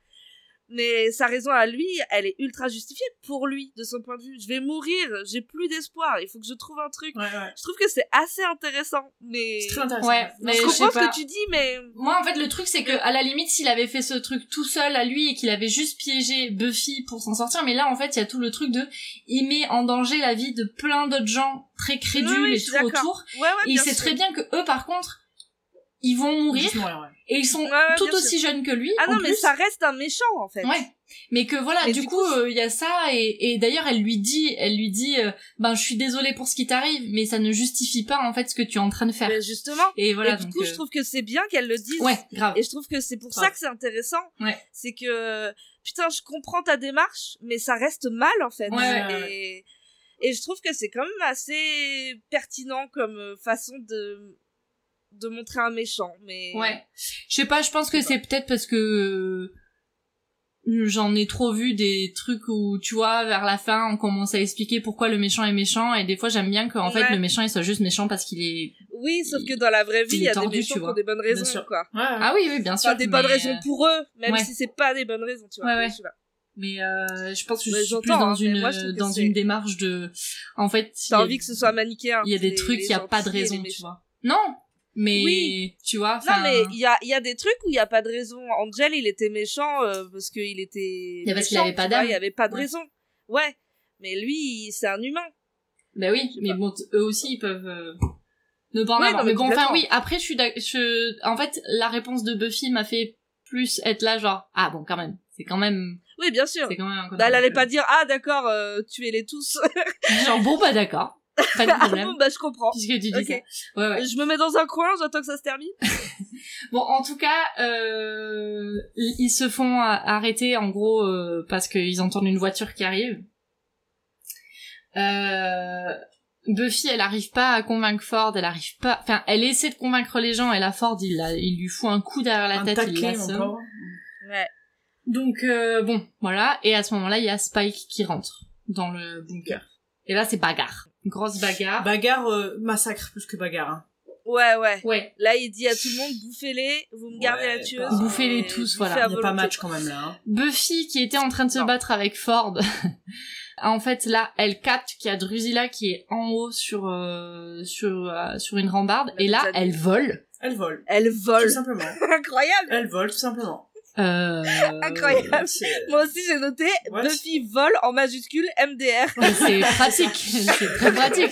Speaker 2: Mais sa raison à lui, elle est ultra justifiée pour lui, de son point de vue. Je vais mourir, j'ai plus d'espoir, il faut que je trouve un truc.
Speaker 4: Ouais, ouais.
Speaker 2: Je trouve que c'est assez intéressant, mais.
Speaker 4: C'est très
Speaker 2: euh,
Speaker 4: intéressant.
Speaker 3: ouais mais
Speaker 2: je
Speaker 3: je sais
Speaker 2: comprends ce
Speaker 3: pas
Speaker 2: que tu dis, mais.
Speaker 3: moi en fait le truc c'est que à la limite s'il avait fait ce truc tout seul à lui et qu'il avait juste piégé Buffy pour s'en sortir mais là en fait il y a tout le truc de il met en danger la vie de plein d'autres gens très crédules
Speaker 2: Oui, oui,
Speaker 3: et
Speaker 2: je suis
Speaker 3: tout
Speaker 2: d'accord.
Speaker 3: autour
Speaker 2: Ouais, ouais,
Speaker 3: et il
Speaker 2: bien
Speaker 3: sait
Speaker 2: sûr.
Speaker 3: très bien que eux par contre ils vont mourir
Speaker 4: Juste mourir, ouais.
Speaker 3: et ils sont
Speaker 2: Ouais, ouais,
Speaker 3: tout
Speaker 2: bien
Speaker 3: aussi jeunes que lui.
Speaker 2: Ah
Speaker 3: en
Speaker 2: non, mais
Speaker 3: plus.
Speaker 2: ça reste un méchant, en fait.
Speaker 3: Ouais, mais que voilà,
Speaker 2: Mais
Speaker 3: du
Speaker 2: du
Speaker 3: coup, euh, il y a ça et, et d'ailleurs elle lui dit, elle lui dit, euh, ben je suis désolée pour ce qui t'arrive, mais ça ne justifie pas en fait ce que tu es en train de faire.
Speaker 2: Mais justement.
Speaker 3: Et voilà,
Speaker 2: et du
Speaker 3: donc,
Speaker 2: coup, je
Speaker 3: euh,
Speaker 2: trouve que c'est bien qu'elle le dise.
Speaker 3: ouais, grave.
Speaker 2: Et je trouve que c'est pour ça
Speaker 3: Grave.
Speaker 2: que c'est intéressant.
Speaker 3: Ouais.
Speaker 2: C'est que, putain, je comprends ta démarche, mais ça reste mal, en fait.
Speaker 3: Ouais, ouais,
Speaker 2: et... et je trouve que c'est quand même assez pertinent comme euh, façon de de montrer un méchant mais
Speaker 3: Ouais. Je sais pas, je pense que c'est peut-être parce que euh, j'en ai trop vu des trucs où tu vois vers la fin on commence à expliquer pourquoi le méchant est méchant et des fois j'aime bien qu'en fait
Speaker 2: Ouais.
Speaker 3: le méchant il soit juste méchant parce qu'il est
Speaker 2: oui sauf
Speaker 3: Il-
Speaker 2: que dans la vraie vie
Speaker 3: il
Speaker 2: il
Speaker 3: est
Speaker 2: y a
Speaker 3: tordu,
Speaker 2: des méchants
Speaker 3: tu
Speaker 2: qui
Speaker 3: vois.
Speaker 2: ont des bonnes
Speaker 4: Bien
Speaker 2: raisons
Speaker 4: sûr.
Speaker 2: quoi
Speaker 4: Ouais, ouais.
Speaker 3: ah oui oui bien sûr
Speaker 2: enfin des bonnes
Speaker 3: mais-
Speaker 2: raisons pour eux même
Speaker 3: euh, ouais.
Speaker 2: si c'est pas des bonnes raisons tu vois
Speaker 3: Ouais,
Speaker 2: mais
Speaker 3: ouais.
Speaker 2: je suis là.
Speaker 3: Mais euh, je pense que je
Speaker 2: Mais
Speaker 3: suis plus
Speaker 2: j'entends,
Speaker 3: dans
Speaker 2: hein, mais
Speaker 3: une
Speaker 2: moi, je trouve que
Speaker 3: dans
Speaker 2: c'est-
Speaker 3: une démarche de en fait il y
Speaker 2: t'as
Speaker 3: a-
Speaker 2: envie que ce soit manichéen
Speaker 3: il y a des
Speaker 2: les-
Speaker 3: trucs
Speaker 2: les
Speaker 3: il y a pas de
Speaker 2: gentils et les
Speaker 3: raison tu
Speaker 2: méchants.
Speaker 3: vois. Non, mais
Speaker 2: Oui.
Speaker 3: tu vois
Speaker 2: Non
Speaker 3: enfin
Speaker 2: mais il y a, il y a des trucs où il n'y a pas de raison. Angel, il était méchant euh, parce qu'il était.
Speaker 3: Mais parce qu'il
Speaker 2: méchant,
Speaker 3: avait pas
Speaker 2: tu vois,
Speaker 3: d'âme.
Speaker 2: Il n'y avait pas de
Speaker 3: Ouais.
Speaker 2: raison. Ouais. Mais lui, il- c'est un humain.
Speaker 3: bah oui, mais bon t- eux aussi ils peuvent euh, ne pas en
Speaker 2: Ouais,
Speaker 3: avoir.
Speaker 2: non,
Speaker 3: mais
Speaker 2: mais
Speaker 3: bon enfin
Speaker 2: complètement.
Speaker 3: oui, après je suis d'ac- je en fait la réponse de Buffy m'a fait plus être là genre ah bon quand même, c'est quand même
Speaker 2: Oui, bien sûr.
Speaker 3: c'est quand même un
Speaker 2: Bah,
Speaker 3: connard.
Speaker 2: elle allait pas dire ah d'accord, euh, tuez-les tous.
Speaker 3: genre bon bah d'accord, pas de
Speaker 2: ah
Speaker 3: problème.
Speaker 2: bon, bah je comprends.
Speaker 3: Puisque tu dis
Speaker 2: Ok.
Speaker 3: ça. Ouais, ouais.
Speaker 2: Je me mets dans un coin, j'attends que ça se termine.
Speaker 3: Bon, en tout cas, euh, ils ils se font a- arrêter en gros euh, parce qu'ils entendent une voiture qui arrive. Euh, Buffy, elle arrive pas à convaincre Ford, elle arrive pas. Enfin, elle essaie de convaincre les gens et la Ford, il, la- il lui fout un coup derrière la
Speaker 4: Un
Speaker 3: tête, il
Speaker 4: taquet, mon
Speaker 3: l'assomme.
Speaker 4: pauvre.
Speaker 2: Ouais.
Speaker 3: Donc euh, bon, voilà. Et à ce moment-là, il y a Spike qui rentre dans le bunker. Et là, c'est bagarre, Une grosse bagarre.
Speaker 4: Bagarre, euh, massacre plus que bagarre. hein.
Speaker 2: Ouais, ouais.
Speaker 3: ouais.
Speaker 2: Là, il dit à tout le monde bouffez-les, vous me gardez
Speaker 4: Ouais,
Speaker 2: la tueuse.
Speaker 4: bah,
Speaker 3: Bouffez-les
Speaker 2: et bouffez
Speaker 3: tous, voilà.
Speaker 2: à
Speaker 3: Il y a
Speaker 4: Il n'y a pas
Speaker 2: volonté.
Speaker 4: match quand même là. hein.
Speaker 3: Buffy qui était en train de se
Speaker 2: Non.
Speaker 3: battre avec Ford. en fait là, elle capte qu'il y a Drusilla qui est en haut sur euh, sur euh, sur une rambarde
Speaker 2: La
Speaker 3: et là
Speaker 2: petite
Speaker 3: elle vole.
Speaker 4: Elle vole.
Speaker 2: Elle
Speaker 4: Tout
Speaker 2: vole.
Speaker 4: simplement.
Speaker 2: Incroyable.
Speaker 4: Elle vole, tout simplement.
Speaker 3: Euh,
Speaker 2: Incroyable.
Speaker 4: C'est- euh,
Speaker 2: Moi aussi, j'ai noté
Speaker 4: What
Speaker 2: Buffy vole en majuscule MDR.
Speaker 3: C'est pratique, c'est très pratique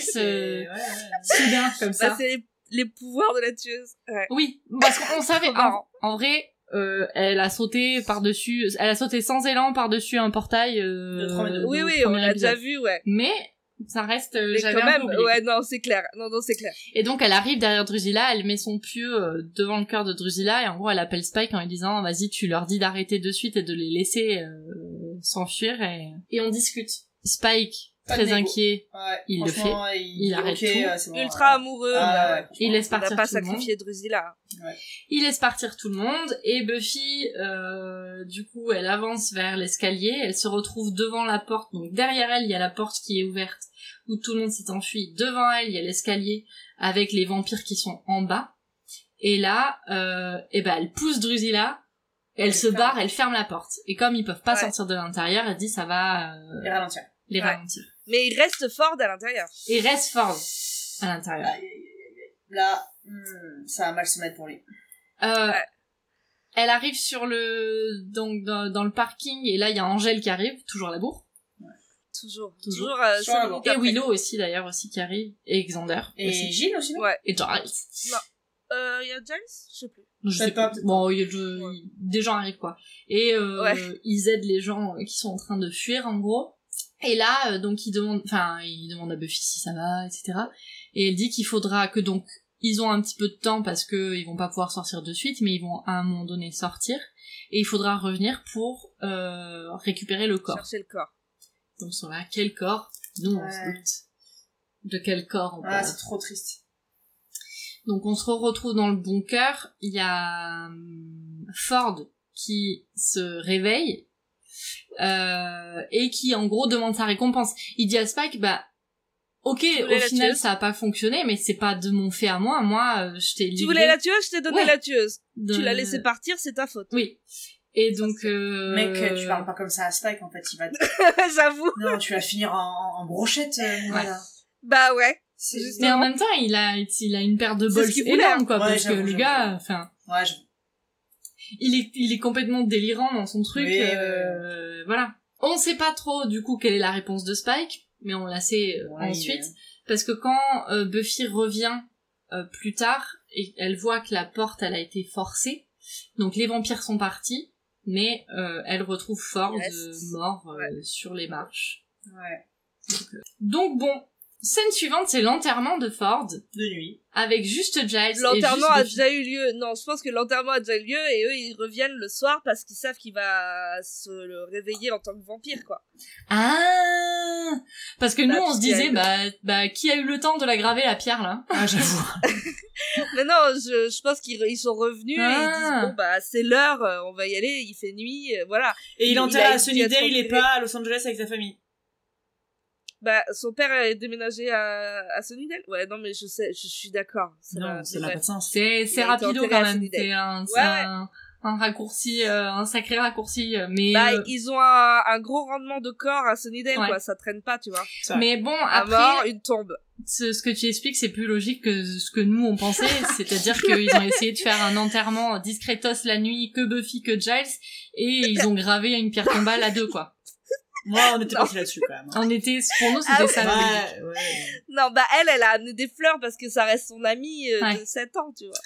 Speaker 3: ce
Speaker 4: C'est- ouais, ouais.
Speaker 3: soudain comme
Speaker 2: Bah,
Speaker 3: ça.
Speaker 2: c'est les- les pouvoirs de la tueuse. Ouais.
Speaker 3: Oui, parce qu'on savait.
Speaker 2: Trop
Speaker 3: En,
Speaker 2: marrant.
Speaker 3: en vrai, euh, elle a sauté par-dessus. Elle a sauté sans élan par-dessus un portail. euh, dans
Speaker 2: oui,
Speaker 3: le
Speaker 2: oui, on
Speaker 3: premier
Speaker 2: l'a déjà
Speaker 3: épisode.
Speaker 2: vu, ouais.
Speaker 3: Mais ça reste. euh,
Speaker 2: Mais
Speaker 3: j'avais
Speaker 2: quand
Speaker 3: un peu
Speaker 2: même,
Speaker 3: oublié.
Speaker 2: ouais, non, c'est clair. Non, non, c'est clair.
Speaker 3: Et donc elle arrive derrière Drusilla, elle met son pieu euh, devant le cœur de Drusilla et en gros elle appelle Spike en lui disant vas-y tu leur dis d'arrêter de suite et de les laisser euh, s'enfuir et... et on discute. Spike
Speaker 4: Pas de
Speaker 3: très
Speaker 4: négo.
Speaker 3: inquiet,
Speaker 4: Ouais,
Speaker 3: Il le
Speaker 4: franchement, Il,
Speaker 3: Il arrête
Speaker 4: ok,
Speaker 3: tout.
Speaker 4: euh, c'est bon,
Speaker 2: Ultra
Speaker 4: ouais.
Speaker 2: amoureux.
Speaker 4: Ah, ouais,
Speaker 2: bah,
Speaker 3: il laisse
Speaker 2: on n'a
Speaker 3: partir
Speaker 2: pas
Speaker 3: tout le monde.
Speaker 2: sacrifié Drusilla.
Speaker 3: Il laisse partir tout le monde et Buffy, euh, du coup, elle avance vers l'escalier. Elle se retrouve devant la porte. Donc derrière elle, il y a la porte qui est ouverte où tout le monde s'est enfui. Devant elle, il y a l'escalier avec les vampires qui sont en bas. Et là, euh, eh ben, elle pousse Drusilla. Elle se barre, elle ferme la porte. Et comme ils peuvent pas
Speaker 2: Ouais.
Speaker 3: sortir de l'intérieur, elle dit ça va euh,
Speaker 4: Et ralentir.
Speaker 3: les
Speaker 2: Ouais.
Speaker 3: ralentir.
Speaker 2: Mais il reste Ford à l'intérieur.
Speaker 3: Et reste Ford à l'intérieur.
Speaker 4: Là, hmm, ça va mal se mettre pour lui.
Speaker 3: Euh,
Speaker 2: Ouais.
Speaker 3: Elle arrive sur le donc dans, dans le parking et là il y a Angèle qui arrive, toujours la bourre,
Speaker 2: Toujours.
Speaker 3: Toujours.
Speaker 2: Toujours. euh,
Speaker 4: Sur
Speaker 2: cinq
Speaker 4: la
Speaker 2: minutes
Speaker 3: et
Speaker 2: après.
Speaker 3: Willow aussi d'ailleurs aussi qui arrive et Xander
Speaker 4: Et
Speaker 3: aussi
Speaker 4: Gilles aussi, non
Speaker 2: Ouais.
Speaker 3: et Giles.
Speaker 2: Euh, il y a James Je sais plus.
Speaker 3: Je sais
Speaker 4: Peut-être pas,
Speaker 3: pas.
Speaker 4: peut-être
Speaker 3: Bon, il y a de-
Speaker 2: Ouais.
Speaker 3: des gens arrivent quoi. Et euh,
Speaker 2: Ouais.
Speaker 3: ils aident les gens euh, qui sont en train de fuir en gros. Et là euh, donc ils demandent, enfin ils demandent à Buffy si ça va, etc. Et elle dit qu'il faudra que donc ils ont un petit peu de temps parce que ils vont pas pouvoir sortir de suite, mais ils vont à un moment donné sortir. Et il faudra revenir pour euh, récupérer le corps.
Speaker 2: Chercher le corps.
Speaker 3: Donc on là, quel corps Nous on se
Speaker 4: Ouais.
Speaker 3: doute de quel corps on
Speaker 4: Ah,
Speaker 3: parle.
Speaker 4: c'est trop triste.
Speaker 3: Donc on se retrouve dans le bunker. Il y a hum, Ford qui se réveille euh, et qui en gros demande sa récompense. Il dit à Spike, bah ok,
Speaker 2: Tu voulais
Speaker 3: au
Speaker 2: la
Speaker 3: final
Speaker 2: tueuse
Speaker 3: ça a pas fonctionné, mais c'est pas de mon fait à moi. Moi, euh, je t'ai
Speaker 2: Tu
Speaker 3: livré
Speaker 2: voulais la tueuse, je t'ai donné
Speaker 3: Ouais.
Speaker 2: la tueuse.
Speaker 3: de-
Speaker 2: Tu l'as laissée partir, c'est ta faute.
Speaker 3: Oui. Et
Speaker 2: Ça,
Speaker 3: donc
Speaker 2: c'est-
Speaker 3: euh,
Speaker 4: Mec, tu parles pas comme ça à Spike, en fait. Il va...
Speaker 2: J'avoue.
Speaker 4: non, tu vas finir en, en brochette, euh, voilà.
Speaker 2: Bah ouais.
Speaker 4: C'est
Speaker 2: Juste-
Speaker 3: Mais en même temps, il a il a une paire de
Speaker 2: C'est
Speaker 3: bols
Speaker 2: ce qu'il voulait,
Speaker 3: énorme quoi,
Speaker 4: hein. Ouais,
Speaker 3: parce que
Speaker 4: j'avoue,
Speaker 3: le
Speaker 4: j'avoue.
Speaker 3: gars, enfin.
Speaker 4: Ouais, je...
Speaker 3: il est, il est complètement délirant dans son truc.
Speaker 4: Oui, oui,
Speaker 3: euh, Voilà. On sait pas trop du coup quelle est la réponse de Spike, mais on la sait euh,
Speaker 4: ouais,
Speaker 3: ensuite.
Speaker 4: il-
Speaker 3: Parce que quand euh, Buffy revient euh, plus tard, et elle voit que la porte elle a été forcée, donc les vampires sont partis, mais euh, elle retrouve Ford
Speaker 2: Yes.
Speaker 3: euh, mort euh, sur les marches.
Speaker 4: Ouais.
Speaker 3: Donc bon, scène suivante c'est l'enterrement de Ford
Speaker 4: De nuit.
Speaker 3: avec juste Giles. et
Speaker 2: L'enterrement
Speaker 3: juste
Speaker 2: a
Speaker 3: Buffy.
Speaker 2: déjà eu lieu. Non, je pense que l'enterrement a déjà eu lieu et eux ils reviennent le soir parce qu'ils savent qu'il va se le réveiller en tant que vampire quoi.
Speaker 3: Ah Parce que
Speaker 2: Bah,
Speaker 3: nous, on
Speaker 2: parce
Speaker 3: se
Speaker 2: qu'il y a
Speaker 3: disait,
Speaker 2: eu-
Speaker 3: bah, bah, qui a eu le temps de la graver, la pierre, là
Speaker 4: Ah, j'avoue.
Speaker 2: Mais non, je, je pense qu'ils re- ils sont revenus et ils
Speaker 3: Ah.
Speaker 2: disent bon bah c'est l'heure, euh, on va y aller, il fait nuit, euh, voilà.
Speaker 4: Et il,
Speaker 2: Il- il
Speaker 4: enterre
Speaker 2: a
Speaker 4: à Sunnydale, il
Speaker 2: été
Speaker 4: est pas à Los Angeles avec sa famille.
Speaker 2: Bah son père est déménagé à, à Sunnydale. Ouais, non mais je sais, je, suis d'accord. Ça va,
Speaker 4: Non,
Speaker 2: mais
Speaker 4: ça n'a pas
Speaker 2: bref.
Speaker 4: de sens.
Speaker 3: C'est, c'est
Speaker 2: été
Speaker 3: rapido,
Speaker 2: enterré
Speaker 3: quand
Speaker 2: à
Speaker 3: même.
Speaker 2: Sunnydale.
Speaker 3: C'est un, c'est
Speaker 2: Ouais,
Speaker 3: un, un raccourci, euh, un sacré raccourci, euh, mais...
Speaker 2: Bah,
Speaker 3: euh,
Speaker 2: ils ont un, un gros rendement de corps à Sunnydale,
Speaker 3: Ouais.
Speaker 2: quoi. Ça traîne pas, tu vois.
Speaker 3: Mais bon, après,
Speaker 2: Avoir une tombe.
Speaker 3: ce, ce que tu expliques, c'est plus logique que ce que nous, on pensait. C'est-à-dire qu'ils ont essayé de faire un enterrement discretos la nuit, que Buffy, que Giles, et ils ont gravé une pierre tombale à deux, quoi.
Speaker 4: Moi, on était
Speaker 2: Non.
Speaker 4: parti là-dessus, quand même. hein.
Speaker 3: On était, pour nous, c'était
Speaker 2: Ah
Speaker 3: ça. la logique.
Speaker 4: ouais, ouais.
Speaker 2: Non, bah, elle, elle a amené des fleurs parce que ça reste son amie euh,
Speaker 3: Ouais.
Speaker 2: de 7 ans, tu vois.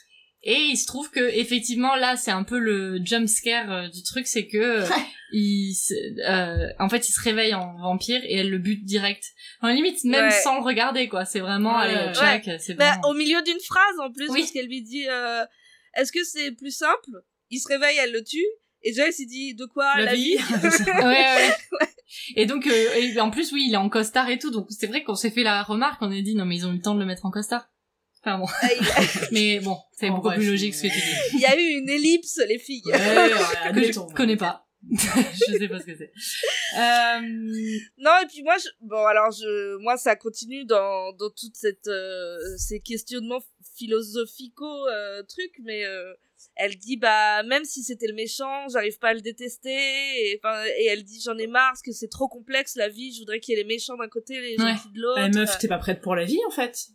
Speaker 3: Et il se trouve que effectivement là c'est un peu le jump scare euh, du truc c'est que euh, il se- euh, en fait il se réveille en vampire et elle le bute direct. En limite même
Speaker 2: Ouais.
Speaker 3: sans le regarder quoi, c'est vraiment
Speaker 4: Ouais.
Speaker 3: allez, Jack, c'est
Speaker 2: Bah,
Speaker 3: vraiment...
Speaker 2: au milieu d'une phrase, en plus,
Speaker 3: Oui.
Speaker 2: parce qu'elle lui dit, euh, est-ce que c'est plus simple? Il se réveille, elle le tue. Et Joyce, s'est dit, de quoi?
Speaker 4: La
Speaker 2: La, vie?
Speaker 4: vie
Speaker 3: Ouais, ouais. Et donc euh, et en plus oui, il est en costard et tout donc c'est vrai qu'on s'est fait la remarque, on a dit non mais ils ont eu le temps de le mettre en costard. Enfin bon, mais bon, c'est
Speaker 4: En
Speaker 3: beaucoup
Speaker 4: bref,
Speaker 3: plus logique ce que
Speaker 4: euh,
Speaker 3: tu dis.
Speaker 2: Il y a eu une ellipse, les filles.
Speaker 4: Ouais, ouais,
Speaker 3: Que je
Speaker 4: admettons.
Speaker 3: connais pas. je sais pas ce que c'est. Euh,
Speaker 2: Non, et puis moi, je... bon, alors, je... moi, ça continue dans, dans toute cette, euh, ces questionnements philosophico euh, trucs, mais euh, elle dit, bah, même si c'était le méchant, j'arrive pas à le détester, et, enfin, et elle dit, j'en ai marre, parce que c'est trop complexe, la vie, je voudrais qu'il y ait les méchants d'un côté, les
Speaker 3: Ouais.
Speaker 2: gentils de l'autre.
Speaker 4: Eh, meuf, t'es pas prête pour la vie, en fait.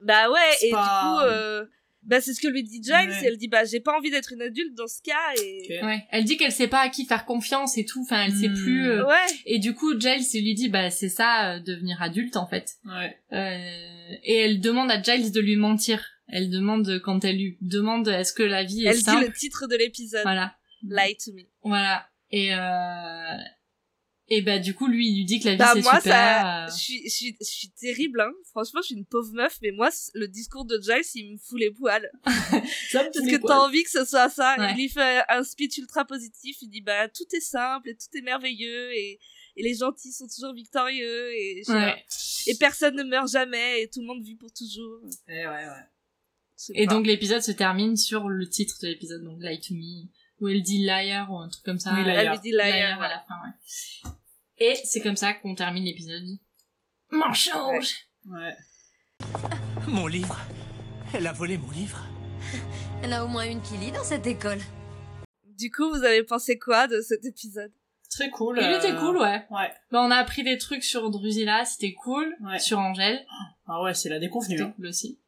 Speaker 2: Bah ouais,
Speaker 4: C'est
Speaker 2: et
Speaker 4: pas-
Speaker 2: du coup, euh, bah, c'est ce que lui dit Giles,
Speaker 4: Ouais.
Speaker 2: et elle dit, bah, j'ai pas envie d'être une adulte dans ce cas, et...
Speaker 3: Ouais. Elle dit qu'elle sait pas à qui faire confiance et tout. Enfin, elle sait
Speaker 4: Hmm.
Speaker 3: plus. euh,
Speaker 2: Ouais,
Speaker 3: Et du coup, Giles il lui dit, bah c'est ça, euh, devenir adulte en fait.
Speaker 4: Ouais.
Speaker 3: Euh, Et elle demande à Giles de lui mentir. Elle demande, quand elle lui demande est-ce que la vie est
Speaker 2: Elle dit
Speaker 3: simple,
Speaker 2: le titre de l'épisode.
Speaker 3: voilà,
Speaker 2: Lie to me.
Speaker 3: voilà. Et, euh, et bah du coup, lui, il lui dit que la vie
Speaker 2: Bah,
Speaker 3: c'est
Speaker 2: moi,
Speaker 3: super.
Speaker 2: ça,
Speaker 3: euh,
Speaker 2: je suis, je suis, je suis terrible, hein. Franchement, je suis une pauvre meuf, mais moi, c- le discours de Giles, il me fout les poils.
Speaker 4: Ça me
Speaker 2: Parce
Speaker 4: tenait
Speaker 2: que
Speaker 4: quoi.
Speaker 2: t'as envie que ce soit ça.
Speaker 3: Ouais.
Speaker 2: Il lui fait un speech ultra positif. Il dit, bah, tout est simple et tout est merveilleux et, et les gentils sont toujours victorieux et, je sais pas.
Speaker 3: ouais.
Speaker 2: et personne ne meurt jamais et tout le monde vit pour toujours.
Speaker 4: Eh ouais, ouais.
Speaker 2: Je sais
Speaker 3: Et
Speaker 2: pas.
Speaker 3: donc l'épisode se termine sur le titre de l'épisode, donc Lie to Me, où elle dit liar ou un truc comme ça.
Speaker 4: Oui, liar.
Speaker 2: elle lui dit liar.
Speaker 3: Liar à la fin, ouais. Et c'est comme ça qu'on termine l'épisode. Mensonge
Speaker 4: ouais.
Speaker 10: Mon livre Elle a volé mon livre
Speaker 5: Il y en a au moins une qui lit dans cette école.
Speaker 2: Du coup, vous avez pensé quoi de cet épisode
Speaker 4: Très cool.
Speaker 3: Il
Speaker 4: euh,
Speaker 3: était cool, ouais.
Speaker 4: Ouais.
Speaker 3: Bah, on a appris des trucs sur Drusilla, c'était cool.
Speaker 4: Ouais.
Speaker 3: Sur Angèle,
Speaker 4: Ah ouais, c'est la déconvenue.
Speaker 3: c'était
Speaker 4: hein.
Speaker 3: cool aussi.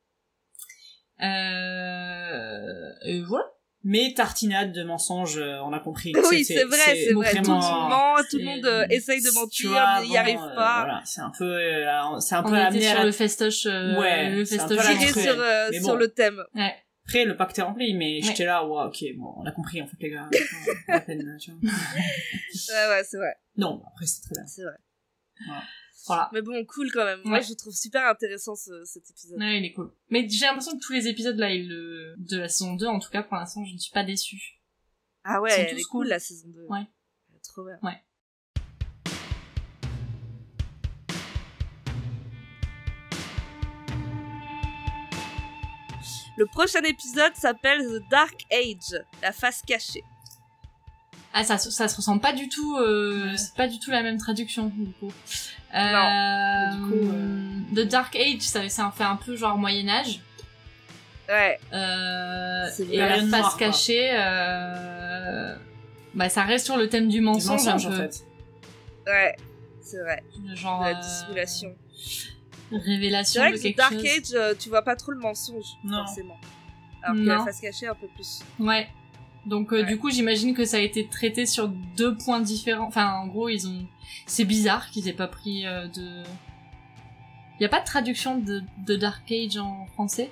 Speaker 3: Euh... Et voilà.
Speaker 4: Mais tartinade de mensonges, euh, on a compris. que
Speaker 2: Oui, c'est vrai, c'est vrai. Tout le
Speaker 4: vraiment-
Speaker 2: monde ment, tout le
Speaker 4: c'est-
Speaker 2: monde euh, essaye de
Speaker 4: Tu
Speaker 2: mentir,
Speaker 4: vois,
Speaker 2: mais il n'y arrive
Speaker 4: avant, euh,
Speaker 2: pas.
Speaker 4: voilà, c'est un peu, euh, c'est un peu
Speaker 3: On était
Speaker 4: amené
Speaker 3: sur
Speaker 4: à la
Speaker 3: le festoche, euh,
Speaker 4: Ouais,
Speaker 3: le
Speaker 4: c'est un peu
Speaker 3: festoche.
Speaker 4: la
Speaker 2: J'irai
Speaker 4: rentrée.
Speaker 2: sur, euh,
Speaker 4: Mais
Speaker 2: sur
Speaker 4: bon.
Speaker 2: le thème.
Speaker 3: Ouais.
Speaker 4: Après, le pacte est rempli, mais
Speaker 3: Ouais.
Speaker 4: j'étais là, ouais, ok, bon, on a compris, en fait, les gars. euh, la peine, tu vois.
Speaker 2: Ouais, ouais, c'est vrai,
Speaker 4: Non, après, c'est très bien.
Speaker 2: c'est vrai.
Speaker 3: Voilà.
Speaker 2: Mais bon, cool quand même. Moi,
Speaker 3: Ouais.
Speaker 2: je trouve super intéressant ce- cet épisode.
Speaker 3: Ouais, il est cool. Mais j'ai l'impression que tous les épisodes là, ils, le- de la saison 2, en tout cas pour l'instant, je ne suis pas déçue.
Speaker 2: Ah
Speaker 3: Ils sont
Speaker 2: ouais, elle
Speaker 3: tous
Speaker 2: est
Speaker 3: cool.
Speaker 2: cool la saison 2.
Speaker 3: Ouais.
Speaker 2: Trop bien.
Speaker 3: Ouais.
Speaker 2: Le prochain épisode s'appelle The Dark Age, la face cachée.
Speaker 3: Ah, ça, se- ça se ressemble pas du tout. euh,
Speaker 4: Ouais.
Speaker 3: C'est pas du tout la même traduction du coup.
Speaker 2: Non.
Speaker 3: Euh,
Speaker 4: Du coup, euh,
Speaker 3: The Dark Age, ça, ça en fait un peu genre Moyen Âge.
Speaker 2: Ouais,
Speaker 3: Euh,
Speaker 2: C'est
Speaker 3: et
Speaker 4: la
Speaker 3: la face
Speaker 4: Reine Noire, quoi.
Speaker 3: cachée, euh, bah ça reste sur le thème du
Speaker 4: Des
Speaker 3: mensonge,
Speaker 4: mensonges,
Speaker 3: un
Speaker 4: en
Speaker 3: peu.
Speaker 4: fait.
Speaker 2: ouais, c'est vrai.
Speaker 3: Genre
Speaker 2: la
Speaker 3: euh,
Speaker 2: dissimulation. C'est
Speaker 3: révélation
Speaker 2: vrai
Speaker 3: de
Speaker 2: que The
Speaker 3: quelque
Speaker 2: Dark
Speaker 3: chose.
Speaker 2: Age, euh, tu vois pas trop le mensonge,
Speaker 4: Non.
Speaker 2: forcément. Alors que
Speaker 3: Non.
Speaker 2: la face cachée, un peu plus.
Speaker 3: Ouais. Donc euh,
Speaker 2: Ouais.
Speaker 3: du coup, j'imagine que ça a été traité sur deux points différents. Enfin, en gros, ils ont. C'est bizarre qu'ils aient pas pris euh, de. Il y a pas de traduction de, de Dark Age en français.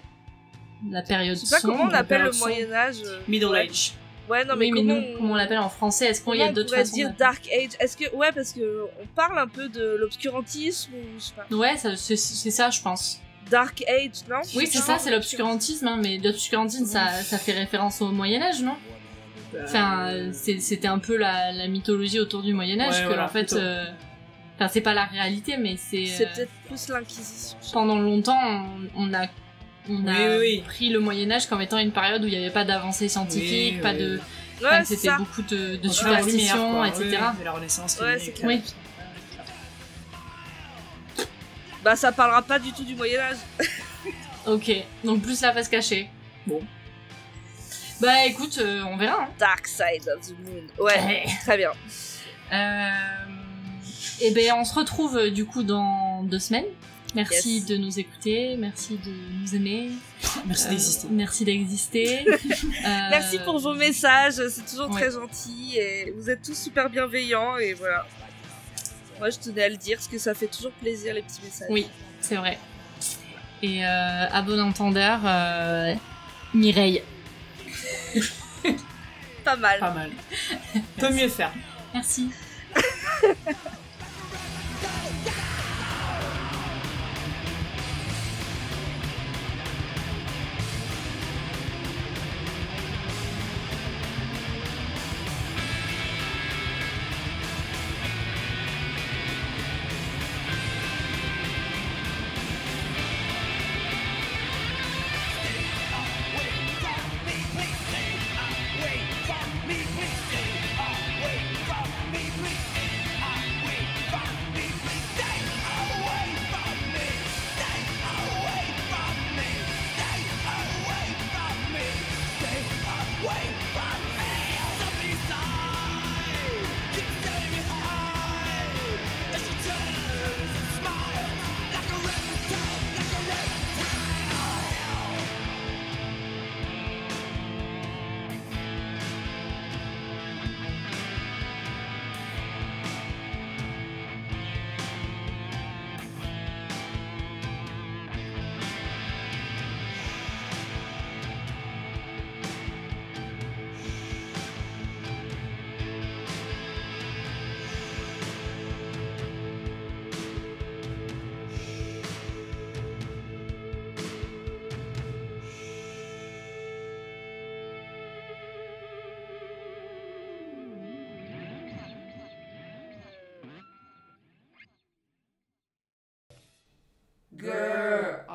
Speaker 3: La période
Speaker 2: Je sais pas
Speaker 3: sombre.
Speaker 2: comment on appelle le
Speaker 4: sombre.
Speaker 2: Moyen Âge. euh,
Speaker 4: Middle
Speaker 2: ouais.
Speaker 4: Age.
Speaker 2: Ouais, non, mais
Speaker 3: oui, mais
Speaker 2: comment,
Speaker 3: nous, comment on l'appelle en français Est-ce qu'il y
Speaker 2: Comment
Speaker 3: a
Speaker 2: on
Speaker 3: d'autres
Speaker 2: pourrait
Speaker 3: façons
Speaker 2: dire
Speaker 3: d'appeler
Speaker 2: Dark Age Est-ce que ouais parce que on parle un peu de l'obscurantisme ou je sais pas.
Speaker 3: Ouais, ça- c'est c'est ça, je pense.
Speaker 2: Ah, Dark Age, non
Speaker 3: Oui, c'est ça, c'est l'obscurantisme, hein, mais l'obscurantisme, ça, ça fait référence au Moyen-Âge, non Enfin, euh, c'est- c'était un peu la, la mythologie autour du Moyen-Âge,
Speaker 4: Ouais,
Speaker 3: que
Speaker 4: voilà,
Speaker 3: en fait.
Speaker 4: plutôt.
Speaker 3: euh, Enfin, c'est pas la réalité, mais c'est.
Speaker 2: C'est
Speaker 3: euh,
Speaker 2: peut-être plus l'inquisition.
Speaker 3: pendant longtemps, on, on a, on a
Speaker 4: Oui, oui, oui.
Speaker 3: pris le Moyen Âge comme étant une période où il n'y avait pas d'avancée scientifique,
Speaker 4: Oui,
Speaker 3: pas
Speaker 4: oui.
Speaker 3: de,
Speaker 4: Ouais,
Speaker 3: enfin,
Speaker 2: Ouais, c'est
Speaker 3: c'était
Speaker 2: ça.
Speaker 3: beaucoup de, de
Speaker 4: On parle de lumière,
Speaker 3: superstitions,
Speaker 4: quoi,
Speaker 3: etc.
Speaker 4: oui, oui, et la Renaissance qui
Speaker 2: Ouais,
Speaker 4: est
Speaker 2: c'est
Speaker 4: née,
Speaker 2: clair.
Speaker 3: Oui.
Speaker 2: Bah ça parlera pas du tout du Moyen Âge.
Speaker 3: Ok, donc plus la face cachée.
Speaker 4: Bon.
Speaker 3: Bah écoute, euh, on verra. hein.
Speaker 2: Dark Side of the Moon. Ouais, très bien.
Speaker 3: Euh, et Euh, ben on se retrouve euh, du coup dans deux semaines. Merci
Speaker 2: Yes.
Speaker 3: de nous écouter, merci de nous aimer,
Speaker 4: Merci
Speaker 3: euh,
Speaker 4: d'exister.
Speaker 3: merci d'exister. Euh,
Speaker 2: Merci pour vos messages, c'est toujours
Speaker 3: ouais.
Speaker 2: très gentil et vous êtes tous super bienveillants et voilà. Moi je tenais à le dire parce que ça fait toujours plaisir les petits messages.
Speaker 3: Oui, c'est vrai. Et euh, à bon entendeur, euh, Mireille.
Speaker 2: Pas mal.
Speaker 4: Pas mal. Peut mieux faire.
Speaker 3: Merci.
Speaker 6: Wait,
Speaker 11: Grrr.